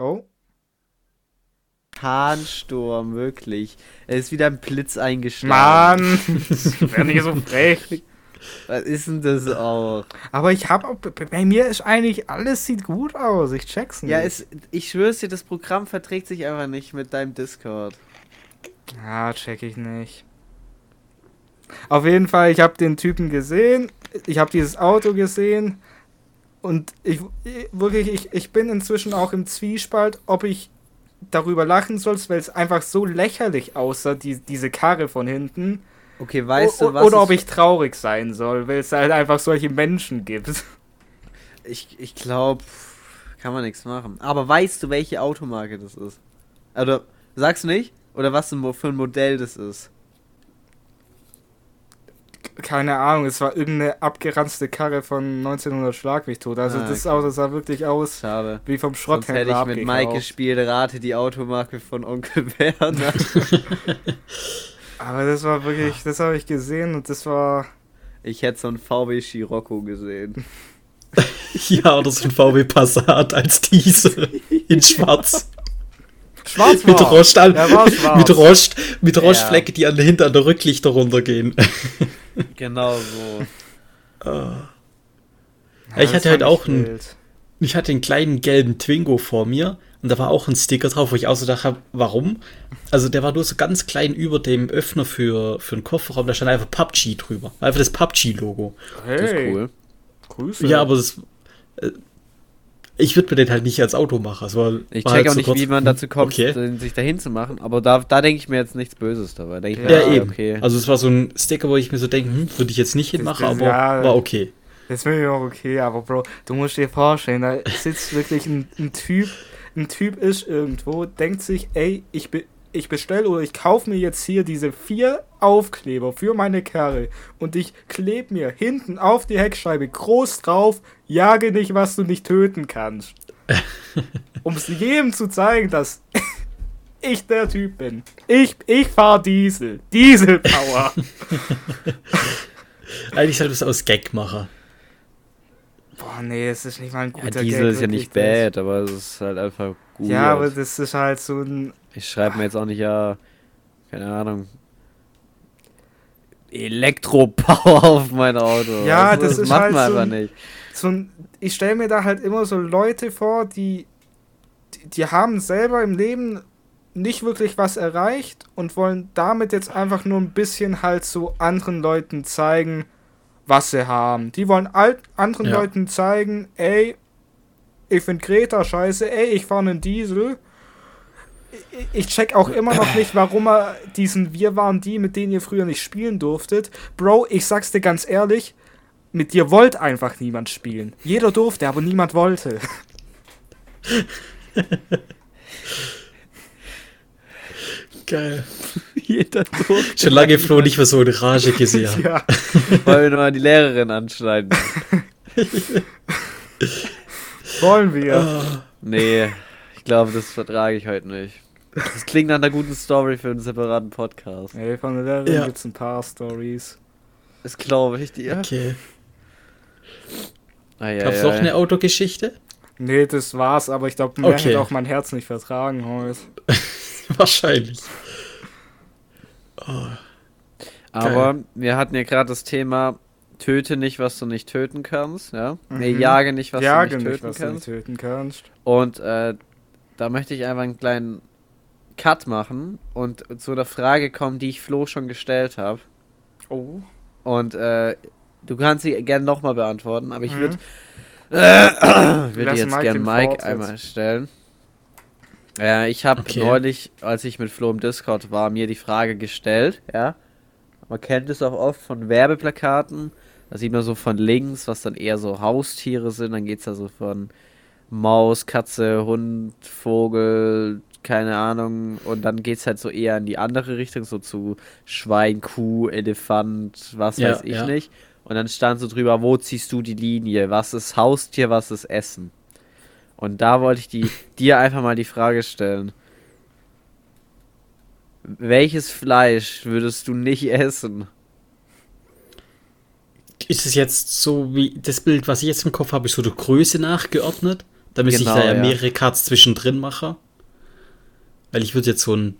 Speaker 3: Oh.
Speaker 2: Kahnsturm, wirklich. Er ist wieder ein Blitz eingeschlagen.
Speaker 3: Mann, wär nicht so frech.
Speaker 2: Was ist denn das auch?
Speaker 3: Aber ich hab, auch- bei mir ist eigentlich alles sieht gut aus. Ich check's nicht.
Speaker 2: Ja, es, ich schwör's dir, das Programm verträgt sich einfach nicht mit deinem Discord.
Speaker 3: Ah, check ich nicht. Auf jeden Fall, ich habe den Typen gesehen, ich habe dieses Auto gesehen und ich ich- wirklich, ich, ich bin inzwischen auch im Zwiespalt, ob ich darüber lachen soll, weil es einfach so lächerlich aussah, die, diese Karre von hinten,
Speaker 2: Okay, weißt
Speaker 3: O-
Speaker 2: du was?
Speaker 3: Oh, Oder ob ich traurig sein soll, weil es halt einfach solche Menschen gibt.
Speaker 2: Ich, ich glaube, kann man nichts machen. Aber weißt du, welche Automarke das ist? Oder sagst du nicht? Oder was denn für ein Modell das ist?
Speaker 3: Keine Ahnung, es war irgendeine abgeranzte Karre von 1900 Schlag mich tot. Also
Speaker 2: Ah,
Speaker 3: das
Speaker 2: okay.
Speaker 3: Auto sah wirklich aus
Speaker 2: Schade.
Speaker 3: wie vom
Speaker 2: Sonst hätte
Speaker 3: Schrotthändler
Speaker 2: ich mit Mike
Speaker 3: abgekauft.
Speaker 2: gespielt, rate die Automarke von Onkel Werner.
Speaker 3: Aber das war wirklich, das habe ich gesehen und das war
Speaker 2: ich hätte so ein VW Scirocco gesehen.
Speaker 1: Ja, oder so ein VW Passat als diese in schwarz.
Speaker 3: schwarz
Speaker 1: Mit
Speaker 3: war.
Speaker 1: Rost an,
Speaker 3: Der Oh. war schwarz.
Speaker 1: mit Rost, mit
Speaker 2: Ja.
Speaker 1: Rostflecke, die an der hinter an der Rücklichter runtergehen.
Speaker 2: Genau so.
Speaker 3: Ja,
Speaker 1: Ich
Speaker 3: das
Speaker 1: hatte halt
Speaker 3: fand ich
Speaker 1: auch einen-
Speaker 3: wild.
Speaker 1: Ich hatte einen kleinen gelben Twingo vor mir und da war auch ein Sticker drauf, wo ich auch so dachte, warum? Also der war nur so ganz klein über dem Öffner für, für den Kofferraum, da stand einfach PUBG drüber. War Einfach das PUBG-Logo.
Speaker 3: Hey,
Speaker 2: Das ist cool.
Speaker 3: Grüße.
Speaker 1: Ja, aber das. äh, Ich würde mir den halt nicht als Auto machen. Es war,
Speaker 2: Ich
Speaker 1: war
Speaker 2: check
Speaker 1: halt
Speaker 2: auch
Speaker 1: so
Speaker 2: nicht,
Speaker 1: kurz-
Speaker 2: wie man dazu kommt,
Speaker 1: Okay.
Speaker 2: den- sich dahin zu machen, aber da, da denke ich mir jetzt nichts Böses dabei. Denk ich mir,
Speaker 1: Ja,
Speaker 2: ah,
Speaker 1: eben.
Speaker 2: Okay.
Speaker 1: Also es war so ein Sticker, wo ich mir so denke, hm, würde ich jetzt nicht hinmachen,
Speaker 3: das-
Speaker 1: aber
Speaker 3: ja.
Speaker 1: war okay.
Speaker 3: Das finde ich auch okay, aber Bro, du musst dir vorstellen, da sitzt wirklich ein, ein Typ, ein Typ ist irgendwo, denkt sich, ey, ich, be ich bestelle oder ich kaufe mir jetzt hier diese vier Aufkleber für meine Karre und ich klebe mir hinten auf die Heckscheibe groß drauf, jage dich, was du nicht töten kannst. Um es jedem zu zeigen, dass ich der Typ bin. Ich, ich fahre Diesel. Dieselpower.
Speaker 1: Eigentlich sollte ich es aus Gag machen.
Speaker 3: Boah, nee, es ist nicht mal ein
Speaker 2: Ja,
Speaker 3: guter
Speaker 2: Diesel
Speaker 3: Gag,
Speaker 2: ist ja
Speaker 3: wirklich
Speaker 2: nicht bad, aber es ist halt einfach gut.
Speaker 3: Ja, aber das ist halt so ein.
Speaker 2: Ich schreibe mir jetzt auch nicht, ja, keine Ahnung. Elektropower auf mein Auto.
Speaker 3: Ja, das ist
Speaker 2: macht
Speaker 3: halt
Speaker 2: man
Speaker 3: so
Speaker 2: einfach
Speaker 3: ein-
Speaker 2: nicht.
Speaker 3: So ein ich stelle mir da halt immer so Leute vor, die, die. Die haben selber im Leben nicht wirklich was erreicht und wollen damit jetzt einfach nur ein bisschen halt so anderen Leuten zeigen, was sie haben. Die wollen alt, anderen
Speaker 1: Ja.
Speaker 3: Leuten zeigen, ey, ich finde Greta scheiße, ey, ich fahre einen Diesel. Ich- Ich check auch immer noch nicht, warum er diesen Wir waren die, mit denen ihr früher nicht spielen durftet. Bro, ich sag's dir ganz ehrlich, mit dir wollte einfach niemand spielen. Jeder durfte, aber niemand wollte.
Speaker 1: Geil.
Speaker 2: Jeder Druck.
Speaker 1: Schon lange Flo nicht mehr so eine Rage gesehen.
Speaker 3: Ja.
Speaker 2: Wollen wir nochmal die Lehrerin anschneiden?
Speaker 3: Wollen wir.
Speaker 1: Ah,
Speaker 2: Nee, ich glaube, das vertrage ich heute nicht. Das klingt nach einer guten Story für einen separaten Podcast.
Speaker 3: Ey, von der Lehrerin
Speaker 1: Ja.
Speaker 3: gibt's ein paar Stories.
Speaker 2: Das glaube ich dir.
Speaker 1: okay.
Speaker 2: Ah, ja,
Speaker 1: Gab's
Speaker 2: ja,
Speaker 1: noch
Speaker 2: ja.
Speaker 1: eine Autogeschichte?
Speaker 3: Nee, das war's, aber ich glaube, mehr
Speaker 1: Okay.
Speaker 3: hätte auch mein Herz nicht vertragen heute.
Speaker 1: Wahrscheinlich.
Speaker 2: Aber wir hatten ja gerade das Thema, töte nicht, was du nicht töten kannst. Ja? Nee, jage nicht, was
Speaker 3: Mhm. Jage
Speaker 2: du nicht
Speaker 3: nicht,
Speaker 2: töten
Speaker 3: was genau, du nicht
Speaker 2: kannst.
Speaker 3: töten kannst.
Speaker 2: Und äh, da möchte ich einfach einen kleinen Cut machen und zu einer Frage kommen, die ich Flo schon gestellt habe.
Speaker 3: Oh.
Speaker 2: Und äh, du kannst sie gerne nochmal beantworten, aber ich
Speaker 3: Mhm.
Speaker 2: würde äh,
Speaker 3: Wir
Speaker 2: würd
Speaker 3: lassen
Speaker 2: jetzt
Speaker 3: Mike
Speaker 2: gerne
Speaker 3: den
Speaker 2: Mike
Speaker 3: Vortritt.
Speaker 2: einmal stellen. Äh, ich habe
Speaker 1: Okay.
Speaker 2: neulich, als ich mit Flo im Discord war, mir die Frage gestellt, ja. Man kennt es auch oft von Werbeplakaten. Da sieht man so von links, was dann eher so Haustiere sind. Dann geht es da so von Maus, Katze, Hund, Vogel, keine Ahnung. Und dann geht es halt so eher in die andere Richtung, so zu Schwein, Kuh, Elefant, was
Speaker 1: Ja,
Speaker 2: weiß ich
Speaker 1: ja.
Speaker 2: nicht. Und dann stand so drüber, wo ziehst du die Linie? Was ist Haustier, was ist Essen? Und da wollte ich die, dir einfach mal die Frage stellen. Welches Fleisch würdest du nicht essen?
Speaker 1: Ist es jetzt so wie das Bild, was ich jetzt im Kopf habe, ist so der Größe nachgeordnet? Da müsste
Speaker 2: Genau,
Speaker 1: ich da ja,
Speaker 2: ja.
Speaker 1: mehrere Cuts zwischendrin machen. Weil ich würde jetzt so ein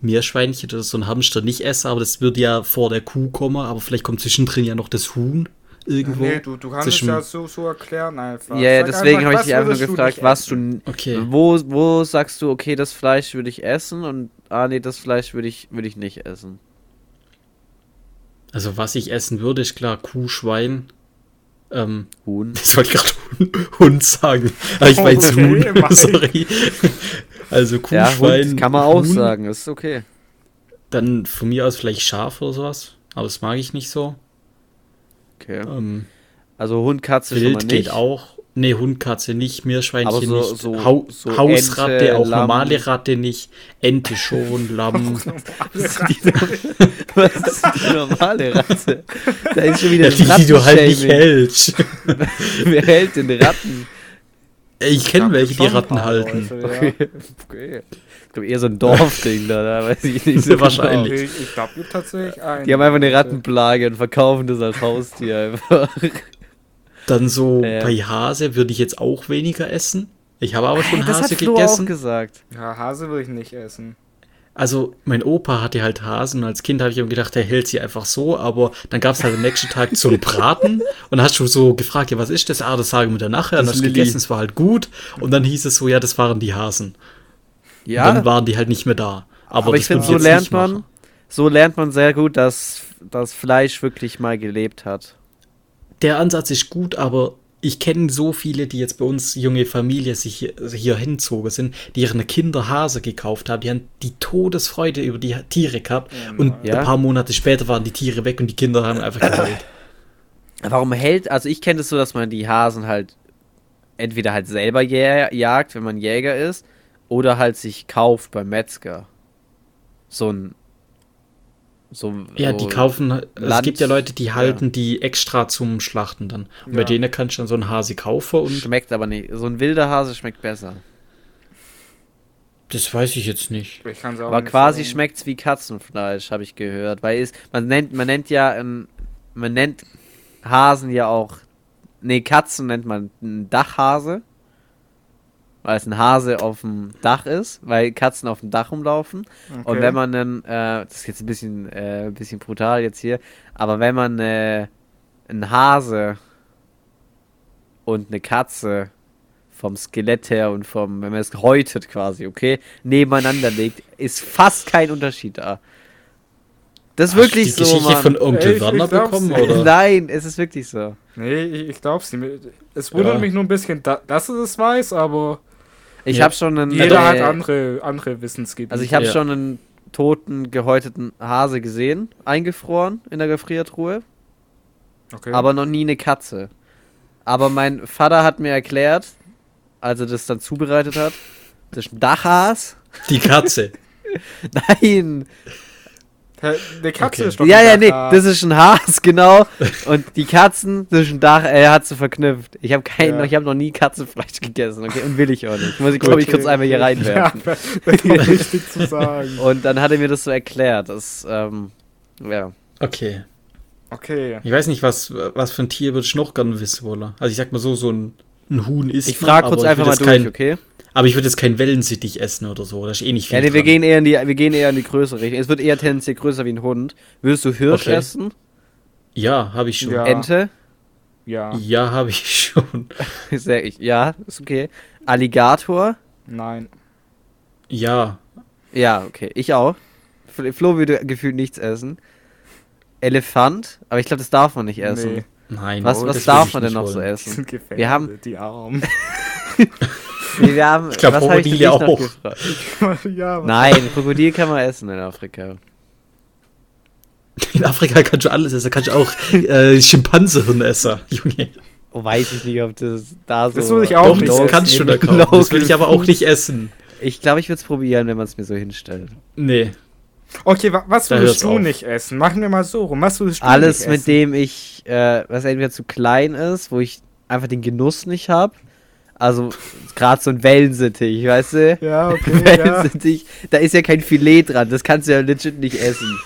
Speaker 1: Meerschweinchen oder so ein Hamster nicht essen, aber das würde ja vor der Kuh kommen, aber vielleicht kommt zwischendrin ja noch das Huhn irgendwo.
Speaker 3: Nee, du, du kannst
Speaker 1: zwischen-
Speaker 3: es ja so, so erklären einfach.
Speaker 2: Ja, ja
Speaker 3: Sag
Speaker 2: deswegen habe ich
Speaker 3: was
Speaker 2: dich einfach nur
Speaker 3: würdest du
Speaker 2: gefragt,
Speaker 3: nicht
Speaker 2: was
Speaker 3: essen?
Speaker 2: du.
Speaker 1: Okay.
Speaker 2: Wo, wo sagst du, okay, das Fleisch würde ich essen und ah nee, das Fleisch würde ich, würde ich nicht essen.
Speaker 1: Also was ich essen würde, ist klar Kuh, Schwein. Ähm,
Speaker 2: Huhn.
Speaker 1: ich wollte gerade Hund, Hund sagen. Aber ich
Speaker 3: Oh,
Speaker 1: meins Huhn,
Speaker 3: okay, Mike.
Speaker 1: sorry. Also Kuh,
Speaker 2: Ja,
Speaker 1: Schwein.
Speaker 2: Hund kann man auch
Speaker 1: Huhn.
Speaker 2: sagen, ist okay.
Speaker 1: Dann von mir aus vielleicht Schaf oder sowas. Aber das mag ich nicht so.
Speaker 2: Okay.
Speaker 1: Ähm,
Speaker 2: Also Hund, Katze schon mal
Speaker 1: Wild
Speaker 2: nicht.
Speaker 1: geht auch. Nee, Hund, Katze nicht,
Speaker 2: Aber
Speaker 1: Meerschweinchen
Speaker 2: so-
Speaker 1: nicht,
Speaker 2: so-
Speaker 1: Hau
Speaker 2: so
Speaker 1: Hausratte,
Speaker 2: Ente,
Speaker 1: auch
Speaker 2: Lamm.
Speaker 1: normale Ratte nicht, Ente schon, Lamm.
Speaker 2: Was ist die normale Ratte? Da ist schon wieder
Speaker 1: Ja, die, die du halt nicht
Speaker 2: Rattenshaming.
Speaker 1: hältst.
Speaker 2: Wer hält den Ratten?
Speaker 1: Ich kenne welche, die Ratten halten.
Speaker 3: Okay.
Speaker 2: Okay. okay. Ich glaube eher so ein Dorfding da, da weiß ich nicht so genau.
Speaker 1: Wahrscheinlich.
Speaker 3: Ja. Ich, ich glaube tatsächlich einen.
Speaker 2: Die haben einfach eine Rattenplage und verkaufen das als Haustier einfach.
Speaker 1: Dann so
Speaker 2: Ja.
Speaker 1: bei Hase würde ich jetzt auch weniger essen. Ich habe aber schon
Speaker 2: das
Speaker 1: Hase
Speaker 2: hat Flo auch
Speaker 1: gegessen.
Speaker 2: gesagt.
Speaker 3: Ja, Hase würde ich nicht essen.
Speaker 1: Also mein Opa hatte halt Hasen und als Kind habe ich ihm gedacht, der hält sie einfach so, aber dann gab es halt am nächsten Tag so einen Braten und dann hast du so gefragt, ja was ist das? Ah, das sagen wir dann nachher. Und
Speaker 2: Das
Speaker 1: hast
Speaker 2: Lilli.
Speaker 1: gegessen, es war halt gut und dann hieß es so, ja das waren die Hasen.
Speaker 2: Ja,
Speaker 1: Und dann waren die halt nicht mehr da. Aber,
Speaker 2: aber ich
Speaker 1: das würde
Speaker 2: finde, so
Speaker 1: jetzt
Speaker 2: lernt
Speaker 1: nicht
Speaker 2: man,
Speaker 1: machen.
Speaker 2: so lernt man sehr gut, dass das Fleisch wirklich mal gelebt hat.
Speaker 1: Der Ansatz ist gut, aber ich kenne so viele, die jetzt bei uns junge Familie sich hier, hier hinzogen sind, die ihre Kinder Hase gekauft haben. Die haben die Todesfreude über die Tiere gehabt und
Speaker 2: Ja.
Speaker 1: ein paar Monate später waren die Tiere weg und die Kinder haben einfach geheult.
Speaker 2: Warum hält, also ich kenne es so, dass man die Hasen halt entweder halt selber jä jagt, wenn man Jäger ist, oder halt sich kauft beim Metzger. So ein. So, ein-
Speaker 1: Ja,
Speaker 2: so
Speaker 1: die kaufen, es
Speaker 2: Also Land-
Speaker 1: gibt ja Leute, die
Speaker 2: ja.
Speaker 1: halten die extra zum Schlachten dann. Und bei
Speaker 3: Ja.
Speaker 1: denen kannst du dann so einen Hase kaufen und
Speaker 2: Schmeckt aber nicht. So ein wilder Hase schmeckt besser.
Speaker 1: das weiß ich jetzt nicht.
Speaker 3: Ich kann's auch
Speaker 2: Aber
Speaker 3: nicht
Speaker 2: quasi
Speaker 3: sagen.
Speaker 2: schmeckt's wie Katzenfleisch, habe ich gehört. Weil es, man nennt, man nennt ja, ähm, man nennt Hasen ja auch. Nee, Katzen nennt man einen Dachhase. Weil es ein Hase auf dem Dach ist, weil Katzen auf dem Dach rumlaufen. Und
Speaker 3: Okay.
Speaker 2: wenn man dann, äh, das ist jetzt ein bisschen, äh, ein bisschen brutal jetzt hier, aber wenn man äh, einen Hase und eine Katze vom Skelett her und vom, wenn man es häutet quasi, okay, nebeneinander legt, ist fast kein Unterschied da. Das ist wirklich
Speaker 1: Hast du
Speaker 2: so.
Speaker 1: die Geschichte
Speaker 2: Mann.
Speaker 1: von Onkel
Speaker 3: Ey, ich-
Speaker 1: Werner
Speaker 3: ich glaub's
Speaker 1: bekommen,
Speaker 3: nicht.
Speaker 1: oder?
Speaker 2: Nein, es ist wirklich so.
Speaker 3: Nee, ich, ich glaub's nicht. Es wundert
Speaker 1: Ja.
Speaker 3: mich nur ein bisschen, da, dass es es weiß, aber
Speaker 2: Ich
Speaker 1: Ja.
Speaker 2: habe schon einen.
Speaker 3: jeder
Speaker 2: äh,
Speaker 3: hat andere, andere Wissensgebiete.
Speaker 2: Also ich habe
Speaker 1: Ja.
Speaker 2: schon einen toten, gehäuteten Hase gesehen, eingefroren in der Gefriertruhe.
Speaker 3: okay.
Speaker 2: aber noch nie eine Katze. Aber mein Vater hat mir erklärt, als er das dann zubereitet hat, das ist ein Dachhaas.
Speaker 1: Die Katze.
Speaker 2: Nein,
Speaker 3: Hä, eine Katze
Speaker 1: Okay.
Speaker 3: ist doch Ah,
Speaker 2: ja,
Speaker 3: ein
Speaker 2: ja, nee,
Speaker 3: Dachhaar.
Speaker 2: das ist ein Haas, genau. Und die Katzen, das ist ein Dach, äh, er hat sie verknüpft. Ich habe kein,
Speaker 3: Ja.
Speaker 2: ich habe noch nie Katzenfleisch gegessen, okay, und will ich auch nicht. Muss ich, glaube
Speaker 3: Gut.
Speaker 2: ich, kurz einmal hier reinwerfen.
Speaker 3: Ja, das ist doch wichtig zu sagen.
Speaker 2: Und dann hat er mir das so erklärt, das, ähm, ja.
Speaker 1: Okay.
Speaker 3: Okay.
Speaker 1: Ich weiß nicht, was, was für ein Tier würde ich noch gerne wissen wollen. Also ich sag mal so, so ein, ein Huhn ist.
Speaker 2: Ich frage kurz einfach mal durch,
Speaker 1: kein,
Speaker 2: okay?
Speaker 1: Aber ich würde jetzt kein Wellensittich essen oder so. Da ist eh nicht viel.
Speaker 2: Ja, nee, wir
Speaker 1: dran.
Speaker 2: gehen, eher in die, wir gehen eher in die größere Richtung. Es wird eher tendenziell größer wie ein Hund. Würdest du Hirsch
Speaker 1: Okay.
Speaker 2: essen?
Speaker 1: Ja, habe ich schon.
Speaker 3: Ja.
Speaker 1: Ja,
Speaker 2: Ente?
Speaker 3: Ja.
Speaker 1: habe ich schon.
Speaker 2: Sehr ich. Ja, ist okay. Alligator?
Speaker 3: Nein.
Speaker 1: Ja.
Speaker 2: Ja, okay. Ich auch. Fl- Flo würde gefühlt nichts essen. Elefant? Aber ich glaube, das darf man nicht essen.
Speaker 3: Nee.
Speaker 1: Nein.
Speaker 2: Was,
Speaker 1: oh,
Speaker 2: was
Speaker 1: das
Speaker 2: darf
Speaker 1: würd
Speaker 2: man
Speaker 1: ich
Speaker 2: denn noch
Speaker 1: nicht
Speaker 2: so
Speaker 1: wollen.
Speaker 3: Die
Speaker 2: essen?
Speaker 3: sind gefährdet,
Speaker 2: Wir haben-
Speaker 3: die Armen.
Speaker 2: Nee, wir haben, ich
Speaker 1: glaub, Krokodile auch.
Speaker 3: ja, was-
Speaker 2: Nein, Krokodil kann man essen in Afrika.
Speaker 1: In Afrika kannst du alles essen. Da kannst du auch äh, Schimpansenhirn essen, Junge.
Speaker 2: Oh, weiß ich nicht, ob das da so.
Speaker 3: Das würde ich auch
Speaker 1: Doch,
Speaker 3: nicht
Speaker 1: das
Speaker 3: essen.
Speaker 1: kannst du da
Speaker 2: Local
Speaker 1: kaufen. Das will ich aber auch nicht essen.
Speaker 2: Ich glaube, ich würde es probieren, wenn man es mir so hinstellt.
Speaker 1: Nee.
Speaker 3: Okay, wa was
Speaker 1: Da hört's
Speaker 3: würdest du
Speaker 1: auf.
Speaker 3: nicht essen? Machen wir mal so rum. Was würdest du
Speaker 2: Alles
Speaker 3: nicht
Speaker 2: mit
Speaker 3: essen?
Speaker 2: dem ich, äh, was entweder zu klein ist, wo ich einfach den Genuss nicht habe. Also gerade so ein Wellensittich, weißt du?
Speaker 3: Ja, okay, ja.
Speaker 2: Wellensittich, da ist ja kein Filet dran, das kannst du ja legit nicht essen.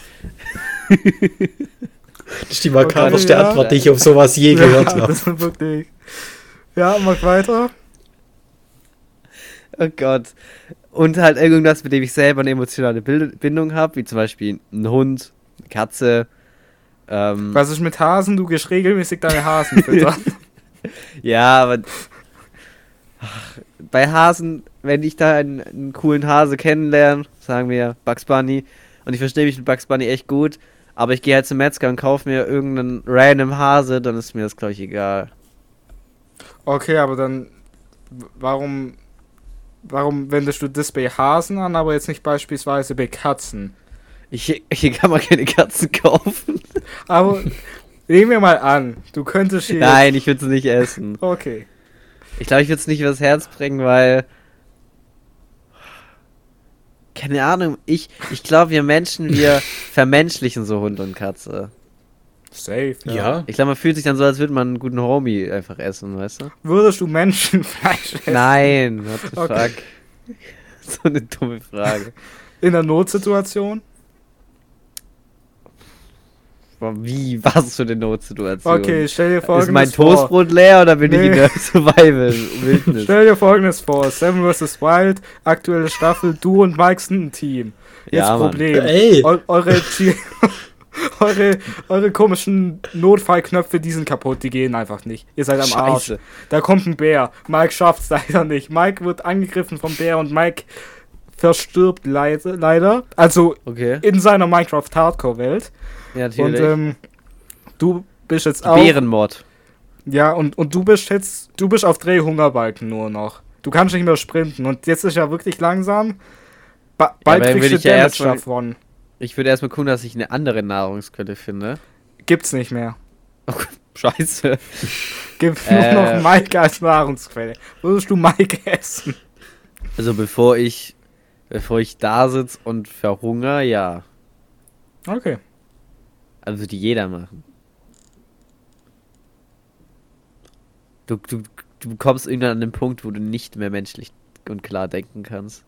Speaker 1: Das ist die makaberste
Speaker 3: Okay, ja.
Speaker 1: Antwort, die ich auf sowas je gehört
Speaker 3: ja,
Speaker 1: habe.
Speaker 3: das ist wirklich. Ja, mach weiter.
Speaker 2: Oh Gott. Und halt irgendwas, mit dem ich selber eine emotionale Bild- Bindung habe, wie zum Beispiel ein Hund, eine Katze. Ähm,
Speaker 3: Was ist mit Hasen? Du gehst regelmäßig deine Hasen füttern.
Speaker 2: Ja, aber Ach, bei Hasen, wenn ich da einen, einen coolen Hase kennenlerne, sagen wir Bugs Bunny, und ich verstehe mich mit Bugs Bunny echt gut, aber ich gehe halt zum Metzger und kaufe mir irgendeinen random Hase, dann ist mir das, glaube ich, egal.
Speaker 3: okay, aber dann w- warum warum wendest du das bei Hasen an, aber jetzt nicht beispielsweise bei Katzen?
Speaker 2: Ich, hier kann man keine Katzen kaufen.
Speaker 3: Aber nehmen wir mal an, du könntest hier.
Speaker 2: Nein, ich würde es nicht essen.
Speaker 3: Okay.
Speaker 2: Ich glaube, ich würde es nicht übers Herz bringen, weil. Keine Ahnung, ich, ich glaube, wir Menschen, wir vermenschlichen so Hund und Katze.
Speaker 3: Safe. Ja.
Speaker 1: Ja.
Speaker 2: Ich glaube, man fühlt sich dann so, als würde man einen guten Homie einfach essen, weißt du?
Speaker 3: Würdest du Menschenfleisch essen?
Speaker 2: Nein, what the
Speaker 3: Okay.
Speaker 2: fuck. So eine dumme Frage.
Speaker 3: In einer Notsituation?
Speaker 2: Boah, Wie, was für eine Notsituation?
Speaker 3: Okay, stell dir folgendes
Speaker 2: Ist mein
Speaker 3: vor.
Speaker 2: Toastbrot leer oder bin ich in
Speaker 3: Nee.
Speaker 2: der Survival-Wildnis?
Speaker 3: Stell dir folgendes vor: Seven vs. Wild, aktuelle Staffel, du und Mike sind ein Team. Jetzt
Speaker 2: Ja, Mann.
Speaker 3: Problem.
Speaker 1: Ey.
Speaker 3: Eu eure, Ti- eure, eure komischen Notfallknöpfe, die sind kaputt, die gehen einfach nicht. Ihr seid am
Speaker 2: Scheiße.
Speaker 3: Arsch. Da kommt ein Bär. Mike schafft's leider nicht. Mike wird angegriffen vom Bär und Mike verstirbt leise, leider. Also
Speaker 2: Okay,
Speaker 3: in seiner Minecraft-Hardcore-Welt.
Speaker 2: ja,
Speaker 3: Und
Speaker 2: natürlich.
Speaker 3: ähm, du bist jetzt auch.
Speaker 2: Bärenmord.
Speaker 3: Ja, und, und du bist jetzt, du bist auf Drehhungerbalken nur noch. Du kannst nicht mehr sprinten und jetzt ist ja wirklich langsam. Ba bald
Speaker 2: aber dann will
Speaker 3: kriegst
Speaker 2: ich
Speaker 3: du
Speaker 2: ja
Speaker 3: Damage
Speaker 2: erstmal-
Speaker 3: davon.
Speaker 2: Ich würde erstmal gucken, dass ich eine andere Nahrungsquelle finde. Oh
Speaker 3: Gibt's nicht mehr.
Speaker 2: Scheiße.
Speaker 3: Gibt
Speaker 2: Äh.
Speaker 3: nur noch Mike als Nahrungsquelle. Würdest du Mike essen?
Speaker 2: Also bevor ich bevor ich da sitze und verhungere, ja.
Speaker 3: Okay.
Speaker 2: Also die jeder machen. Du, du, du kommst irgendwann an den Punkt, wo du nicht mehr menschlich und klar denken kannst.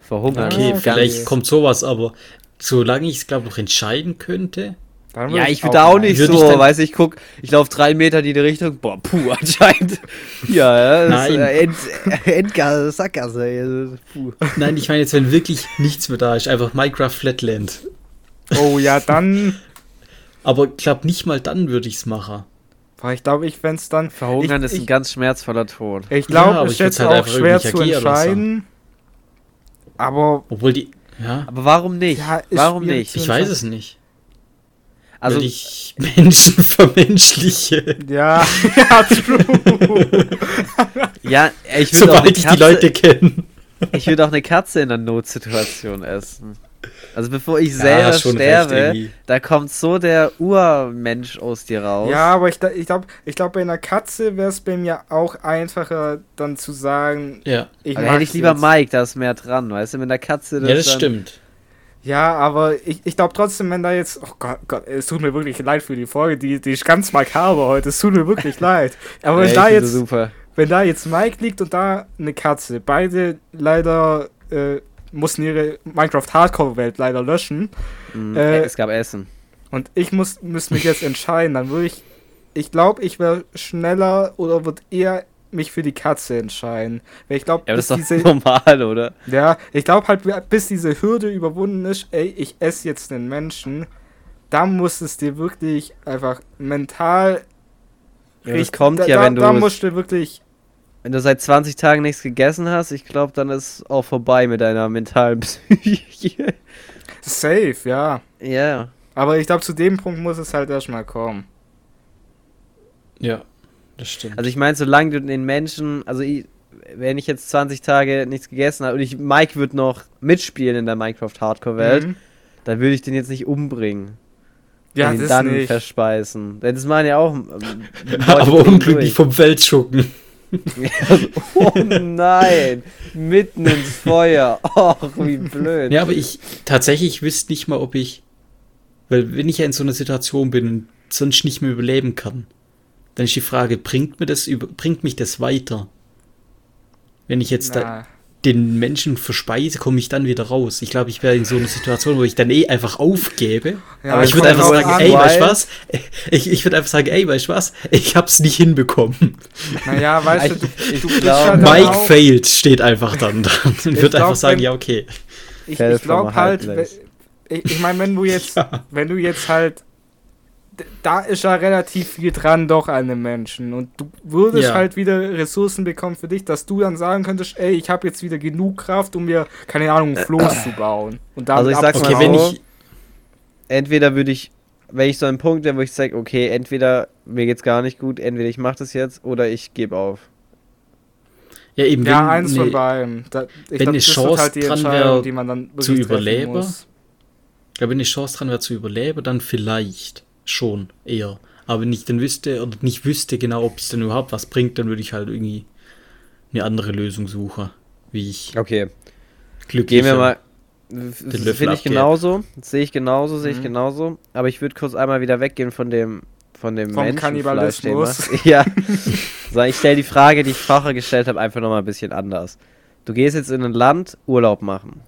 Speaker 2: Verhungern.
Speaker 1: Okay,
Speaker 3: Ah, okay.
Speaker 1: vielleicht kommt sowas, aber solange ich es, glaube noch entscheiden könnte.
Speaker 3: Dann würd
Speaker 2: Ja, ich würde auch
Speaker 3: Mike-
Speaker 2: nicht
Speaker 1: Würde ich
Speaker 2: so,
Speaker 1: dann-
Speaker 2: weiß ich, guck, ich laufe drei Meter in die Richtung, boah, puh, anscheinend. Ja, ja, das ist,
Speaker 1: Nein.
Speaker 2: äh, End, Endgasse, Sackgasse, ey, puh.
Speaker 1: Nein, ich meine jetzt, wenn wirklich nichts mehr da ist, einfach Minecraft Flatland.
Speaker 3: Oh ja, dann.
Speaker 1: Aber glaube nicht mal dann würde ich es machen.
Speaker 3: Boah, ich glaube, ich wenn's dann.
Speaker 2: Verhungern
Speaker 3: ich,
Speaker 2: ist ein ganz schmerzvoller Ton.
Speaker 3: Ich, ich
Speaker 1: Ja,
Speaker 3: glaube,
Speaker 1: aber
Speaker 3: es
Speaker 1: ich
Speaker 3: ist
Speaker 1: würd's
Speaker 3: jetzt
Speaker 1: halt
Speaker 3: auch
Speaker 1: einfach
Speaker 3: schwer
Speaker 1: irgendwie
Speaker 3: zu
Speaker 1: Energie oder so.
Speaker 3: entscheiden. Aber
Speaker 1: Obwohl die. Ja,
Speaker 2: Aber warum nicht?
Speaker 3: Ja, ist
Speaker 2: warum
Speaker 3: schwierig
Speaker 2: nicht?
Speaker 3: zu-
Speaker 1: ich weiß es nicht. Also
Speaker 2: Also,
Speaker 1: wenn ich Menschen vermenschliche.
Speaker 3: ja, ja, true.
Speaker 2: ja, ich würde auch,
Speaker 1: Sobald
Speaker 2: eine
Speaker 1: ich die
Speaker 2: Katze-
Speaker 1: Leute kenne.
Speaker 2: ich würd auch eine Katze in einer Notsituation essen. Also, bevor ich selber
Speaker 1: Ja, schon recht
Speaker 2: sterbe,
Speaker 1: irgendwie.
Speaker 2: da kommt so der Urmensch aus dir raus.
Speaker 3: Ja, aber ich, gl- ich glaube, ich glaub, bei einer Katze wäre es bei mir auch einfacher, dann zu sagen,
Speaker 1: Ja.
Speaker 3: ich
Speaker 2: aber hätte ich
Speaker 3: mag's
Speaker 2: lieber
Speaker 3: jetzt.
Speaker 2: Mike, da ist mehr dran, weißt du, mit der Katze.
Speaker 1: Ja, das
Speaker 2: dann-
Speaker 1: stimmt.
Speaker 3: Ja, aber ich, ich glaube trotzdem, wenn da jetzt. Oh Gott, Gott, es tut mir wirklich leid für die Folge, die, die ist ganz makaber heute. Es tut mir wirklich leid. Aber
Speaker 2: Ey,
Speaker 3: wenn,
Speaker 2: ich
Speaker 3: da
Speaker 2: finde
Speaker 3: jetzt,
Speaker 2: Super.
Speaker 3: wenn da jetzt Mike liegt und da eine Katze, beide leider äh, mussten ihre Minecraft-Hardcore-Welt leider löschen.
Speaker 2: Mhm,
Speaker 3: Äh,
Speaker 2: es gab Essen.
Speaker 3: Und ich muss, müsste mich jetzt entscheiden, dann würde ich. Ich glaube, ich wäre schneller oder würde eher mich für die Katze entscheiden. Weil ich glaube,
Speaker 2: Ja, aber das
Speaker 3: bis
Speaker 2: ist doch
Speaker 3: diese.
Speaker 2: normal, oder?
Speaker 3: Ja, ich glaube halt, bis diese Hürde überwunden ist, ey, ich esse jetzt den Menschen, da muss es dir wirklich einfach mental.
Speaker 2: Ja, das
Speaker 3: richt-
Speaker 2: kommt
Speaker 3: da,
Speaker 2: ja,
Speaker 3: da,
Speaker 2: wenn
Speaker 3: Da
Speaker 2: du-
Speaker 3: musst du wirklich.
Speaker 2: Wenn du seit 20 Tagen nichts gegessen hast, ich glaube, dann ist auch vorbei mit deiner mentalen Psyche.
Speaker 3: Safe, ja.
Speaker 2: ja.
Speaker 3: Aber ich glaube, zu dem Punkt muss es halt erstmal kommen.
Speaker 1: Ja, das stimmt.
Speaker 2: Also ich meine, solange du den Menschen, also ich, wenn ich jetzt 20 Tage nichts gegessen habe und ich, Mike wird noch mitspielen in der Minecraft Hardcore Welt,
Speaker 3: Mhm.
Speaker 2: dann würde ich den jetzt nicht umbringen.
Speaker 3: Ja,
Speaker 2: und ihn
Speaker 3: das
Speaker 2: dann
Speaker 3: nicht.
Speaker 2: verspeisen. Denn das machen ja auch. ähm, Leute
Speaker 1: Aber
Speaker 2: durch.
Speaker 1: unglücklich vom Feld schucken.
Speaker 2: oh nein! Mitten ins Feuer. Och, wie blöd.
Speaker 1: Ja, aber ich tatsächlich wüsste nicht mal, ob ich. Weil wenn ich ja in so einer Situation bin und sonst nicht mehr überleben kann, dann ist die Frage, bringt mir das über, bringt mich das weiter? Wenn ich jetzt da
Speaker 3: Na,
Speaker 1: den Menschen verspeise, komme ich dann wieder raus. Ich glaube, ich wäre in so einer Situation, wo ich dann eh einfach aufgebe.
Speaker 3: Ja,
Speaker 1: aber ich
Speaker 3: kommt
Speaker 1: würde einfach
Speaker 3: drauf
Speaker 1: sagen,
Speaker 3: an,
Speaker 1: ey, weißt du
Speaker 2: weil-
Speaker 1: was? Ich, ich würde einfach sagen, ey, weißt du was? Ich hab's nicht hinbekommen.
Speaker 3: naja, weißt du, du,
Speaker 2: Ich- ich
Speaker 3: du bist
Speaker 2: glaub-
Speaker 3: ja dann
Speaker 1: Mike
Speaker 3: auch-
Speaker 1: failed steht einfach dann dran. Ich würde
Speaker 3: genau. glaub,
Speaker 1: einfach sagen,
Speaker 3: wenn-
Speaker 1: ja, okay.
Speaker 3: Ich,
Speaker 2: Fell
Speaker 3: ich glaube
Speaker 2: vom
Speaker 3: halt, we-
Speaker 2: Halbleis.
Speaker 3: ich, ich meine, wenn du jetzt,
Speaker 1: Ja.
Speaker 3: wenn du jetzt halt, d- da ist ja relativ viel dran doch an dem Menschen und du würdest
Speaker 1: Ja.
Speaker 3: halt wieder Ressourcen bekommen für dich, dass du dann sagen könntest, ey, ich habe jetzt wieder genug Kraft, um mir, keine Ahnung, ein Floß zu bauen. Und damit
Speaker 2: Also ich sag's mal
Speaker 1: Okay,
Speaker 3: abzuhauen.
Speaker 1: wenn
Speaker 2: so.
Speaker 1: ich.
Speaker 2: entweder würde ich, wenn ich so einen Punkt wäre, wo ich sage, okay, entweder mir geht's gar nicht gut, entweder ich mache das jetzt oder ich gebe auf.
Speaker 1: Ja, eben,
Speaker 3: ja,
Speaker 1: wenn
Speaker 3: eins
Speaker 1: eine-
Speaker 3: von beidem. Da, ich
Speaker 1: eine
Speaker 3: glaub, das wird
Speaker 1: Chance
Speaker 3: halt die
Speaker 1: dran wär,
Speaker 3: Entscheidung, die man dann
Speaker 1: zu
Speaker 3: wirklich treffen
Speaker 1: überleben,
Speaker 3: muss.
Speaker 1: Ich glaube, wenn eine Chance dran wäre zu überleben, dann vielleicht. schon eher. Aber wenn ich dann wüsste oder nicht wüsste genau, ob es dann überhaupt was bringt, dann würde ich halt irgendwie eine andere Lösung suchen, wie ich
Speaker 2: Okay,
Speaker 1: glücklicher.
Speaker 2: gehen wir mal.
Speaker 1: Löffel
Speaker 2: Finde ich
Speaker 1: abgeben.
Speaker 2: genauso, sehe ich genauso, sehe ich
Speaker 3: Mhm.
Speaker 2: genauso. Aber ich würde kurz einmal wieder weggehen von dem von dem
Speaker 3: Vom
Speaker 2: Menschenfleischthema.
Speaker 3: Kannibalismus.
Speaker 2: Ja. so, ich stelle die Frage, die ich vorher gestellt habe, einfach nochmal ein bisschen anders. Du gehst jetzt in ein Land Urlaub machen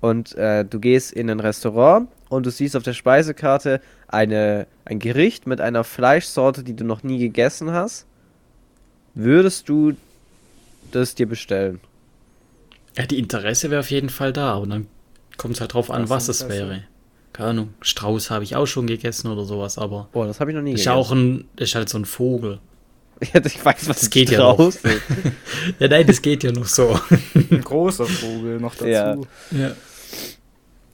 Speaker 2: und äh, du gehst in ein Restaurant und du siehst auf der Speisekarte eine, ein Gericht mit einer Fleischsorte, die du noch nie gegessen hast. Würdest du das dir bestellen?
Speaker 1: Ja, die Interesse wäre auf jeden Fall da, aber dann kommt es halt drauf an,
Speaker 3: Das
Speaker 1: was es
Speaker 3: Interesse.
Speaker 1: wäre. Keine Ahnung, Strauß habe ich auch schon gegessen oder sowas, aber
Speaker 2: Oh, das habe ich noch nie
Speaker 1: ist ja auch ein, ist halt so ein Vogel.
Speaker 2: Ja, ich weiß, was
Speaker 1: Das geht ja
Speaker 2: draus
Speaker 1: noch. Ja, nein, das geht ja noch so.
Speaker 3: Ein großer Vogel noch dazu.
Speaker 2: Ja.
Speaker 3: Ja.
Speaker 1: Ja,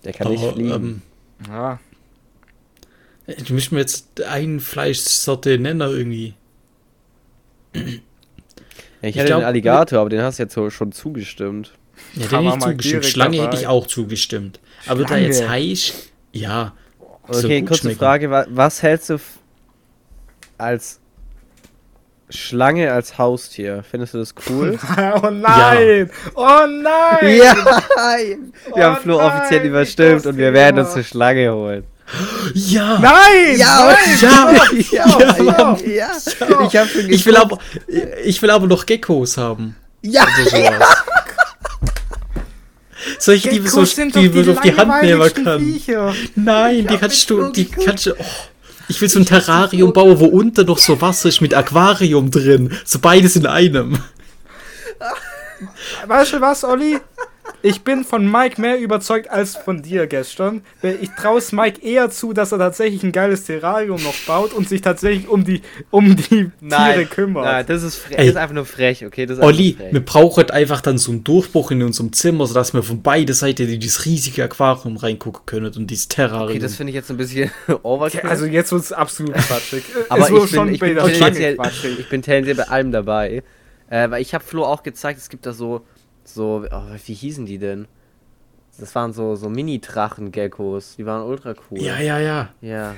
Speaker 2: Der kann nicht fliegen.
Speaker 3: ja.
Speaker 1: Ähm, du müssen mir jetzt eine Fleischsorte nennen irgendwie.
Speaker 2: ich
Speaker 1: ich
Speaker 2: hätte
Speaker 1: glaub,
Speaker 2: den Alligator, aber den hast du jetzt so- schon zugestimmt.
Speaker 1: Ja, den
Speaker 3: Kann man
Speaker 1: hätte ich
Speaker 3: mal
Speaker 1: zugestimmt.
Speaker 3: direkt
Speaker 1: Schlange hätte
Speaker 3: dabei.
Speaker 1: ich auch zugestimmt. Aber da
Speaker 3: Schlange?
Speaker 1: jetzt heisch, ja. so
Speaker 2: Okay,
Speaker 1: gut
Speaker 2: kurze
Speaker 1: schmecken.
Speaker 2: Frage. wa- Was hältst du f- als Schlange als Haustier? Findest du das cool?
Speaker 3: Oh nein! Oh nein!
Speaker 2: ja! Wir
Speaker 3: Oh
Speaker 2: haben Flo
Speaker 3: nein,
Speaker 2: offiziell
Speaker 3: wie
Speaker 2: überstimmt
Speaker 3: das
Speaker 2: und wir
Speaker 3: geht
Speaker 2: werden
Speaker 3: noch.
Speaker 2: uns eine Schlange holen.
Speaker 1: Ja!
Speaker 3: Nein!
Speaker 2: Nein!
Speaker 1: Ja!
Speaker 2: ja,
Speaker 1: Ja,
Speaker 2: ja, ja. Ich hab schon
Speaker 1: Ich will
Speaker 2: geguckt.
Speaker 1: aber, ich will aber noch Geckos haben.
Speaker 2: Ja!
Speaker 1: Oder sowas. Solche, die man so,
Speaker 3: Geckos sind doch
Speaker 1: die man auf die Hand nehmen
Speaker 3: langweiligsten
Speaker 1: kann.
Speaker 3: Viecher.
Speaker 1: Nein, die
Speaker 2: hab
Speaker 1: kannst
Speaker 2: mit
Speaker 1: du,
Speaker 2: Flo
Speaker 1: die
Speaker 2: geguckt.
Speaker 1: kannst du, oh. Ich will so ein Terrarium bauen, wo unten noch so Wasser ist mit Aquarium drin. So beides in einem.
Speaker 3: Weißt du was, Olli? Ich bin von Mike mehr überzeugt als von dir gestern. Ich traue Mike eher zu, dass er tatsächlich ein geiles Terrarium noch baut und sich tatsächlich um die, um die Tiere kümmert.
Speaker 2: Nein, das ist, frech, das
Speaker 1: Ey.
Speaker 2: ist einfach nur frech, okay? Das ist einfach
Speaker 1: Olli,
Speaker 2: nur frech.
Speaker 1: wir brauchen einfach dann so einen Durchbruch in unserem Zimmer, sodass wir von beiden Seiten in dieses riesige Aquarium reingucken können und dieses Terrarium.
Speaker 2: Okay, das finde ich jetzt ein bisschen overkill.
Speaker 3: Ja, Also jetzt wird es absolut quatschig.
Speaker 2: Aber
Speaker 3: es wurde
Speaker 2: ich bin, ich, bin
Speaker 3: bei der Schlange
Speaker 2: tendenziell,
Speaker 3: quatschig.
Speaker 2: ich bin tendenziell bei allem dabei. Äh, weil ich habe Flo auch gezeigt, es gibt da so, so, oh, wie hießen die denn? Das waren so, so Mini-Drachen-Geckos. Die waren ultra cool.
Speaker 1: ja, ja, ja.
Speaker 2: Ja.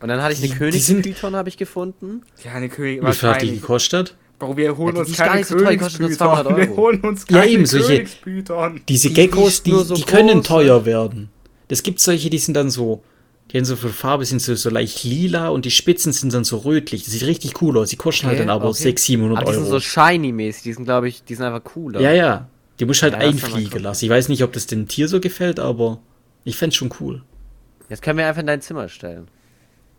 Speaker 2: Und dann hatte ich
Speaker 1: Die-
Speaker 2: eine
Speaker 1: die sind-
Speaker 2: Königspython, habe ich gefunden.
Speaker 3: Ja, eine Königin,
Speaker 1: Wie viel hat die
Speaker 3: wahrscheinlich.
Speaker 1: gekostet?
Speaker 3: Bro, wir holen
Speaker 2: Ja, die
Speaker 3: uns
Speaker 2: ist gar
Speaker 3: keine
Speaker 2: nicht so teuer, die kostet nur 200
Speaker 3: Königspython. Wir
Speaker 2: Euro.
Speaker 3: holen uns
Speaker 1: Ja,
Speaker 3: keine
Speaker 1: eben, solche-
Speaker 3: Königspython.
Speaker 1: Diese
Speaker 2: Die
Speaker 1: Geckos,
Speaker 2: ist
Speaker 1: die,
Speaker 2: nur so
Speaker 1: die können
Speaker 2: groß, ne?
Speaker 1: teuer werden. Es gibt solche, die sind dann so, die haben so viel Farbe, sind so, so leicht lila und die Spitzen sind dann so rötlich. Das sieht richtig cool aus. Die kosten halt
Speaker 2: Okay,
Speaker 1: dann aber
Speaker 2: okay.
Speaker 1: 600, 700
Speaker 2: Aber die sind
Speaker 1: Euro.
Speaker 2: so shiny-mäßig. Die sind, glaube ich, die sind einfach cooler.
Speaker 1: ja, ja. Die musst halt
Speaker 2: Ja, das kann man
Speaker 1: einfliegen
Speaker 2: gucken.
Speaker 1: lassen. Ich weiß nicht, ob das dem Tier so gefällt, aber ich fänd's schon cool.
Speaker 2: Jetzt können wir einfach in dein Zimmer stellen.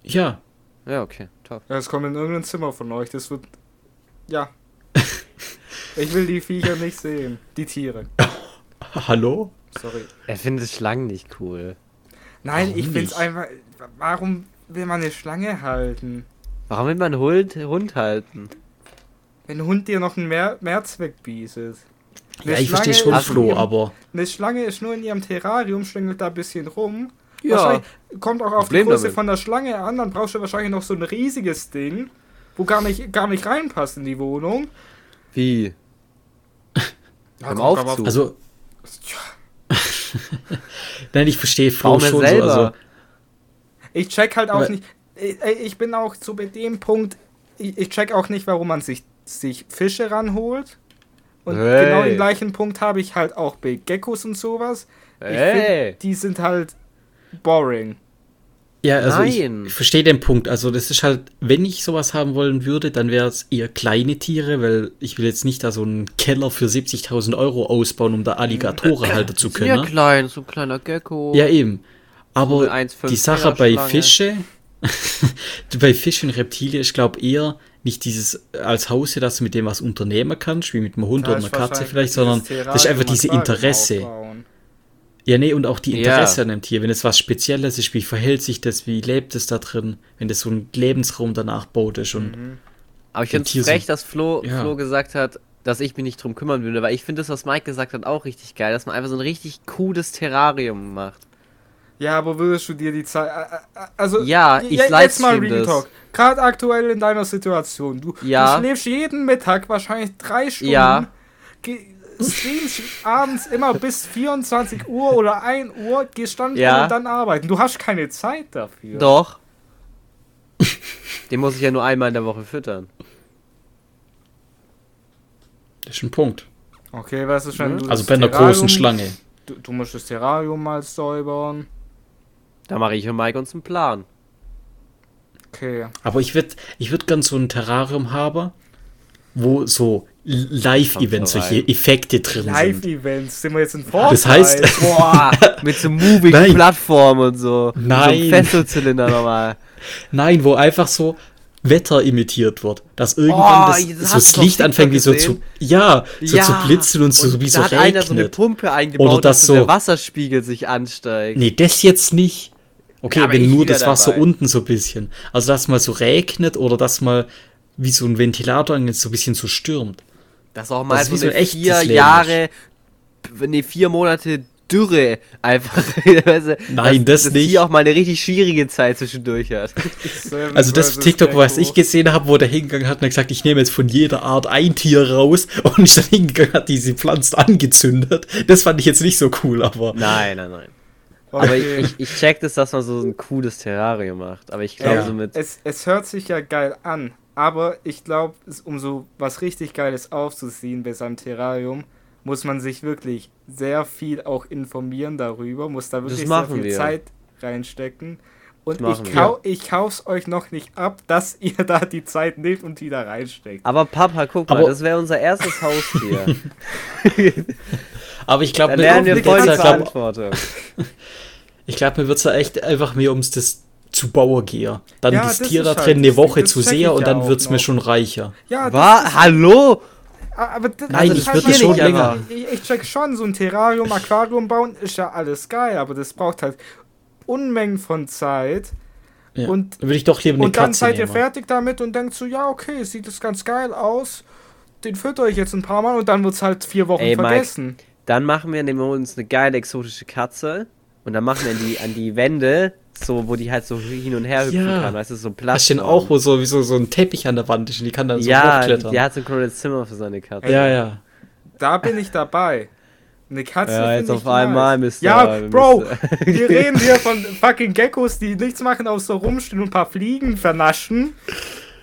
Speaker 1: Ja.
Speaker 2: Ja, okay, top.
Speaker 3: Ja, es kommt in irgendein Zimmer von euch. Das wird. Ja. ich will die Viecher nicht sehen. Die Tiere.
Speaker 1: Hallo?
Speaker 3: Sorry.
Speaker 2: Er findet Schlangen nicht cool.
Speaker 3: Nein,
Speaker 1: Warum
Speaker 3: ich find's
Speaker 1: nicht?
Speaker 3: einfach. Warum will man eine Schlange halten?
Speaker 2: Warum will man einen Hund, Hund halten?
Speaker 3: Wenn ein Hund dir noch einen Mehr Mehrzweck bietet. Eine
Speaker 1: Ja, ich verstehe
Speaker 3: Schlange
Speaker 1: schon,
Speaker 3: ist in
Speaker 1: Flo,
Speaker 3: ihrem-
Speaker 1: aber
Speaker 3: Eine Schlange ist nur in ihrem Terrarium, schlängelt da ein bisschen rum.
Speaker 2: Ja.
Speaker 3: Wahrscheinlich- Kommt auch auf
Speaker 2: Problem
Speaker 3: die Größe
Speaker 2: damit.
Speaker 3: von der Schlange an, dann brauchst du wahrscheinlich noch so ein riesiges Ding, wo gar nicht, gar nicht reinpasst in die Wohnung.
Speaker 2: Wie?
Speaker 3: Ja,
Speaker 2: Im
Speaker 3: kommt aber auf-
Speaker 2: Aufzug.
Speaker 1: also
Speaker 3: Tja,
Speaker 1: Nein, ich verstehe Flo
Speaker 2: Bauen wir
Speaker 1: schon
Speaker 2: selber.
Speaker 1: so. Also,
Speaker 3: Ich check halt auch
Speaker 2: Ne.
Speaker 1: Aber-
Speaker 3: nicht. Ich, ich bin auch so bei dem Punkt. Ich, ich check auch nicht, warum man sich, sich Fische ranholt. Und
Speaker 2: Hey.
Speaker 3: genau den gleichen Punkt habe ich halt auch bei Geckos und sowas. Ich
Speaker 2: Hey.
Speaker 3: find, die sind halt boring.
Speaker 1: ja, also ich,
Speaker 2: Nein.
Speaker 1: ich verstehe den Punkt. Also das ist halt, wenn ich sowas haben wollen würde, dann wäre es eher kleine Tiere, weil ich will jetzt nicht da so einen Keller für 70.000 Euro ausbauen, um da Alligatoren halten zu
Speaker 2: Sind ja
Speaker 1: können.
Speaker 2: klein, so ein kleiner Gecko.
Speaker 1: ne? Ja, eben.
Speaker 2: So eine
Speaker 1: Aber
Speaker 2: 1,5
Speaker 1: die Sache bei
Speaker 2: Meter Schlange.
Speaker 1: Fische, bei Fischen und Reptilien, ich glaube eher nicht dieses äh, als Haustier, dass du mit dem was unternehmen kannst, wie mit einem Hund
Speaker 3: Da
Speaker 1: oder
Speaker 3: ist
Speaker 1: einer Katze
Speaker 3: wahrscheinlich
Speaker 1: vielleicht,
Speaker 3: dieses
Speaker 1: sondern das ist
Speaker 3: Terrarium
Speaker 1: einfach diese
Speaker 3: Aquarium
Speaker 1: Interesse.
Speaker 3: aufbauen.
Speaker 1: Ja, nee, und auch die
Speaker 2: Ja.
Speaker 1: Interesse an dem Tier. Wenn es was Spezielles ist, wie verhält sich das, wie lebt es da drin, wenn das so ein Lebensraum danach baut ist und
Speaker 2: Mhm. Aber ich
Speaker 1: Den
Speaker 2: finde
Speaker 1: Tier
Speaker 2: es frech,
Speaker 1: so-
Speaker 2: dass Flo,
Speaker 1: Ja.
Speaker 2: Flo gesagt hat, dass ich mich nicht drum kümmern würde, weil ich finde das, was Mike gesagt hat, auch richtig geil, dass man einfach so ein richtig cooles Terrarium macht.
Speaker 3: Ja, aber würdest du dir die Zeit. äh, äh, Also,
Speaker 2: Ja,
Speaker 3: j-
Speaker 2: ich
Speaker 3: jetzt mal
Speaker 2: livestream
Speaker 3: Real
Speaker 2: das.
Speaker 3: Talk. Gerade aktuell in deiner Situation. Du,
Speaker 2: Ja.
Speaker 3: du schläfst jeden Mittag wahrscheinlich drei Stunden.
Speaker 2: Ja.
Speaker 3: Ge streamst abends immer bis 24 Uhr oder 1 Uhr, gehst dann
Speaker 2: Ja.
Speaker 3: und dann arbeiten. Du hast keine Zeit dafür.
Speaker 2: Doch. Den muss ich ja nur einmal in der Woche füttern.
Speaker 1: Das ist ein Punkt.
Speaker 3: Okay, was ist schon?
Speaker 1: Also bei einer großen Schlange.
Speaker 3: Du, du musst das Terrarium mal säubern.
Speaker 2: Da mache ich und Mike uns einen Plan.
Speaker 3: Okay.
Speaker 1: Aber ich würde ich würd gern so ein Terrarium haben, wo so Live-Events,
Speaker 2: Kommt so
Speaker 1: solche
Speaker 2: rein.
Speaker 1: Effekte drin sind.
Speaker 3: Live-Events, sind wir jetzt in Fortnite?
Speaker 1: Das heißt-
Speaker 2: Boah, mit so
Speaker 1: Nein.
Speaker 2: Moving-Plattform und so.
Speaker 1: Nein.
Speaker 2: Mit so einem Fesselzylinder nochmal.
Speaker 1: Nein, wo einfach so Wetter imitiert wird. Dass irgendwann
Speaker 2: Oh,
Speaker 1: das,
Speaker 2: das
Speaker 1: so
Speaker 2: hast
Speaker 1: das
Speaker 2: du auf
Speaker 1: Licht anfängt, wie so
Speaker 2: TikTok
Speaker 1: zu. Ja, so zu blitzen und so, wie
Speaker 2: da
Speaker 1: so
Speaker 2: hat einer so eine
Speaker 1: regnet.
Speaker 2: Pumpe eingebaut,
Speaker 1: Oder das
Speaker 2: dass so der
Speaker 1: so-
Speaker 2: Wasserspiegel sich ansteigt.
Speaker 1: nee, das jetzt nicht. Okay,
Speaker 2: Ja, aber
Speaker 1: wenn
Speaker 2: ich
Speaker 1: nur
Speaker 2: wieder
Speaker 1: das Wasser
Speaker 2: dabei.
Speaker 1: unten so ein bisschen. Also, dass mal so regnet oder dass mal wie so ein Ventilator jetzt so ein bisschen so stürmt.
Speaker 2: Das ist auch mal
Speaker 1: Das ist
Speaker 2: so,
Speaker 1: wie so
Speaker 2: eine
Speaker 1: ein echtes
Speaker 2: vier
Speaker 1: Leben.
Speaker 2: Jahre, nee, vier Monate Dürre einfach. weißt du,
Speaker 1: Nein,
Speaker 2: dass,
Speaker 1: das
Speaker 2: dass
Speaker 1: nicht.
Speaker 2: Hier auch mal eine richtig schwierige Zeit zwischendurch hat.
Speaker 1: Also das TikTok, was ich gesehen habe, wo der hingegangen hat und hat gesagt, ich nehme jetzt von jeder Art ein Tier raus und ich dann hingegangen hat, diese Pflanzen angezündet. Das fand ich jetzt nicht so cool, aber
Speaker 2: Nein, nein, nein.
Speaker 3: Okay.
Speaker 2: Aber ich, ich, ich check das, dass man so ein cooles Terrarium macht. Aber ich glaube,
Speaker 1: Ja.
Speaker 2: so mit.
Speaker 3: es, es hört sich ja geil an, aber ich glaube, um so was richtig Geiles aufzuziehen bei seinem Terrarium, muss man sich wirklich sehr viel auch informieren darüber, muss da wirklich sehr
Speaker 2: machen
Speaker 3: viel
Speaker 2: wir.
Speaker 3: Zeit reinstecken. Und
Speaker 2: Das machen
Speaker 3: ich,
Speaker 2: wir.
Speaker 3: kau ich kauf's euch noch nicht ab, dass ihr da die Zeit nehmt und die da reinsteckt.
Speaker 2: Aber Papa, guck mal,
Speaker 1: Aber-
Speaker 2: das wäre unser erstes Haustier.
Speaker 1: aber ich glaube,
Speaker 2: Dann
Speaker 1: mir,
Speaker 2: lernen wir
Speaker 1: ich
Speaker 2: voll die
Speaker 1: glaub-
Speaker 2: Verantwortung.
Speaker 1: ich glaub, mir wird's da echt einfach mehr ums das zu Bauer gehe. Dann
Speaker 3: Ja,
Speaker 1: das
Speaker 3: das
Speaker 1: Tier
Speaker 3: ist
Speaker 1: da
Speaker 3: halt
Speaker 1: drin
Speaker 3: das
Speaker 1: eine
Speaker 3: Ding,
Speaker 1: Woche
Speaker 3: das
Speaker 1: zu
Speaker 3: check ich
Speaker 1: sehr und
Speaker 3: ja
Speaker 1: dann
Speaker 3: auch
Speaker 1: wird's mir
Speaker 3: noch.
Speaker 1: schon reicher.
Speaker 3: Ja,
Speaker 2: War, hallo?
Speaker 3: Aber das,
Speaker 1: Nein,
Speaker 3: das
Speaker 1: ich
Speaker 3: ist
Speaker 1: würd
Speaker 3: halt
Speaker 1: das schon
Speaker 3: nicht-
Speaker 1: länger.
Speaker 3: Ich, ich check schon, so ein Terrarium, Aquarium bauen ist ja alles geil, aber das braucht halt Unmengen von Zeit.
Speaker 1: Ja.
Speaker 3: Und-
Speaker 1: dann würde ich doch lieber eine
Speaker 3: Und dann
Speaker 1: Katze
Speaker 3: seid ihr
Speaker 1: nehmen.
Speaker 3: fertig damit und denkt so, ja, okay, sieht das ganz geil aus. Den fütter ich jetzt ein paar Mal und dann wird's halt vier Wochen
Speaker 2: Ey, Mike.
Speaker 3: vergessen.
Speaker 2: Dann machen wir, nehmen wir uns eine geile exotische Katze und dann machen wir die an die Wände, so wo die halt so hin und her hüpfen
Speaker 1: Ja.
Speaker 2: kann, weißt du, so
Speaker 1: Das
Speaker 2: Platz.
Speaker 1: stehen auch, wo so, wie so, so ein Teppich an der Wand ist und die kann dann so
Speaker 2: ja,
Speaker 1: hochklettern.
Speaker 2: die hat so ein kleines Zimmer für seine Katze.
Speaker 1: ja, ja.
Speaker 3: Da bin ich dabei. Eine Katze.
Speaker 2: Ja,
Speaker 3: find
Speaker 2: jetzt
Speaker 3: ich
Speaker 2: auf einmal, Mister-
Speaker 3: Ja, Bro,
Speaker 2: Mister-
Speaker 3: wir reden hier von fucking Geckos, die nichts machen, außer rumstehen und ein paar Fliegen vernaschen.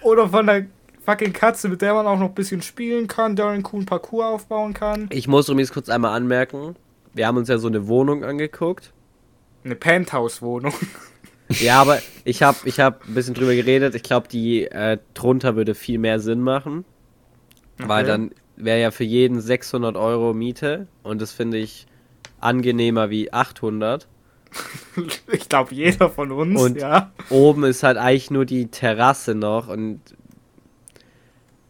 Speaker 3: Oder von der fucking Katze, mit der man auch noch ein bisschen spielen kann, der einen coolen Parcours aufbauen kann.
Speaker 2: Ich muss übrigens kurz einmal anmerken, wir haben uns ja so eine Wohnung angeguckt.
Speaker 3: Eine Penthouse-Wohnung.
Speaker 2: Ja, aber ich habe ich hab ein bisschen drüber geredet. Ich glaube, die äh, drunter würde viel mehr Sinn machen, weil
Speaker 3: Okay.
Speaker 2: dann wäre ja für jeden 600 Euro Miete und das finde ich angenehmer wie 800.
Speaker 3: Ich glaube, jeder von uns,
Speaker 2: Und-
Speaker 3: ja.
Speaker 2: Oben ist halt eigentlich nur die Terrasse noch und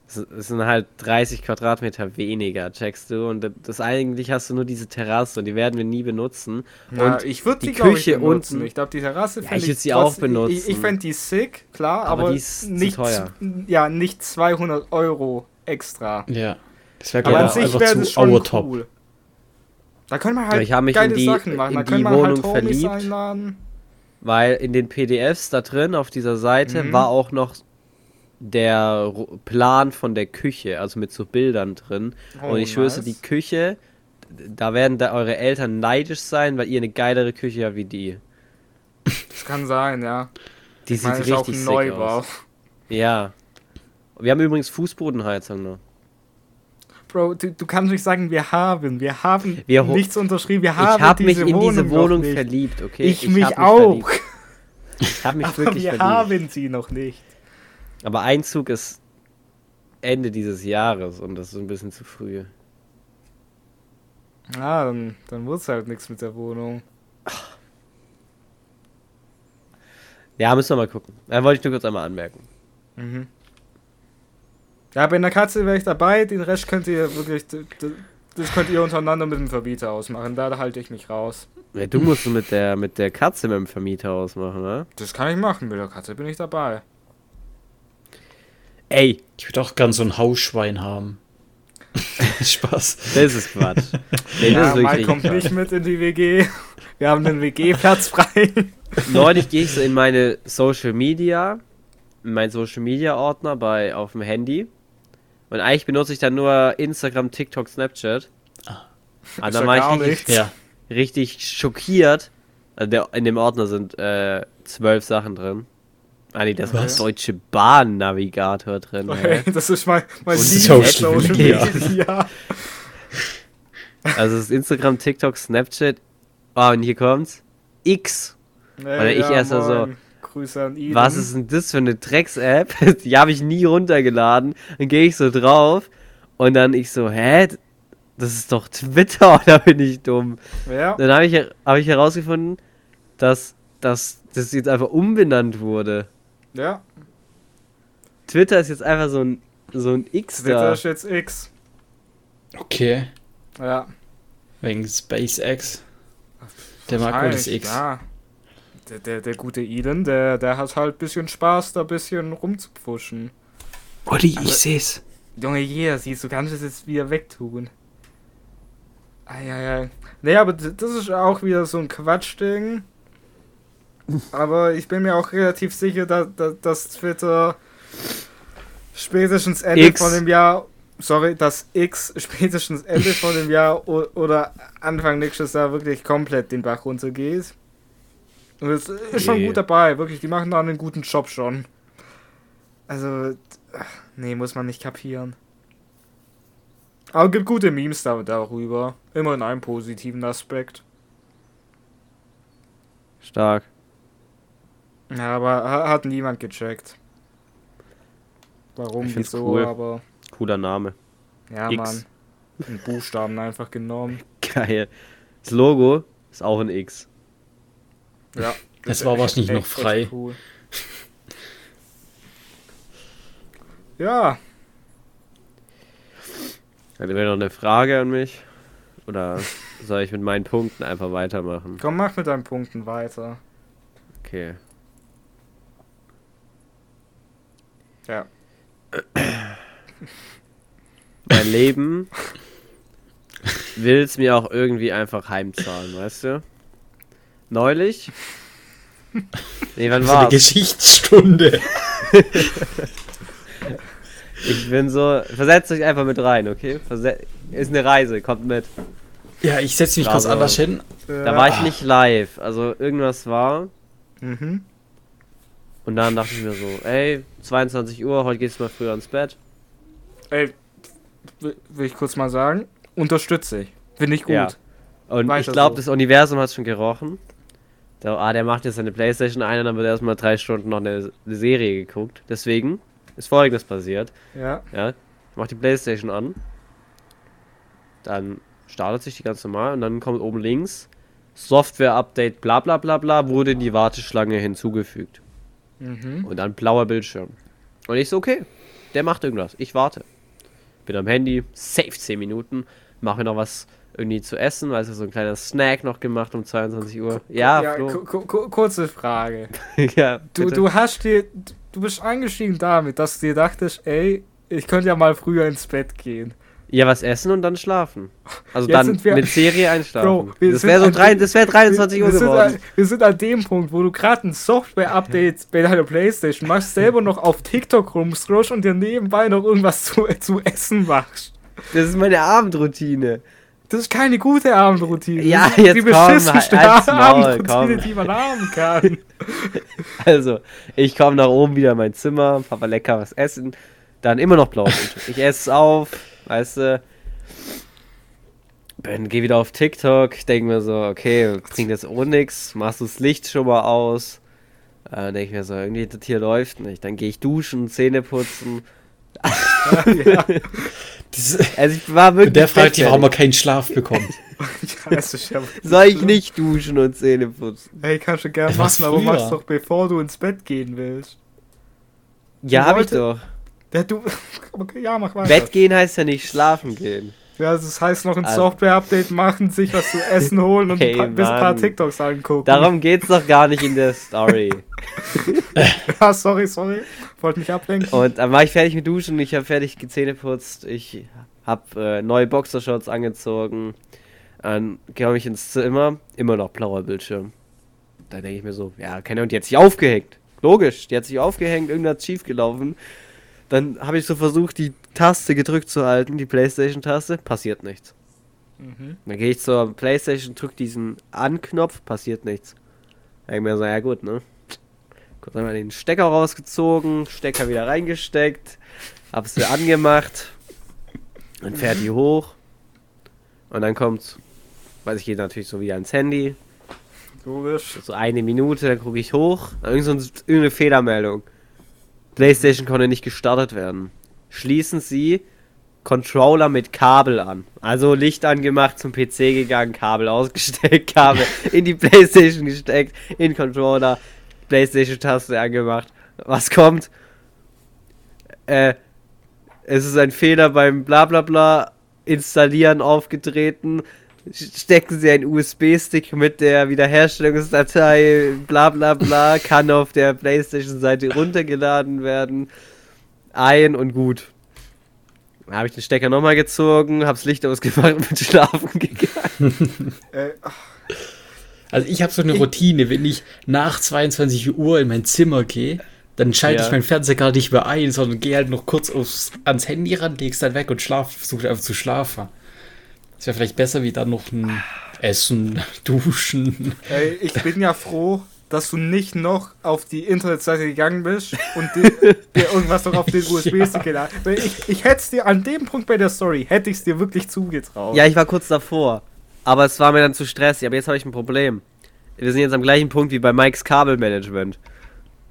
Speaker 2: es es sind halt 30 Quadratmeter weniger, checkst du? Und das- das eigentlich hast du nur diese Terrasse und die werden wir nie benutzen.
Speaker 3: Na,
Speaker 2: und
Speaker 3: ich würde
Speaker 2: die
Speaker 3: die, glaub ich,
Speaker 2: Küche
Speaker 3: benutzen.
Speaker 2: unten-
Speaker 3: Ich glaube, die Terrasse
Speaker 2: Ja,
Speaker 3: fänd
Speaker 2: ich würd sie auch
Speaker 3: trotzdem- Ich, ich
Speaker 2: benutzen.
Speaker 3: fände die sick, klar,
Speaker 2: Aber
Speaker 3: aber,
Speaker 2: die ist zu
Speaker 3: nicht,
Speaker 2: teuer.
Speaker 3: Ja, nicht 200 Euro extra.
Speaker 1: Ja. Das wäre,
Speaker 3: Aber
Speaker 1: glaube
Speaker 3: an
Speaker 1: ich, auch
Speaker 3: sich wäre
Speaker 1: einfach
Speaker 3: das
Speaker 1: zu
Speaker 3: schon
Speaker 1: our
Speaker 3: cool.
Speaker 1: top.
Speaker 3: Da können wir
Speaker 2: Ja,
Speaker 3: halt
Speaker 2: ich hab mich
Speaker 3: geile
Speaker 2: in die-
Speaker 3: Sachen machen. Da
Speaker 2: in
Speaker 3: können
Speaker 2: die
Speaker 3: wir halt
Speaker 2: Wohnung
Speaker 3: Homies
Speaker 2: verliebt.
Speaker 3: einladen.
Speaker 2: Weil in den PDFs da drin auf dieser Seite
Speaker 3: Mhm.
Speaker 2: war auch noch der Ru- Plan von der Küche, also mit so Bildern drin.
Speaker 3: Oh,
Speaker 2: Und ich schwöre,
Speaker 3: nice.
Speaker 2: die Küche, da werden da eure Eltern neidisch sein, weil ihr eine geilere Küche habt wie die.
Speaker 3: Das kann sein, ja.
Speaker 2: Die
Speaker 3: Ich
Speaker 2: sieht
Speaker 3: meine, ist
Speaker 2: richtig
Speaker 3: auch ein
Speaker 2: sick
Speaker 3: Neubau.
Speaker 2: aus. Ja. Wir haben übrigens Fußbodenheizung noch.
Speaker 3: Bro, du, du kannst nicht sagen, wir haben. Wir haben
Speaker 2: Wir ho-
Speaker 3: nichts unterschrieben. Wir haben
Speaker 2: ich habe mich
Speaker 3: diese
Speaker 2: in
Speaker 3: Wohnung
Speaker 2: diese
Speaker 3: noch
Speaker 2: Wohnung
Speaker 3: nicht.
Speaker 2: verliebt, okay?
Speaker 3: Ich,
Speaker 2: hab
Speaker 3: mich
Speaker 2: mich
Speaker 3: auch.
Speaker 2: Verliebt. Ich habe mich
Speaker 3: Aber
Speaker 2: wirklich
Speaker 3: wir
Speaker 2: verliebt.
Speaker 3: haben sie noch nicht.
Speaker 2: Aber Einzug ist Ende dieses Jahres und das ist ein bisschen zu früh.
Speaker 3: Ah, dann, dann wurde es halt nichts mit der Wohnung.
Speaker 2: Ja, müssen wir mal gucken. Da wollte ich nur kurz einmal anmerken.
Speaker 3: Mhm. Ja, bei einer Katze wäre ich dabei, den Rest könnt ihr wirklich. d- d- Das könnt ihr untereinander mit dem Vermieter ausmachen, da halte ich mich raus.
Speaker 2: Ja, du musst mit der, mit der Katze mit dem Vermieter ausmachen, ne?
Speaker 3: Das kann ich machen, mit der Katze bin ich dabei.
Speaker 2: Ey,
Speaker 1: Ich würde auch gern so ein Hausschwein haben. Spaß.
Speaker 2: das ist Quatsch. Nee, das
Speaker 3: Ja,
Speaker 2: ist
Speaker 3: Mike
Speaker 2: wirklich
Speaker 3: kommt
Speaker 2: Quatsch.
Speaker 3: nicht mit in die WG. Wir haben den WG-Platz frei.
Speaker 2: Neulich gehe ich so in meine Social Media, in meinen Social Media Ordner bei, auf dem Handy. Und eigentlich benutze ich dann nur Instagram, TikTok, Snapchat. Ah.
Speaker 3: Ist ja
Speaker 2: dann war
Speaker 3: gar
Speaker 2: ich richtig,
Speaker 3: nichts.
Speaker 1: Ja.
Speaker 2: richtig schockiert. Also der, in dem Ordner sind äh, zwölf Sachen drin. Ah, nee, das
Speaker 1: Was?
Speaker 2: ist deutsche Bahn-Navigator drin.
Speaker 3: Okay, das ist mein, mein
Speaker 1: Und
Speaker 3: Lied-
Speaker 1: Social Media.
Speaker 3: Ja.
Speaker 2: ja. Also es ist Instagram, TikTok, Snapchat. Ah, und hier kommt's. X. Weil ich erst so-
Speaker 3: moin. Grüße an ihn.
Speaker 2: Was ist denn das für eine Drecks-App? Die habe ich nie runtergeladen. Dann gehe ich so drauf und dann ich so, hä? Das ist doch Twitter oder bin ich dumm?
Speaker 3: Ja.
Speaker 2: Dann habe ich, hab ich herausgefunden, dass, dass das jetzt einfach umbenannt wurde.
Speaker 3: ja.
Speaker 2: Twitter ist jetzt einfach so ein, so ein X
Speaker 3: Twitter
Speaker 2: da.
Speaker 3: ist jetzt X.
Speaker 1: Okay.
Speaker 3: Ja.
Speaker 1: Wegen SpaceX. Der mag wohl das
Speaker 3: Wahrscheinlich,
Speaker 1: X.
Speaker 3: Ja. Der, der, der gute Eden, der, der hat halt ein bisschen Spaß, da ein bisschen rumzupfuschen.
Speaker 1: Olli,
Speaker 3: Aber-
Speaker 1: seh's.
Speaker 3: Junge, jeder siehst du, kannst es jetzt wieder wegtun. Eieiei. Nee, aber d- das ist auch wieder so ein Quatschding. Aber ich bin mir auch relativ sicher, dass, dass Twitter spätestens Ende
Speaker 2: X.
Speaker 3: von dem Jahr, sorry, dass X spätestens Ende von dem Jahr o- oder Anfang nächstes Jahr wirklich komplett den Bach runtergeht. Und es ist schon
Speaker 2: Nee.
Speaker 3: gut dabei, wirklich, die machen da einen guten Job schon. Also, Nee, muss man nicht kapieren. Aber gibt gute Memes da, darüber. Immer in einem positiven Aspekt.
Speaker 2: Stark.
Speaker 3: Ja, aber ha- hat niemand gecheckt. Warum,
Speaker 2: Ich find's
Speaker 3: wieso,
Speaker 2: cool.
Speaker 3: aber.
Speaker 2: Cooler Name.
Speaker 3: Ja,
Speaker 2: X.
Speaker 3: Mann. Einen Buchstaben einfach genommen.
Speaker 2: Geil. Das Logo ist auch ein X.
Speaker 3: Ja.
Speaker 1: Es war wahrscheinlich
Speaker 3: Echt,
Speaker 1: noch frei.
Speaker 3: echt cool. Ja,
Speaker 2: Hat jemand noch eine Frage an mich? Oder soll ich mit meinen Punkten einfach weitermachen?
Speaker 3: komm, mach mit deinen Punkten weiter.
Speaker 2: Okay.
Speaker 3: Ja.
Speaker 2: Mein Leben will es mir auch irgendwie einfach heimzahlen, weißt du? Neulich? Nee, wann
Speaker 1: So eine
Speaker 2: war's?
Speaker 1: Geschichtsstunde.
Speaker 2: Ich bin so. Versetzt euch einfach mit rein, okay? Verse ist eine Reise, kommt mit.
Speaker 1: Ja, ich setze mich
Speaker 2: Bravo.
Speaker 1: kurz anders hin.
Speaker 3: Äh,
Speaker 2: Da war ich nicht live, also irgendwas war.
Speaker 3: Mhm.
Speaker 2: Und dann dachte ich mir so, ey, 22 Uhr, heute gehst du mal früher ins Bett.
Speaker 3: Ey, will, will ich kurz mal sagen, unterstütze ich. Finde ich gut.
Speaker 2: Ja. Und
Speaker 3: Weiter
Speaker 2: ich glaube,
Speaker 3: so.
Speaker 2: das Universum hat schon gerochen. So, ah, der macht jetzt seine Playstation ein und dann wird erstmal drei Stunden noch eine, eine Serie geguckt. Deswegen ist folgendes passiert.
Speaker 3: Ja.
Speaker 2: Ja, macht die Playstation an. Dann startet sich die ganz normal und dann kommt oben links Software-Update, bla bla bla bla, wurde in die Warteschlange hinzugefügt.
Speaker 3: Mhm.
Speaker 2: Und dann blauer Bildschirm. Und ich so, okay, der macht irgendwas. Ich warte. Bin am Handy, safe 10 Minuten, mache mir noch was irgendwie zu essen, also so ein kleiner Snack noch gemacht um 22 Uhr. Ja,
Speaker 3: ku-
Speaker 2: Flo.
Speaker 3: ku- ku- kurze Frage.
Speaker 2: ja,
Speaker 3: Du,
Speaker 2: bitte.
Speaker 3: du hast dir, du bist eingestiegen damit, dass du dir dachtest, ey, ich könnte ja mal früher ins Bett gehen.
Speaker 2: ja, was essen und dann schlafen. Also
Speaker 3: Jetzt
Speaker 2: dann
Speaker 3: sind wir-
Speaker 2: mit Serie einschlafen.
Speaker 3: Bro, wir
Speaker 2: das
Speaker 3: sind
Speaker 2: wäre so
Speaker 3: an
Speaker 2: drei,
Speaker 3: dem-
Speaker 2: das wär 23 Uhr
Speaker 3: wir, sind
Speaker 2: geworden.
Speaker 3: an, wir sind an dem Punkt, wo du gerade ein Software-Update bei deiner Playstation machst, selber noch auf TikTok rumscrollst und dir nebenbei noch irgendwas zu, zu essen machst.
Speaker 2: Das ist meine Abendroutine.
Speaker 3: Das ist keine gute Abendroutine. Das
Speaker 2: Ja,
Speaker 3: ist
Speaker 2: jetzt
Speaker 3: die
Speaker 2: komm, halt-
Speaker 3: beschissenste
Speaker 2: halt's Maul,
Speaker 3: Abendroutine,
Speaker 2: komm.
Speaker 3: die man haben kann.
Speaker 2: Also, ich komme nach oben wieder in mein Zimmer, Papa lecker was essen, dann immer noch blau. Ich esse es auf, weißt du. Dann gehe wieder auf TikTok, denke mir so, okay, bringt jetzt auch nix, machst du das Licht schon mal aus. Äh, denke ich mir so, irgendwie das hier läuft nicht. Dann gehe ich duschen, Zähne putzen.
Speaker 3: ja,
Speaker 1: Das,
Speaker 2: Also ich war wirklich.
Speaker 1: und der fragt dich, warum er
Speaker 2: rechtfertigt.
Speaker 1: keinen Schlaf bekommt.
Speaker 3: das ist ja
Speaker 2: Soll ich nicht duschen und Zähne putzen?
Speaker 3: Hey, kannst du gerne
Speaker 1: Ey, was
Speaker 3: machen, aber
Speaker 1: früher?
Speaker 3: mach's doch, bevor du ins Bett gehen willst.
Speaker 2: Ja,
Speaker 3: Du
Speaker 2: hab ich
Speaker 3: wolltest-
Speaker 2: doch.
Speaker 3: Ja, du. Okay, ja, mach weiter.
Speaker 2: Bett gehen heißt ja nicht schlafen gehen.
Speaker 3: Ja, das heißt noch ein
Speaker 2: Also-
Speaker 3: Software-Update machen, sich was zu essen holen und
Speaker 2: Hey,
Speaker 3: ein paar, bis ein paar
Speaker 2: Mann.
Speaker 3: TikToks angucken.
Speaker 2: Darum geht's doch gar nicht in der Story.
Speaker 3: Ja, sorry, sorry. Wollte mich ablenken.
Speaker 2: Und dann war ich fertig mit Duschen, ich habe fertig Zähne putzt, ich habe äh, neue Boxershorts angezogen. Dann komme ich ins Zimmer, immer noch blauer Bildschirm. Da denke ich mir so, ja, keine Ahnung, die hat sich aufgehängt. Logisch, die hat sich aufgehängt, irgendwas ist schiefgelaufen. Dann habe ich so versucht, die Taste gedrückt zu halten, die Playstation-Taste, passiert nichts.
Speaker 3: Mhm.
Speaker 2: Dann gehe ich zur Playstation, drücke diesen Anknopf, passiert nichts. Dann denk ich mir so, ja gut, ne? Kurz einmal den Stecker rausgezogen, Stecker wieder reingesteckt, hab's wieder angemacht, dann fährt die hoch und dann kommt, weiß ich, geht natürlich so wieder ans Handy,
Speaker 3: Logisch.
Speaker 2: so eine Minute, dann gucke ich hoch, Ah, irgend so ein, irgendeine Fehlermeldung. PlayStation konnte nicht gestartet werden. Schließen Sie Controller mit Kabel an. Also Licht angemacht, zum PC gegangen, Kabel ausgesteckt, Kabel in die PlayStation gesteckt, in Controller, PlayStation-Taste angemacht. Was kommt? Äh, es ist ein Fehler beim Blablabla installieren aufgetreten. Stecken Sie einen USB-Stick mit der Wiederherstellungsdatei, bla bla bla, kann auf der PlayStation-Seite runtergeladen werden. Ein und gut. Dann habe ich den Stecker nochmal gezogen, hab's Licht ausgemacht und bin schlafen gegangen.
Speaker 3: Äh,
Speaker 1: Also ich habe so eine Routine, wenn ich nach 22 Uhr in mein Zimmer gehe, dann schalte
Speaker 2: Ja.
Speaker 1: ich meinen Fernseher gar nicht mehr ein, sondern gehe halt noch kurz aufs, ans Handy ran, leg's dann weg und schlaf, versuche einfach zu schlafen. Das wäre vielleicht besser, wie dann noch ein Essen, Duschen.
Speaker 3: ey, ich bin ja froh, dass du nicht noch auf die Internetseite gegangen bist und dir, dir irgendwas noch auf den USB-Stick geladen hast. Ich, ich hätte es dir an dem Punkt bei der Story, hätte ich es dir wirklich zugetraut.
Speaker 2: Ja, ich war kurz davor, aber es war mir dann zu stressig, aber jetzt habe ich ein Problem. Wir sind jetzt am gleichen Punkt wie bei Mikes Kabelmanagement.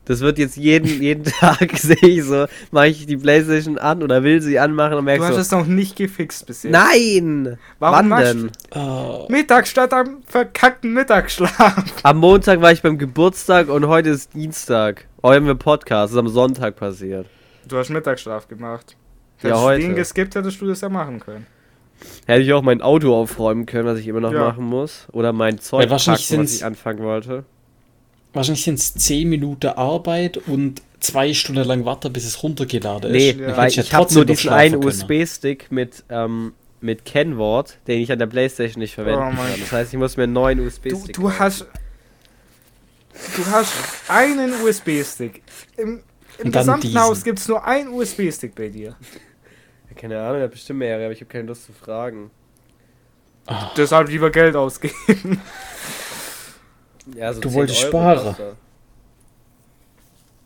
Speaker 2: Das wird jetzt jeden, jeden Tag, sehe ich so, mache ich die Playstation an oder will sie anmachen und
Speaker 3: du
Speaker 2: merke
Speaker 3: hast
Speaker 2: so,
Speaker 3: es noch nicht gefixt bisher.
Speaker 2: Nein!
Speaker 3: Warum
Speaker 2: Wann
Speaker 3: machst
Speaker 2: denn?
Speaker 1: Oh.
Speaker 3: Mittag statt am verkackten Mittagsschlaf.
Speaker 2: Am Montag war ich beim Geburtstag und heute ist Dienstag. Heute haben wir Podcast, das ist am Sonntag passiert.
Speaker 3: Du hast Mittagsschlaf gemacht.
Speaker 2: Ja,
Speaker 3: Hättest
Speaker 2: heute.
Speaker 3: du den geskippt, hättest du das ja machen können.
Speaker 2: Hätte ich auch mein Auto aufräumen können, was ich immer noch
Speaker 3: Ja.
Speaker 2: machen muss. Oder mein Zeug
Speaker 1: Ja, wahrscheinlich
Speaker 2: packen, was
Speaker 1: sind's-
Speaker 2: ich anfangen wollte.
Speaker 1: Wahrscheinlich sind es 10 Minuten Arbeit und zwei Stunden lang warten, bis es runtergeladen
Speaker 2: Nee,
Speaker 1: ist.
Speaker 3: Ja.
Speaker 2: weil
Speaker 1: Äh, Hätte
Speaker 2: ich,
Speaker 1: ja
Speaker 2: habe
Speaker 1: trotzdem
Speaker 2: nur
Speaker 1: noch
Speaker 2: diesen
Speaker 1: schlafen
Speaker 2: einen
Speaker 1: können.
Speaker 2: USB-Stick mit, ähm, mit Kennwort, den ich an der Playstation nicht verwenden
Speaker 3: Oh mein
Speaker 2: kann. Das heißt, ich muss mir einen neuen
Speaker 3: Du,
Speaker 2: USB-Stick
Speaker 3: du hast. Du hast einen USB-Stick. Im, im
Speaker 1: Und dann
Speaker 3: gesamten
Speaker 1: diesen.
Speaker 3: Haus gibt es nur einen USB-Stick bei dir.
Speaker 2: Keine Ahnung, der hat bestimmt mehrere, aber ich habe keine Lust zu fragen.
Speaker 3: Deshalb lieber Geld ausgeben.
Speaker 2: Ja, so
Speaker 1: Du
Speaker 2: 10
Speaker 1: wolltest
Speaker 2: Euro
Speaker 1: sparen.
Speaker 2: kostet er.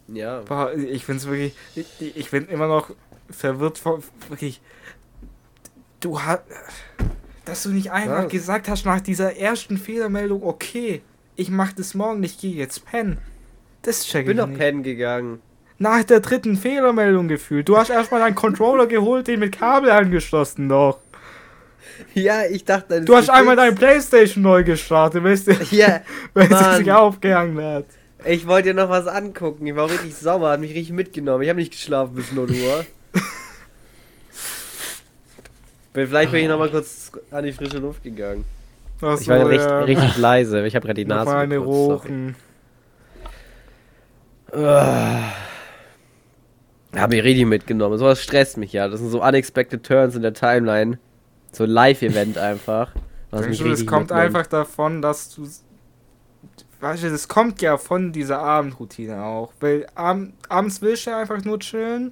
Speaker 2: Ja.
Speaker 3: Boah, ich find's wirklich. Ich, ich bin immer noch verwirrt von. Wirklich. Du hast. Dass du nicht einfach
Speaker 2: Was?
Speaker 3: gesagt hast nach dieser ersten Fehlermeldung, okay, ich mach das morgen, ich gehe jetzt pennen. Das check
Speaker 2: Ich
Speaker 3: ich
Speaker 2: bin noch
Speaker 3: nicht.
Speaker 2: pennen gegangen.
Speaker 3: Nach der dritten Fehlermeldung gefühlt. Du hast erstmal einen Controller geholt, den mit Kabel angeschlossen doch.
Speaker 2: Ja, ich dachte, dann ist
Speaker 3: Du hast
Speaker 2: gefixt.
Speaker 3: einmal deine Playstation neu gestartet, weil sie
Speaker 2: Ja,
Speaker 3: weil sie
Speaker 2: Mann.
Speaker 3: sich aufgehangen hat.
Speaker 2: ich wollte dir noch was angucken. Ich war richtig sauer, hat mich richtig mitgenommen. Ich habe nicht geschlafen bis 0 Uhr. Bin, vielleicht bin ich nochmal kurz an die frische Luft gegangen.
Speaker 3: Ach
Speaker 2: Ich
Speaker 3: so,
Speaker 2: war recht,
Speaker 3: ja.
Speaker 2: richtig leise, ich habe gerade die
Speaker 3: Noch
Speaker 2: Nase
Speaker 3: mal eine
Speaker 2: geputzt,
Speaker 3: Rochen.
Speaker 2: sorry. Ah. Hab mich richtig mitgenommen. Sowas stresst mich ja. Das sind so unexpected turns in der Timeline. So ein Live-Event einfach. was
Speaker 3: Denkst
Speaker 2: mich
Speaker 3: du, das
Speaker 2: richtig
Speaker 3: kommt
Speaker 2: mitnimmt.
Speaker 3: einfach davon, dass du. Weißt du, das kommt ja von dieser Abendroutine auch. Weil ab, abends willst du ja einfach nur chillen.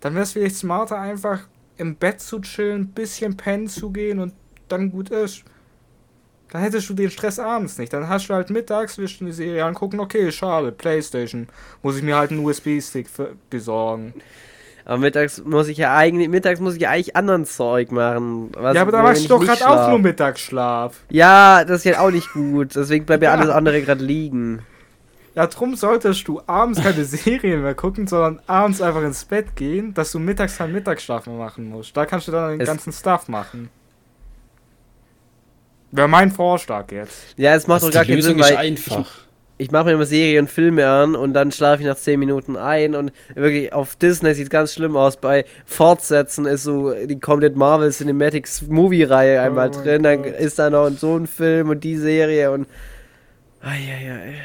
Speaker 3: Dann wäre es vielleicht smarter, einfach im Bett zu chillen, ein bisschen pennen zu gehen und dann gut ist. Dann hättest du den Stress abends nicht. Dann hast du halt mittags, willst du eine Serie angucken, okay, schade, Playstation. Muss ich mir halt einen USB-Stick für- besorgen.
Speaker 2: Aber mittags muss ich ja eigentlich, mittags muss ich ja eigentlich anderen Zeug machen. Was,
Speaker 3: ja, aber da
Speaker 2: worin Also,
Speaker 3: machst
Speaker 2: ich
Speaker 3: du doch
Speaker 2: nicht
Speaker 3: gerade auch
Speaker 2: schlaf.
Speaker 3: nur Mittagsschlaf.
Speaker 2: Ja, das ist ja auch nicht gut. Deswegen bleibt mir
Speaker 3: Ja.
Speaker 2: alles andere gerade liegen.
Speaker 3: Ja, drum solltest du abends keine Serien mehr gucken, sondern abends einfach ins Bett gehen, dass du mittags keinen Mittagsschlaf mehr machen musst. Da kannst du dann den
Speaker 2: Es-
Speaker 3: ganzen Stuff machen. Wäre mein Vorschlag jetzt.
Speaker 2: Ja, es macht
Speaker 1: Also
Speaker 2: doch gar
Speaker 1: die
Speaker 2: keinen Sinn,
Speaker 1: Lösung ist
Speaker 2: weil
Speaker 1: einfach.
Speaker 2: ich mache mir immer Serien und Filme an und dann schlafe ich nach 10 Minuten ein und wirklich auf Disney sieht ganz schlimm aus. Bei Fortsätzen ist so die komplett Marvel Cinematics Movie Reihe einmal
Speaker 3: Oh mein
Speaker 2: drin, dann
Speaker 3: Gott.
Speaker 2: ist da noch so ein Film und die Serie und Eieiei.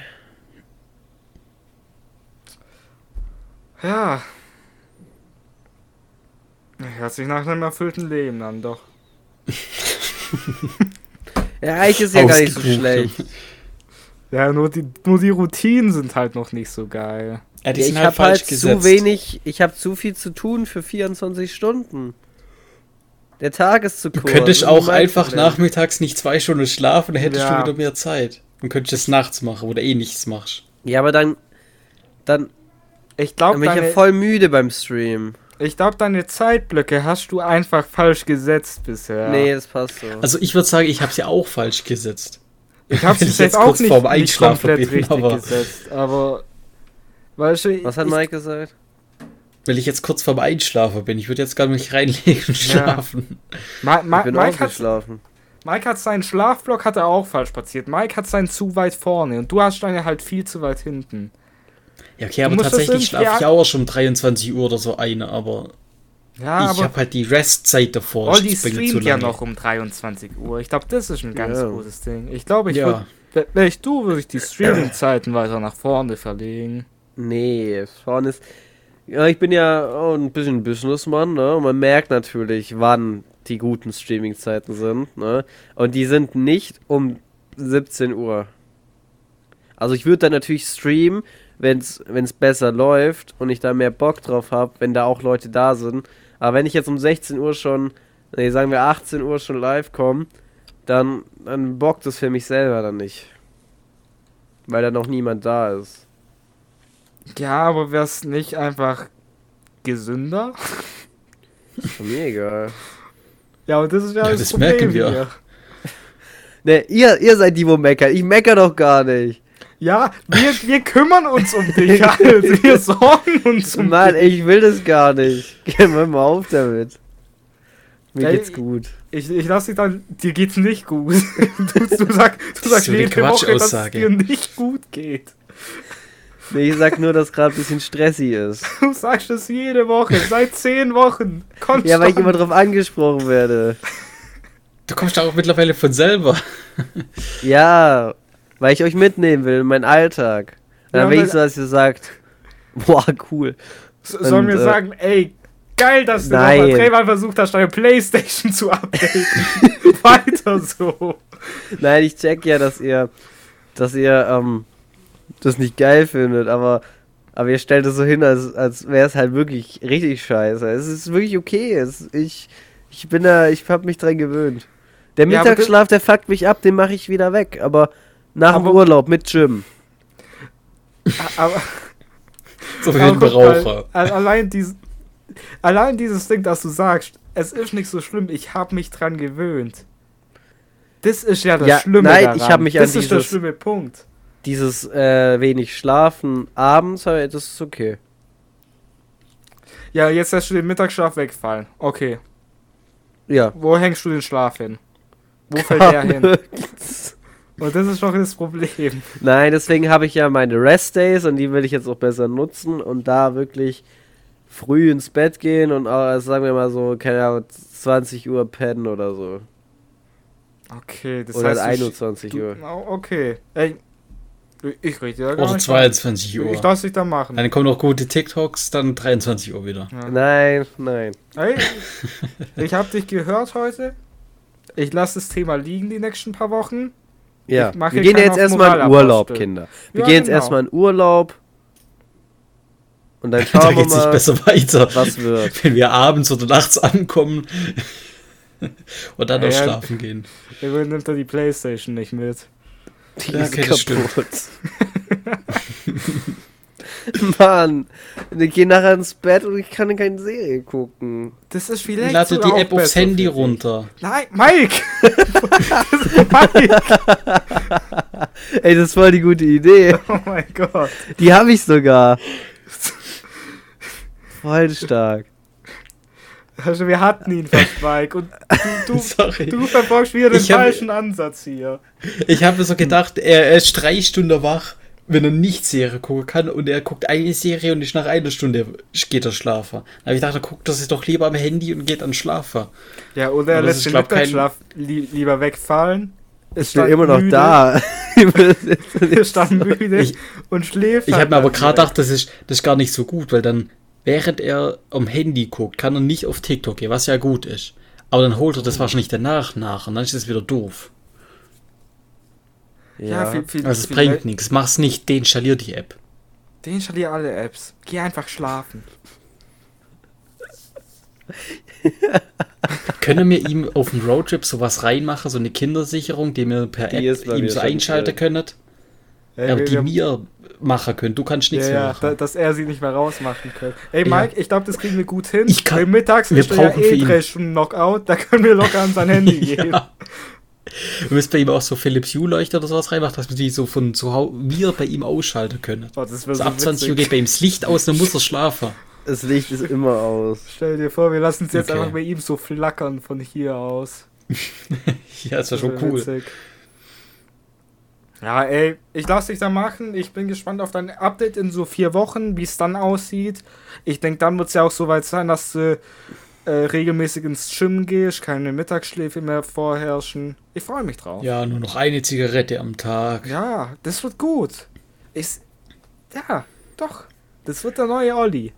Speaker 3: Ja. Hört sich nach einem erfüllten Leben an, doch.
Speaker 2: Ja, eigentlich ist
Speaker 1: Oh,
Speaker 2: ja gar nicht so
Speaker 1: Ausgebucht.
Speaker 2: schlecht.
Speaker 3: Ja, nur die, nur die Routinen sind halt noch nicht so geil.
Speaker 1: Ja, die
Speaker 2: Ja,
Speaker 1: sind
Speaker 2: ich
Speaker 1: halt
Speaker 2: habe
Speaker 1: falsch
Speaker 2: halt
Speaker 1: gesetzt.
Speaker 2: zu wenig, ich habe zu viel zu tun für 24 Stunden. Der Tag ist zu
Speaker 1: Du
Speaker 2: kurz.
Speaker 1: könntest
Speaker 2: das ist
Speaker 1: auch
Speaker 2: mein
Speaker 1: einfach
Speaker 2: Problem.
Speaker 1: nachmittags nicht zwei Stunden schlafen, dann hättest
Speaker 3: Ja.
Speaker 1: du wieder mehr Zeit. Und könntest es nachts machen, wo du eh nichts machst.
Speaker 2: Ja, aber dann Dann
Speaker 3: Ich glaube,
Speaker 2: bin ich ja
Speaker 3: deine,
Speaker 2: voll müde beim Stream.
Speaker 3: ich glaub, deine Zeitblöcke hast du einfach falsch gesetzt bisher.
Speaker 2: Nee, das passt so.
Speaker 1: Also ich würde sagen, ich habe sie auch falsch gesetzt.
Speaker 3: ich habe
Speaker 1: wenn
Speaker 3: es jetzt auch
Speaker 1: kurz
Speaker 3: nicht,
Speaker 1: vorm
Speaker 3: nicht
Speaker 1: Einschlafen
Speaker 3: komplett
Speaker 1: bin,
Speaker 3: richtig
Speaker 1: aber
Speaker 3: gesetzt, aber... Weißt du,
Speaker 2: Was hat
Speaker 3: ich,
Speaker 2: Mike gesagt?
Speaker 1: Weil ich jetzt kurz vorm Einschlafen bin. Ich würde jetzt gar nicht reinlegen und schlafen.
Speaker 3: Ma Ma
Speaker 2: ich bin
Speaker 3: Mike hat
Speaker 2: ausgeschlafen.
Speaker 3: Mike hat seinen Schlafblock hat er auch falsch platziert. Mike hat seinen zu weit vorne und du hast deine halt viel zu weit hinten.
Speaker 1: Ja, okay, aber
Speaker 3: musst das
Speaker 1: tatsächlich
Speaker 3: irgendwie
Speaker 1: schlafe ich
Speaker 3: ak-
Speaker 1: auch schon um 23 Uhr oder so eine, aber
Speaker 3: Ja,
Speaker 1: ich
Speaker 3: Ah, aber
Speaker 1: habe halt die Restzeit davor.
Speaker 3: Olli
Speaker 1: Ich bin zu
Speaker 3: streamt ja
Speaker 1: lange.
Speaker 3: noch um 23 Uhr. Ich glaube, das ist ein ganz
Speaker 2: Ja.
Speaker 3: gutes Ding. Ich glaube, ich
Speaker 1: Ja.
Speaker 3: würde, wäre ich du, würde ich die Streaming-Zeiten weiter nach vorne verlegen.
Speaker 2: Nee, vorne ist. Ja, ich bin ja auch ein bisschen Businessmann, ne? Und man merkt natürlich, wann die guten Streaming-Zeiten sind, ne? Und die sind nicht um 17 Uhr. Also ich würde dann natürlich streamen, wenn es besser läuft und ich da mehr Bock drauf habe, wenn da auch Leute da sind. Aber wenn ich jetzt um 16 Uhr schon, nee, sagen wir 18 Uhr schon live komme, dann, dann bockt es für mich selber dann nicht. Weil da noch niemand da ist.
Speaker 3: Ja, aber wäre es nicht einfach gesünder?
Speaker 2: Ist mir egal.
Speaker 3: Ja, und das ist ja,
Speaker 1: Ja,
Speaker 3: das,
Speaker 1: das
Speaker 3: Problem
Speaker 1: merken wir.
Speaker 3: hier.
Speaker 2: Ne, ihr, ihr seid die, wo meckern. Ich mecker doch gar nicht.
Speaker 3: Ja, wir, wir kümmern uns um dich halt. Wir sorgen uns um
Speaker 2: Mann,
Speaker 3: dich.
Speaker 2: ich will das gar nicht. Geh mal mal auf damit. Mir
Speaker 3: Ja,
Speaker 2: geht's
Speaker 3: ich-
Speaker 2: gut.
Speaker 3: Ich, ich lass dich dann, dir geht's nicht gut. Du, du, sag, du
Speaker 1: ist
Speaker 3: sagst
Speaker 1: so eine
Speaker 3: jede Woche, dass es
Speaker 1: Quatschaussage.
Speaker 3: dir nicht gut geht.
Speaker 2: Nee, ich sag nur, dass gerade ein bisschen stressig ist.
Speaker 3: Du sagst es jede Woche, seit zehn Wochen. Konstant.
Speaker 2: Ja, weil ich immer drauf angesprochen werde.
Speaker 1: Du kommst auch mittlerweile von selber.
Speaker 2: Ja, weil ich euch mitnehmen will in meinen Alltag. Und
Speaker 3: Ja,
Speaker 2: dann will ich
Speaker 3: weil-
Speaker 2: so, dass ihr sagt, boah, cool.
Speaker 3: So- Sollen wir
Speaker 2: Und, äh,
Speaker 3: sagen, ey, geil, dass du
Speaker 2: Nein.
Speaker 3: nochmal dreimal versucht hast, deine Playstation zu updaten. Weiter so.
Speaker 2: Nein, ich check ja, dass ihr, dass ihr ähm, das nicht geil findet, aber, aber ihr stellt es so hin, als, als wäre es halt wirklich richtig scheiße. Es ist wirklich okay. Es, ich, ich bin da, ich hab mich dran gewöhnt. Der
Speaker 3: Ja, aber das-
Speaker 2: Mittagsschlaf, der fuckt mich ab, den mache ich wieder weg, aber nach dem
Speaker 3: Aber-
Speaker 2: Urlaub mit Gym.
Speaker 3: Aber,
Speaker 1: So wie
Speaker 3: aber
Speaker 1: ein
Speaker 3: guck mal,
Speaker 1: Raucher.
Speaker 3: al- allein, dies, allein dieses Ding, dass du sagst, es ist nicht so schlimm, ich habe mich dran gewöhnt. Das ist ja das
Speaker 2: Ja,
Speaker 3: Schlimme.
Speaker 2: nein,
Speaker 3: daran.
Speaker 2: ich hab mich an
Speaker 3: das ist der
Speaker 2: dieses-
Speaker 3: schlimme Punkt.
Speaker 2: Dieses äh, wenig Schlafen abends, aber das ist okay.
Speaker 3: Ja, jetzt lässt du den Mittagsschlaf wegfallen. Okay.
Speaker 2: Ja.
Speaker 3: Wo hängst du den Schlaf hin? Wo fällt der hin?
Speaker 2: Nirgends.
Speaker 3: Und das ist doch das Problem.
Speaker 2: Nein, deswegen habe ich ja meine Rest Days und die will ich jetzt auch besser nutzen und da wirklich früh ins Bett gehen und auch, sagen wir mal so, keine Ahnung, 20 Uhr pennen oder so.
Speaker 3: Okay, das
Speaker 2: oder
Speaker 3: heißt. du-
Speaker 2: 21
Speaker 3: du,
Speaker 2: Uhr.
Speaker 3: Oh, Okay. Ey, ich rede ja gar
Speaker 1: Oder
Speaker 3: nicht.
Speaker 1: 22
Speaker 3: Ich
Speaker 1: Uhr.
Speaker 3: lass dich da machen.
Speaker 1: Dann kommen noch gute TikToks, dann 23 Uhr wieder.
Speaker 3: Ja.
Speaker 2: Nein, nein.
Speaker 3: Ey, ich hab dich gehört heute. Ich lasse das Thema liegen die nächsten paar Wochen.
Speaker 2: Ja,
Speaker 3: Ich mach
Speaker 2: wir
Speaker 3: hier
Speaker 2: gehen ja
Speaker 3: keinen
Speaker 2: jetzt
Speaker 3: auf
Speaker 2: erstmal in Urlaub,
Speaker 3: Moralapostel.
Speaker 2: Kinder. Wir
Speaker 3: Ja,
Speaker 2: gehen jetzt
Speaker 3: genau.
Speaker 2: erstmal in Urlaub und dann
Speaker 1: Da
Speaker 2: schauen wir
Speaker 1: geht's nicht
Speaker 2: mal,
Speaker 1: besser weiter.
Speaker 2: was wird.
Speaker 1: Wenn wir abends oder nachts ankommen und dann
Speaker 3: Ja,
Speaker 1: noch
Speaker 3: ja.
Speaker 1: schlafen gehen.
Speaker 3: Irgendwann nimmt er die Playstation nicht mit.
Speaker 2: Die
Speaker 1: Ja,
Speaker 2: ist
Speaker 1: okay, das stimmt.
Speaker 2: kaputt. Mann, ich gehe nachher ins Bett und ich kann keine Serie gucken.
Speaker 3: Das ist vielleicht.
Speaker 1: Lad dir die
Speaker 3: sogar auch
Speaker 1: App aufs
Speaker 3: besser
Speaker 1: Handy
Speaker 3: für dich.
Speaker 1: runter.
Speaker 3: Nein, Mike! das ist Mike!
Speaker 2: Ey, das ist voll die gute Idee.
Speaker 3: Oh mein Gott.
Speaker 2: Die habe ich sogar. Voll stark.
Speaker 3: Also wir hatten ihn fast, Mike. Und du,
Speaker 1: Sorry.
Speaker 3: du, du verfolgst wieder den
Speaker 1: Ich hab-
Speaker 3: falschen Ansatz hier.
Speaker 1: Ich habe mir so gedacht, er, er ist drei Stunden wach, wenn er nicht Serie gucken kann und er guckt eine Serie und nicht nach einer Stunde geht er schlafen. Da habe ich gedacht, er guckt das jetzt doch lieber am Handy und geht an Schlafen.
Speaker 3: Ja, oder er
Speaker 1: Aber das
Speaker 3: lässt
Speaker 1: ist,
Speaker 3: den
Speaker 1: glaub, kein-
Speaker 3: Mittagsschlaf li lieber wegfallen. Ist
Speaker 2: Ich bin immer noch da. Ich bin jetzt
Speaker 3: Er stand müde
Speaker 1: Ich-
Speaker 3: und schläft. halt
Speaker 1: Ich habe mir
Speaker 3: dann
Speaker 1: aber gerade
Speaker 3: direkt.
Speaker 1: gedacht, das ist, das ist gar nicht so gut, weil dann, während er am Handy guckt, kann er nicht auf TikTok gehen, was ja gut ist. Aber dann holt er das wahrscheinlich danach nach und dann ist es wieder doof.
Speaker 3: Ja, viel, viel,
Speaker 1: Also es
Speaker 3: viel
Speaker 1: bringt nichts. Mach's nicht, deinstallier die App.
Speaker 3: Den installier alle Apps. Geh einfach schlafen.
Speaker 1: Können wir ihm auf dem Roadtrip sowas reinmachen, so eine Kindersicherung, die wir per
Speaker 2: Die
Speaker 1: App
Speaker 2: ist bei
Speaker 1: ihm
Speaker 2: mir
Speaker 1: so
Speaker 2: schon
Speaker 1: einschalten
Speaker 2: drin.
Speaker 1: können? Ey, aber wir, die wir machen können. Du kannst nichts
Speaker 3: ja,
Speaker 1: mehr
Speaker 3: ja,
Speaker 1: machen.
Speaker 3: da, dass er sie nicht mehr rausmachen kann. Ey,
Speaker 1: Ja.
Speaker 3: Mike, ich glaube, das kriegen wir gut hin.
Speaker 1: Ich kann-
Speaker 3: Weil mittags
Speaker 1: wir
Speaker 3: ist er ja
Speaker 1: brauchen für
Speaker 3: eh
Speaker 1: ihn-
Speaker 3: drei Stunden Knockout, da können wir locker an sein Handy gehen.
Speaker 1: Ja. Wir müssen bei ihm auch so Philips Hue-Leuchter oder sowas reinmachen, dass wir die so von zu Hause wir bei ihm ausschalten können.
Speaker 3: Boah, das wäre
Speaker 1: Also
Speaker 3: so
Speaker 1: ab 20 Uhr
Speaker 3: witzig.
Speaker 1: geht bei ihm das Licht aus, dann muss er schlafen.
Speaker 2: Das Licht ist immer aus.
Speaker 3: Stell dir vor, wir lassen es jetzt
Speaker 1: Okay.
Speaker 3: einfach bei ihm so flackern von hier aus.
Speaker 1: Ja, das war schon
Speaker 3: wär
Speaker 1: cool.
Speaker 3: witzig. Ja, ey, ich lass dich da machen. Ich bin gespannt auf dein Update in so vier Wochen, wie es dann aussieht. Ich denke, dann wird es ja auch soweit sein, dass du äh, regelmäßig ins Gym gehst, keine Mittagsschläfe mehr vorherrschen. Ich freue mich drauf.
Speaker 1: Ja, nur noch eine Zigarette am Tag.
Speaker 3: Ja, das wird gut. Ich, ja, doch. Das wird der neue Olli.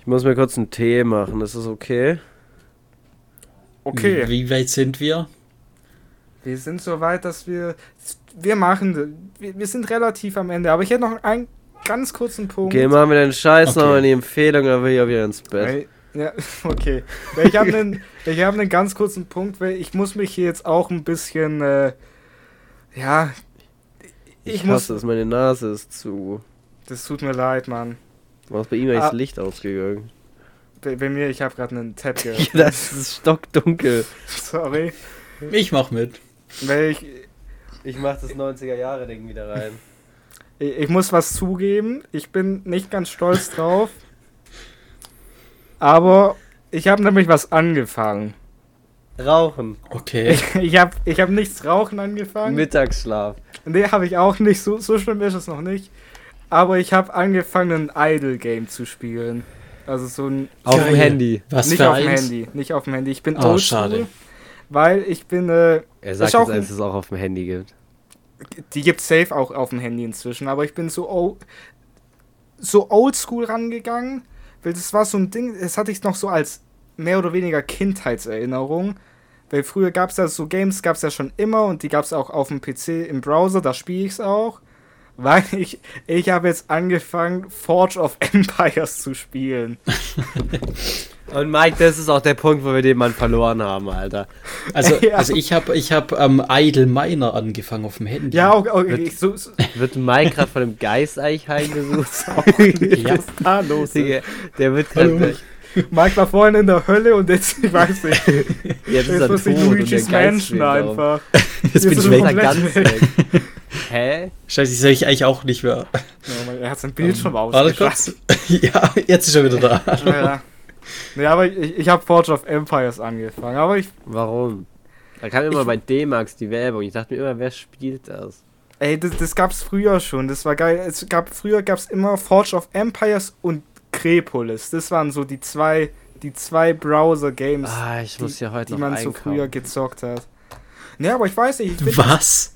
Speaker 2: Ich muss mir kurz einen Tee machen, ist das okay?
Speaker 3: Okay,
Speaker 1: Wie weit sind wir?
Speaker 3: wir sind so weit, dass wir. Wir machen. Wir, wir sind relativ am Ende. Aber ich hätte noch einen ganz kurzen Punkt.
Speaker 2: Okay, machen wir den Scheiß
Speaker 1: Okay.
Speaker 2: nochmal in die Empfehlung, dann will ich auch wieder ins Bett.
Speaker 3: Weil- Ja, okay. Weil Ich habe einen, ich hab einen ganz kurzen Punkt, weil ich muss mich hier jetzt auch ein bisschen, äh, ja, ich,
Speaker 2: Ich
Speaker 3: muss,
Speaker 2: hasse es, meine Nase ist zu.
Speaker 3: das tut mir leid, Mann.
Speaker 2: Warum ist bei ihm eigentlich das
Speaker 3: Ah.
Speaker 2: Licht ausgegangen?
Speaker 3: Bei, bei mir, ich habe gerade einen Tab
Speaker 2: Ja,
Speaker 3: geöffnet.
Speaker 2: das ist stockdunkel.
Speaker 3: Sorry.
Speaker 1: Ich mach mit.
Speaker 3: Weil ich,
Speaker 2: Ich mach das 90er-Jahre-Ding wieder rein.
Speaker 3: ich ich muss was zugeben, ich bin nicht ganz stolz drauf, aber ich habe nämlich was angefangen.
Speaker 2: Rauchen,
Speaker 1: Okay.
Speaker 3: Ich, ich habe ich hab nichts rauchen angefangen.
Speaker 2: Mittagsschlaf.
Speaker 3: Nee, habe ich auch nicht. So, so schlimm ist es noch nicht. Aber ich habe angefangen, ein Idle-Game zu spielen. Also so ein.
Speaker 2: Auf
Speaker 1: Geil.
Speaker 2: dem Handy.
Speaker 1: Was
Speaker 3: nicht
Speaker 1: für
Speaker 3: auf dem
Speaker 1: eins?
Speaker 3: Handy. Nicht auf dem Handy. Ich bin
Speaker 1: Ah,
Speaker 3: oldschool,
Speaker 1: schade.
Speaker 3: Weil ich bin. Äh,
Speaker 2: Er sagt
Speaker 3: sagt Ist auch
Speaker 2: jetzt,
Speaker 3: jetzt, dass
Speaker 2: dass es auch auf dem Handy gibt.
Speaker 3: die gibt safe auch auf dem Handy inzwischen. Aber ich bin so, old, so oldschool rangegangen. Weil das war so ein Ding. Das hatte ich noch so als mehr oder weniger Kindheitserinnerung. Weil früher gab es ja so Games, gab es ja schon immer und die gab es auch auf dem PC im Browser, da spiele ich es auch. Weil ich, ich habe jetzt angefangen, Forge of Empires zu spielen.
Speaker 2: Und Mike, das ist auch der Punkt, wo wir den Mann verloren haben, Alter.
Speaker 1: Also,
Speaker 3: Ja.
Speaker 1: also ich habe ich hab, ähm, Idle Miner angefangen auf dem Handy.
Speaker 3: Ja, okay, okay ich- so, so,
Speaker 2: Wird Mike gerade von einem Geist eigentlich heimgesucht?
Speaker 1: Ja.
Speaker 3: was ist da los?
Speaker 2: Digga, der wird
Speaker 1: Hallo.
Speaker 2: gerade.
Speaker 3: Mike war vorhin in der Hölle und jetzt, ich weiß nicht,
Speaker 2: Jetzt ist
Speaker 3: jetzt
Speaker 2: er
Speaker 3: muss
Speaker 2: tot
Speaker 3: ich
Speaker 2: und der
Speaker 3: Luigi's
Speaker 2: Geist
Speaker 3: Mansion
Speaker 2: schwebt auf.
Speaker 3: einfach.
Speaker 1: jetzt bin ich
Speaker 3: jetzt ist
Speaker 1: weg.
Speaker 2: Jetzt ist er
Speaker 3: komplett
Speaker 2: ganz weg. Hä?
Speaker 1: Scheiße, ich sehe ich eigentlich auch nicht mehr.
Speaker 3: Ja, Mann, er hat sein
Speaker 2: Ähm,
Speaker 3: Bildschirm
Speaker 1: Warte
Speaker 3: ausgeschaltet.
Speaker 1: kurz. Ja, jetzt ist er wieder da.
Speaker 3: Ja. ja, aber ich, ich habe Forge of Empires angefangen. Aber ich
Speaker 2: Warum? Da kam immer
Speaker 3: Ich-
Speaker 2: bei D-Max die Werbung. Ich dachte mir immer, wer spielt das?
Speaker 3: Ey, das, das gab's früher schon. Das war geil. Es gab früher gab's immer Forge of Empires und Crepolis. Das waren so die zwei, die zwei Browser-Games,
Speaker 2: Ah, ich muss ja heute
Speaker 3: die
Speaker 2: noch
Speaker 3: man so
Speaker 2: einkaufen.
Speaker 3: früher gezockt hat. Ne, aber ich weiß nicht. Ich bin
Speaker 1: Was?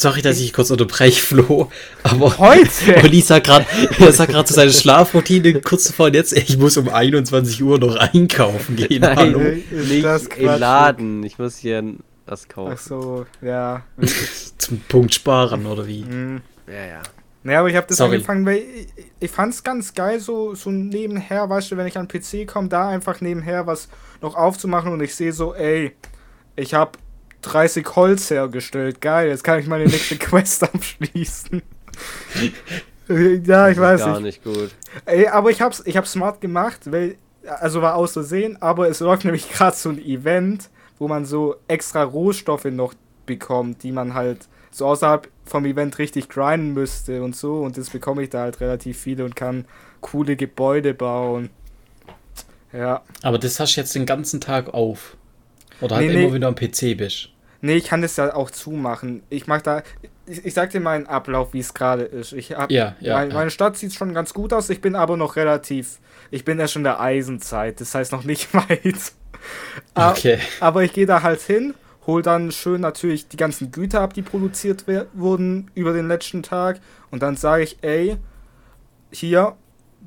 Speaker 1: Sorry, dass ich kurz unterbreche, Flo, aber
Speaker 3: heute.
Speaker 1: Olli sagt gerade, er sagt gerade zu seiner Schlafroutine kurz davor und jetzt, ich muss um 21 Uhr noch einkaufen gehen.
Speaker 2: Nein,
Speaker 1: Hallo.
Speaker 3: Ist das
Speaker 2: nicht im
Speaker 3: Quatsch?
Speaker 2: Laden. Ich muss hier n- was kaufen.
Speaker 3: Ach so, ja.
Speaker 1: Zum Punkt sparen oder wie?
Speaker 3: Hm.
Speaker 2: Ja, ja.
Speaker 3: Naja, aber ich habe das
Speaker 1: Sorry.
Speaker 3: angefangen, weil ich, ich fand's ganz geil, so, so nebenher, weißt du, wenn ich an den PC komme, da einfach nebenher was noch aufzumachen und ich sehe so, ey, ich habe 30 Holz hergestellt, geil, jetzt kann ich meine nächste Quest abschließen. ja,
Speaker 2: Das
Speaker 3: ich
Speaker 2: ist
Speaker 3: weiß
Speaker 2: Gar nicht
Speaker 3: nicht.
Speaker 2: gut.
Speaker 3: Ey, aber ich hab's, ich hab's smart gemacht, weil, also war aus Versehen, aber es läuft nämlich gerade so ein Event, wo man so extra Rohstoffe noch bekommt, die man halt so außerhalb vom Event richtig grinden müsste und so. Und das bekomme ich da halt relativ viele und kann coole Gebäude bauen. Ja.
Speaker 1: Aber das hast du jetzt den ganzen Tag auf. Oder halt
Speaker 3: Nee,
Speaker 1: immer,
Speaker 3: nee.
Speaker 1: wenn du am PC bist.
Speaker 3: Nee, ich kann das ja auch zumachen. Ich mach da. Ich, ich sag dir meinen Ablauf, wie es gerade ist. Ich hab,
Speaker 1: Ja, ja,
Speaker 3: mein,
Speaker 1: ja.
Speaker 3: Meine Stadt sieht schon ganz gut aus. Ich bin aber noch relativ. Ich bin ja schon in der Eisenzeit. Das heißt noch nicht weit. Ah,
Speaker 1: Okay.
Speaker 3: Aber ich gehe da halt hin, hol dann schön natürlich die ganzen Güter ab, die produziert wer- wurden über den letzten Tag. Und dann sage ich, ey, hier,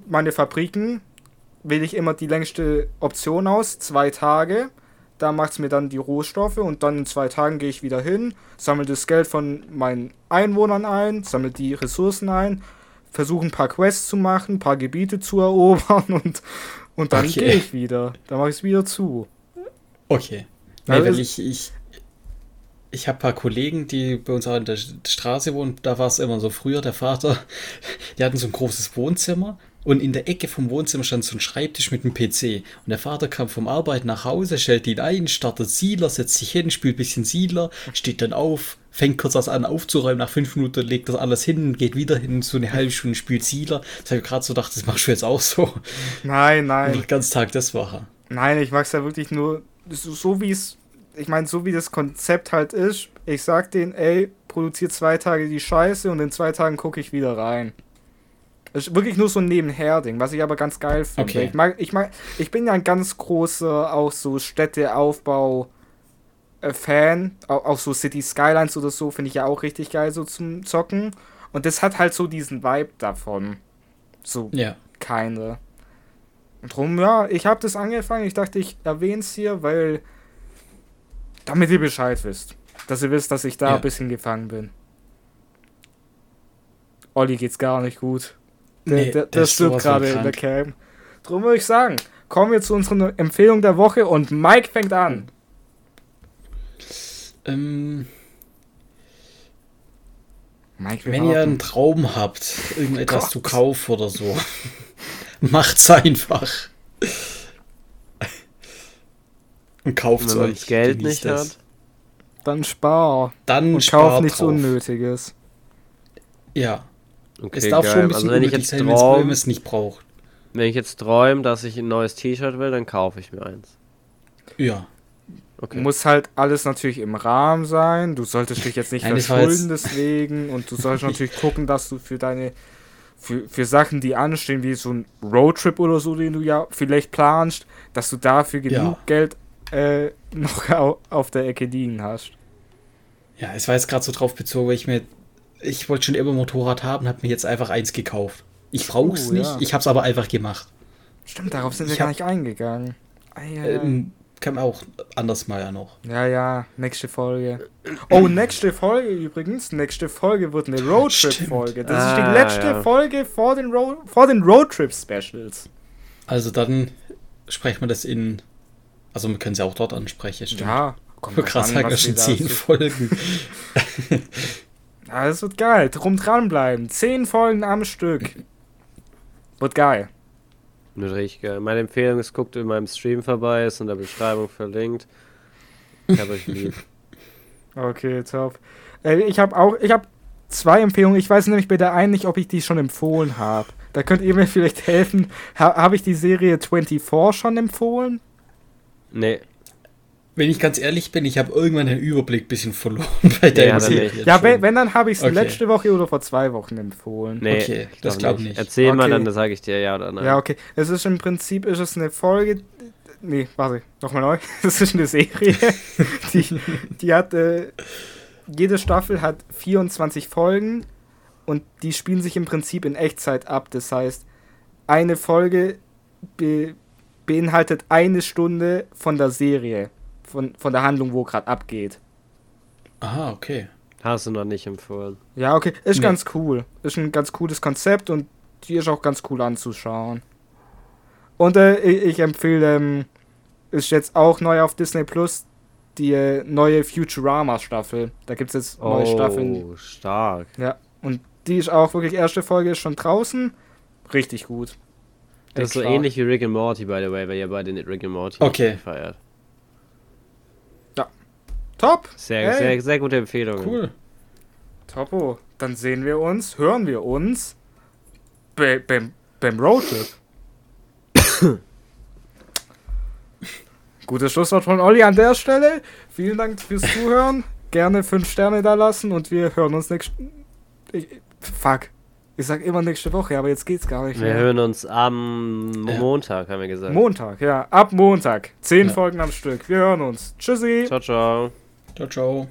Speaker 3: meine Fabriken, wähle ich immer die längste Option aus, zwei Tage. Da macht es mir dann die Rohstoffe und dann in zwei Tagen gehe ich wieder hin, sammle das Geld von meinen Einwohnern ein, sammle die Ressourcen ein, versuche ein paar Quests zu machen, ein paar Gebiete zu erobern und, und dann
Speaker 1: Okay.
Speaker 3: gehe ich wieder. Dann mache ich es wieder zu.
Speaker 1: Okay. Nee,
Speaker 3: Also
Speaker 1: weil
Speaker 3: es-
Speaker 1: ich, ich, ich habe ein paar Kollegen, die bei uns auch in der Straße wohnen. Da war es immer so früher, der Vater, die hatten so ein großes Wohnzimmer und in der Ecke vom Wohnzimmer stand so ein Schreibtisch mit einem PC. Und der Vater kam vom Arbeit nach Hause, stellt ihn ein, startet Siedler, setzt sich hin, spielt ein bisschen Siedler, steht dann auf, fängt kurz was an aufzuräumen, nach fünf Minuten legt das alles hin, geht wieder hin, so eine halbe Stunde spielt Siedler. Das habe ich gerade so gedacht, das machst du jetzt auch so.
Speaker 3: Nein, nein.
Speaker 1: Und den ganzen Tag das machen.
Speaker 3: Nein, ich mag es ja wirklich nur so, so wie es, ich meine, so wie das Konzept halt ist. Ich sag denen, ey, produziert zwei Tage die Scheiße und in zwei Tagen gucke ich wieder rein. Das ist wirklich nur so ein Nebenher-Ding, was ich aber ganz geil finde.
Speaker 1: Okay.
Speaker 3: Ich, mag, ich, mag, ich bin ja ein ganz großer, auch so Städteaufbau-Fan. Auch, auch so City Skylines oder so finde ich ja auch richtig geil, so zum Zocken. Und das hat halt so diesen Vibe davon. So
Speaker 1: Ja.
Speaker 3: keine. Und drum, ja, ich habe das angefangen. Ich dachte, ich erwähne es hier, weil. Damit ihr Bescheid wisst. Dass ihr wisst, dass ich da
Speaker 1: Ja.
Speaker 3: ein bisschen gefangen bin. Olli geht's gar nicht gut. Der,
Speaker 1: Nee,
Speaker 3: der,
Speaker 1: der
Speaker 3: der
Speaker 1: ist
Speaker 3: stirbt
Speaker 1: sowas von
Speaker 3: gerade in der
Speaker 1: krank.
Speaker 3: Cam. Drum würde ich sagen, kommen wir zu unserer Empfehlung der Woche und Mike fängt an.
Speaker 1: Ähm,
Speaker 3: Mike,
Speaker 1: wenn ihr einen Traum habt, irgendetwas
Speaker 3: Gott.
Speaker 1: zu kaufen oder so, macht's einfach. Und kauft's
Speaker 2: Wenn man
Speaker 1: euch.
Speaker 2: Geld
Speaker 1: genießt
Speaker 2: nicht
Speaker 1: es.
Speaker 2: hat.
Speaker 3: dann spar.
Speaker 1: Dann
Speaker 3: Und
Speaker 1: spart
Speaker 3: kauf nichts
Speaker 1: drauf.
Speaker 3: Unnötiges.
Speaker 1: Ja,
Speaker 2: Okay,
Speaker 1: es darf schon ein bisschen
Speaker 2: also wenn ich
Speaker 1: unnötig
Speaker 2: jetzt
Speaker 1: sein, wenn's- wenn man
Speaker 2: träume,
Speaker 1: es nicht braucht.
Speaker 2: wenn ich jetzt träume, dass ich ein neues T-Shirt will, dann kaufe ich mir eins.
Speaker 1: Ja,
Speaker 2: Okay.
Speaker 3: Muss halt alles natürlich im Rahmen sein. Du solltest dich jetzt nicht
Speaker 1: Nein, das war
Speaker 3: verschulden deswegen und du solltest natürlich gucken, dass du für deine für, für Sachen, die anstehen, wie so ein Roadtrip oder so, den du ja vielleicht planst, dass du dafür genug
Speaker 1: Ja.
Speaker 3: Geld äh, noch au- auf der Ecke liegen hast.
Speaker 1: ja, es war jetzt gerade so drauf bezogen, weil ich mir, ich wollte schon immer ein Motorrad haben, habe mir jetzt einfach eins gekauft. Ich brauch's
Speaker 3: Oh,
Speaker 1: nicht,
Speaker 3: ja.
Speaker 1: ich hab's aber einfach gemacht.
Speaker 3: Stimmt, darauf sind
Speaker 1: Ich
Speaker 3: wir gar
Speaker 1: hab-
Speaker 3: nicht eingegangen. Ei, ei, ei.
Speaker 1: Ähm, kann man auch anders mal ja noch.
Speaker 3: ja, ja, nächste Folge. Oh, nächste Folge übrigens. Nächste Folge wird eine Roadtrip-Folge. Das ist die
Speaker 2: Ah,
Speaker 3: letzte
Speaker 2: ja.
Speaker 3: Folge vor den, Ro vor den Roadtrip-Specials.
Speaker 1: Also dann sprechen wir das in. Also wir können es ja auch dort ansprechen. Stimmt.
Speaker 3: Ja,
Speaker 1: ich
Speaker 3: kommt
Speaker 1: wollte gerade sagen, das sind zehn Folgen.
Speaker 3: Ja, Ah, das wird geil. Drum dranbleiben. Zehn Folgen am Stück. Wird geil.
Speaker 2: Mit richtig geil. Meine Empfehlung ist, guckt in meinem Stream vorbei, ist in der Beschreibung verlinkt. Ich hab euch lieb.
Speaker 3: Okay, top. Äh, ich habe auch, ich habe zwei Empfehlungen. Ich weiß nämlich bei der einen nicht, ob ich die schon empfohlen habe. Da könnt ihr mir vielleicht helfen. Ha habe ich die Serie 24 schon empfohlen?
Speaker 2: Nee,
Speaker 1: Wenn ich ganz ehrlich bin, ich habe irgendwann den Überblick ein bisschen verloren bei der
Speaker 2: Ja,
Speaker 1: Serie
Speaker 2: dann
Speaker 1: jetzt
Speaker 3: ja,
Speaker 1: schon.
Speaker 3: wenn, wenn dann habe ich es
Speaker 1: Okay.
Speaker 3: letzte Woche oder vor zwei Wochen empfohlen.
Speaker 2: nee.
Speaker 1: Okay,
Speaker 2: ich
Speaker 1: das glaub nicht.
Speaker 2: Erzähl mal,
Speaker 3: Okay.
Speaker 2: dann sage ich dir ja oder nein.
Speaker 3: Ja, okay. Es ist im Prinzip ist es eine Folge. Nee, warte, nochmal neu. Es ist eine Serie. Die, die hat. Äh, jede Staffel hat 24 Folgen und die spielen sich im Prinzip in Echtzeit ab. Das heißt, eine Folge be beinhaltet eine Stunde von der Serie. Von, von der Handlung, wo gerade abgeht.
Speaker 1: Aha, okay.
Speaker 2: Hast du noch nicht empfohlen.
Speaker 3: Ja, okay. Ist
Speaker 1: Nee.
Speaker 3: ganz cool. Ist ein ganz cooles Konzept und die ist auch ganz cool anzuschauen. Und äh, ich, ich empfehle, ähm, ist jetzt auch neu auf Disney Plus, die äh, neue Futurama-Staffel. Da gibt es jetzt neue Staffeln.
Speaker 2: Oh, stark.
Speaker 3: Ja. Und die ist auch wirklich, erste Folge ist schon draußen. Richtig gut.
Speaker 2: Das ist
Speaker 3: Echt
Speaker 2: so
Speaker 3: stark.
Speaker 2: ähnlich wie Rick and Morty, by the way, weil ihr beide den Rick and Morty
Speaker 1: Okay.
Speaker 2: feiert.
Speaker 3: Top!
Speaker 2: Sehr,
Speaker 3: Hey.
Speaker 2: sehr, sehr gute Empfehlung.
Speaker 1: Cool.
Speaker 3: Topo. Dann sehen wir uns, hören wir uns bei, beim, beim Roadtrip. Gutes Schlusswort von Olli an der Stelle. Vielen Dank fürs Zuhören. Gerne 5 Sterne da lassen und wir hören uns nächste. Ich- Fuck. Ich sag immer nächste Woche, aber jetzt geht's gar nicht
Speaker 2: Wir
Speaker 3: mehr.
Speaker 2: hören uns am
Speaker 1: Ja.
Speaker 2: Montag, haben wir gesagt.
Speaker 3: Montag, ja. Ab Montag. Zehn
Speaker 1: Ja.
Speaker 3: Folgen am Stück. Wir hören uns. Tschüssi.
Speaker 2: ciao, ciao.
Speaker 1: Ciao, ciao.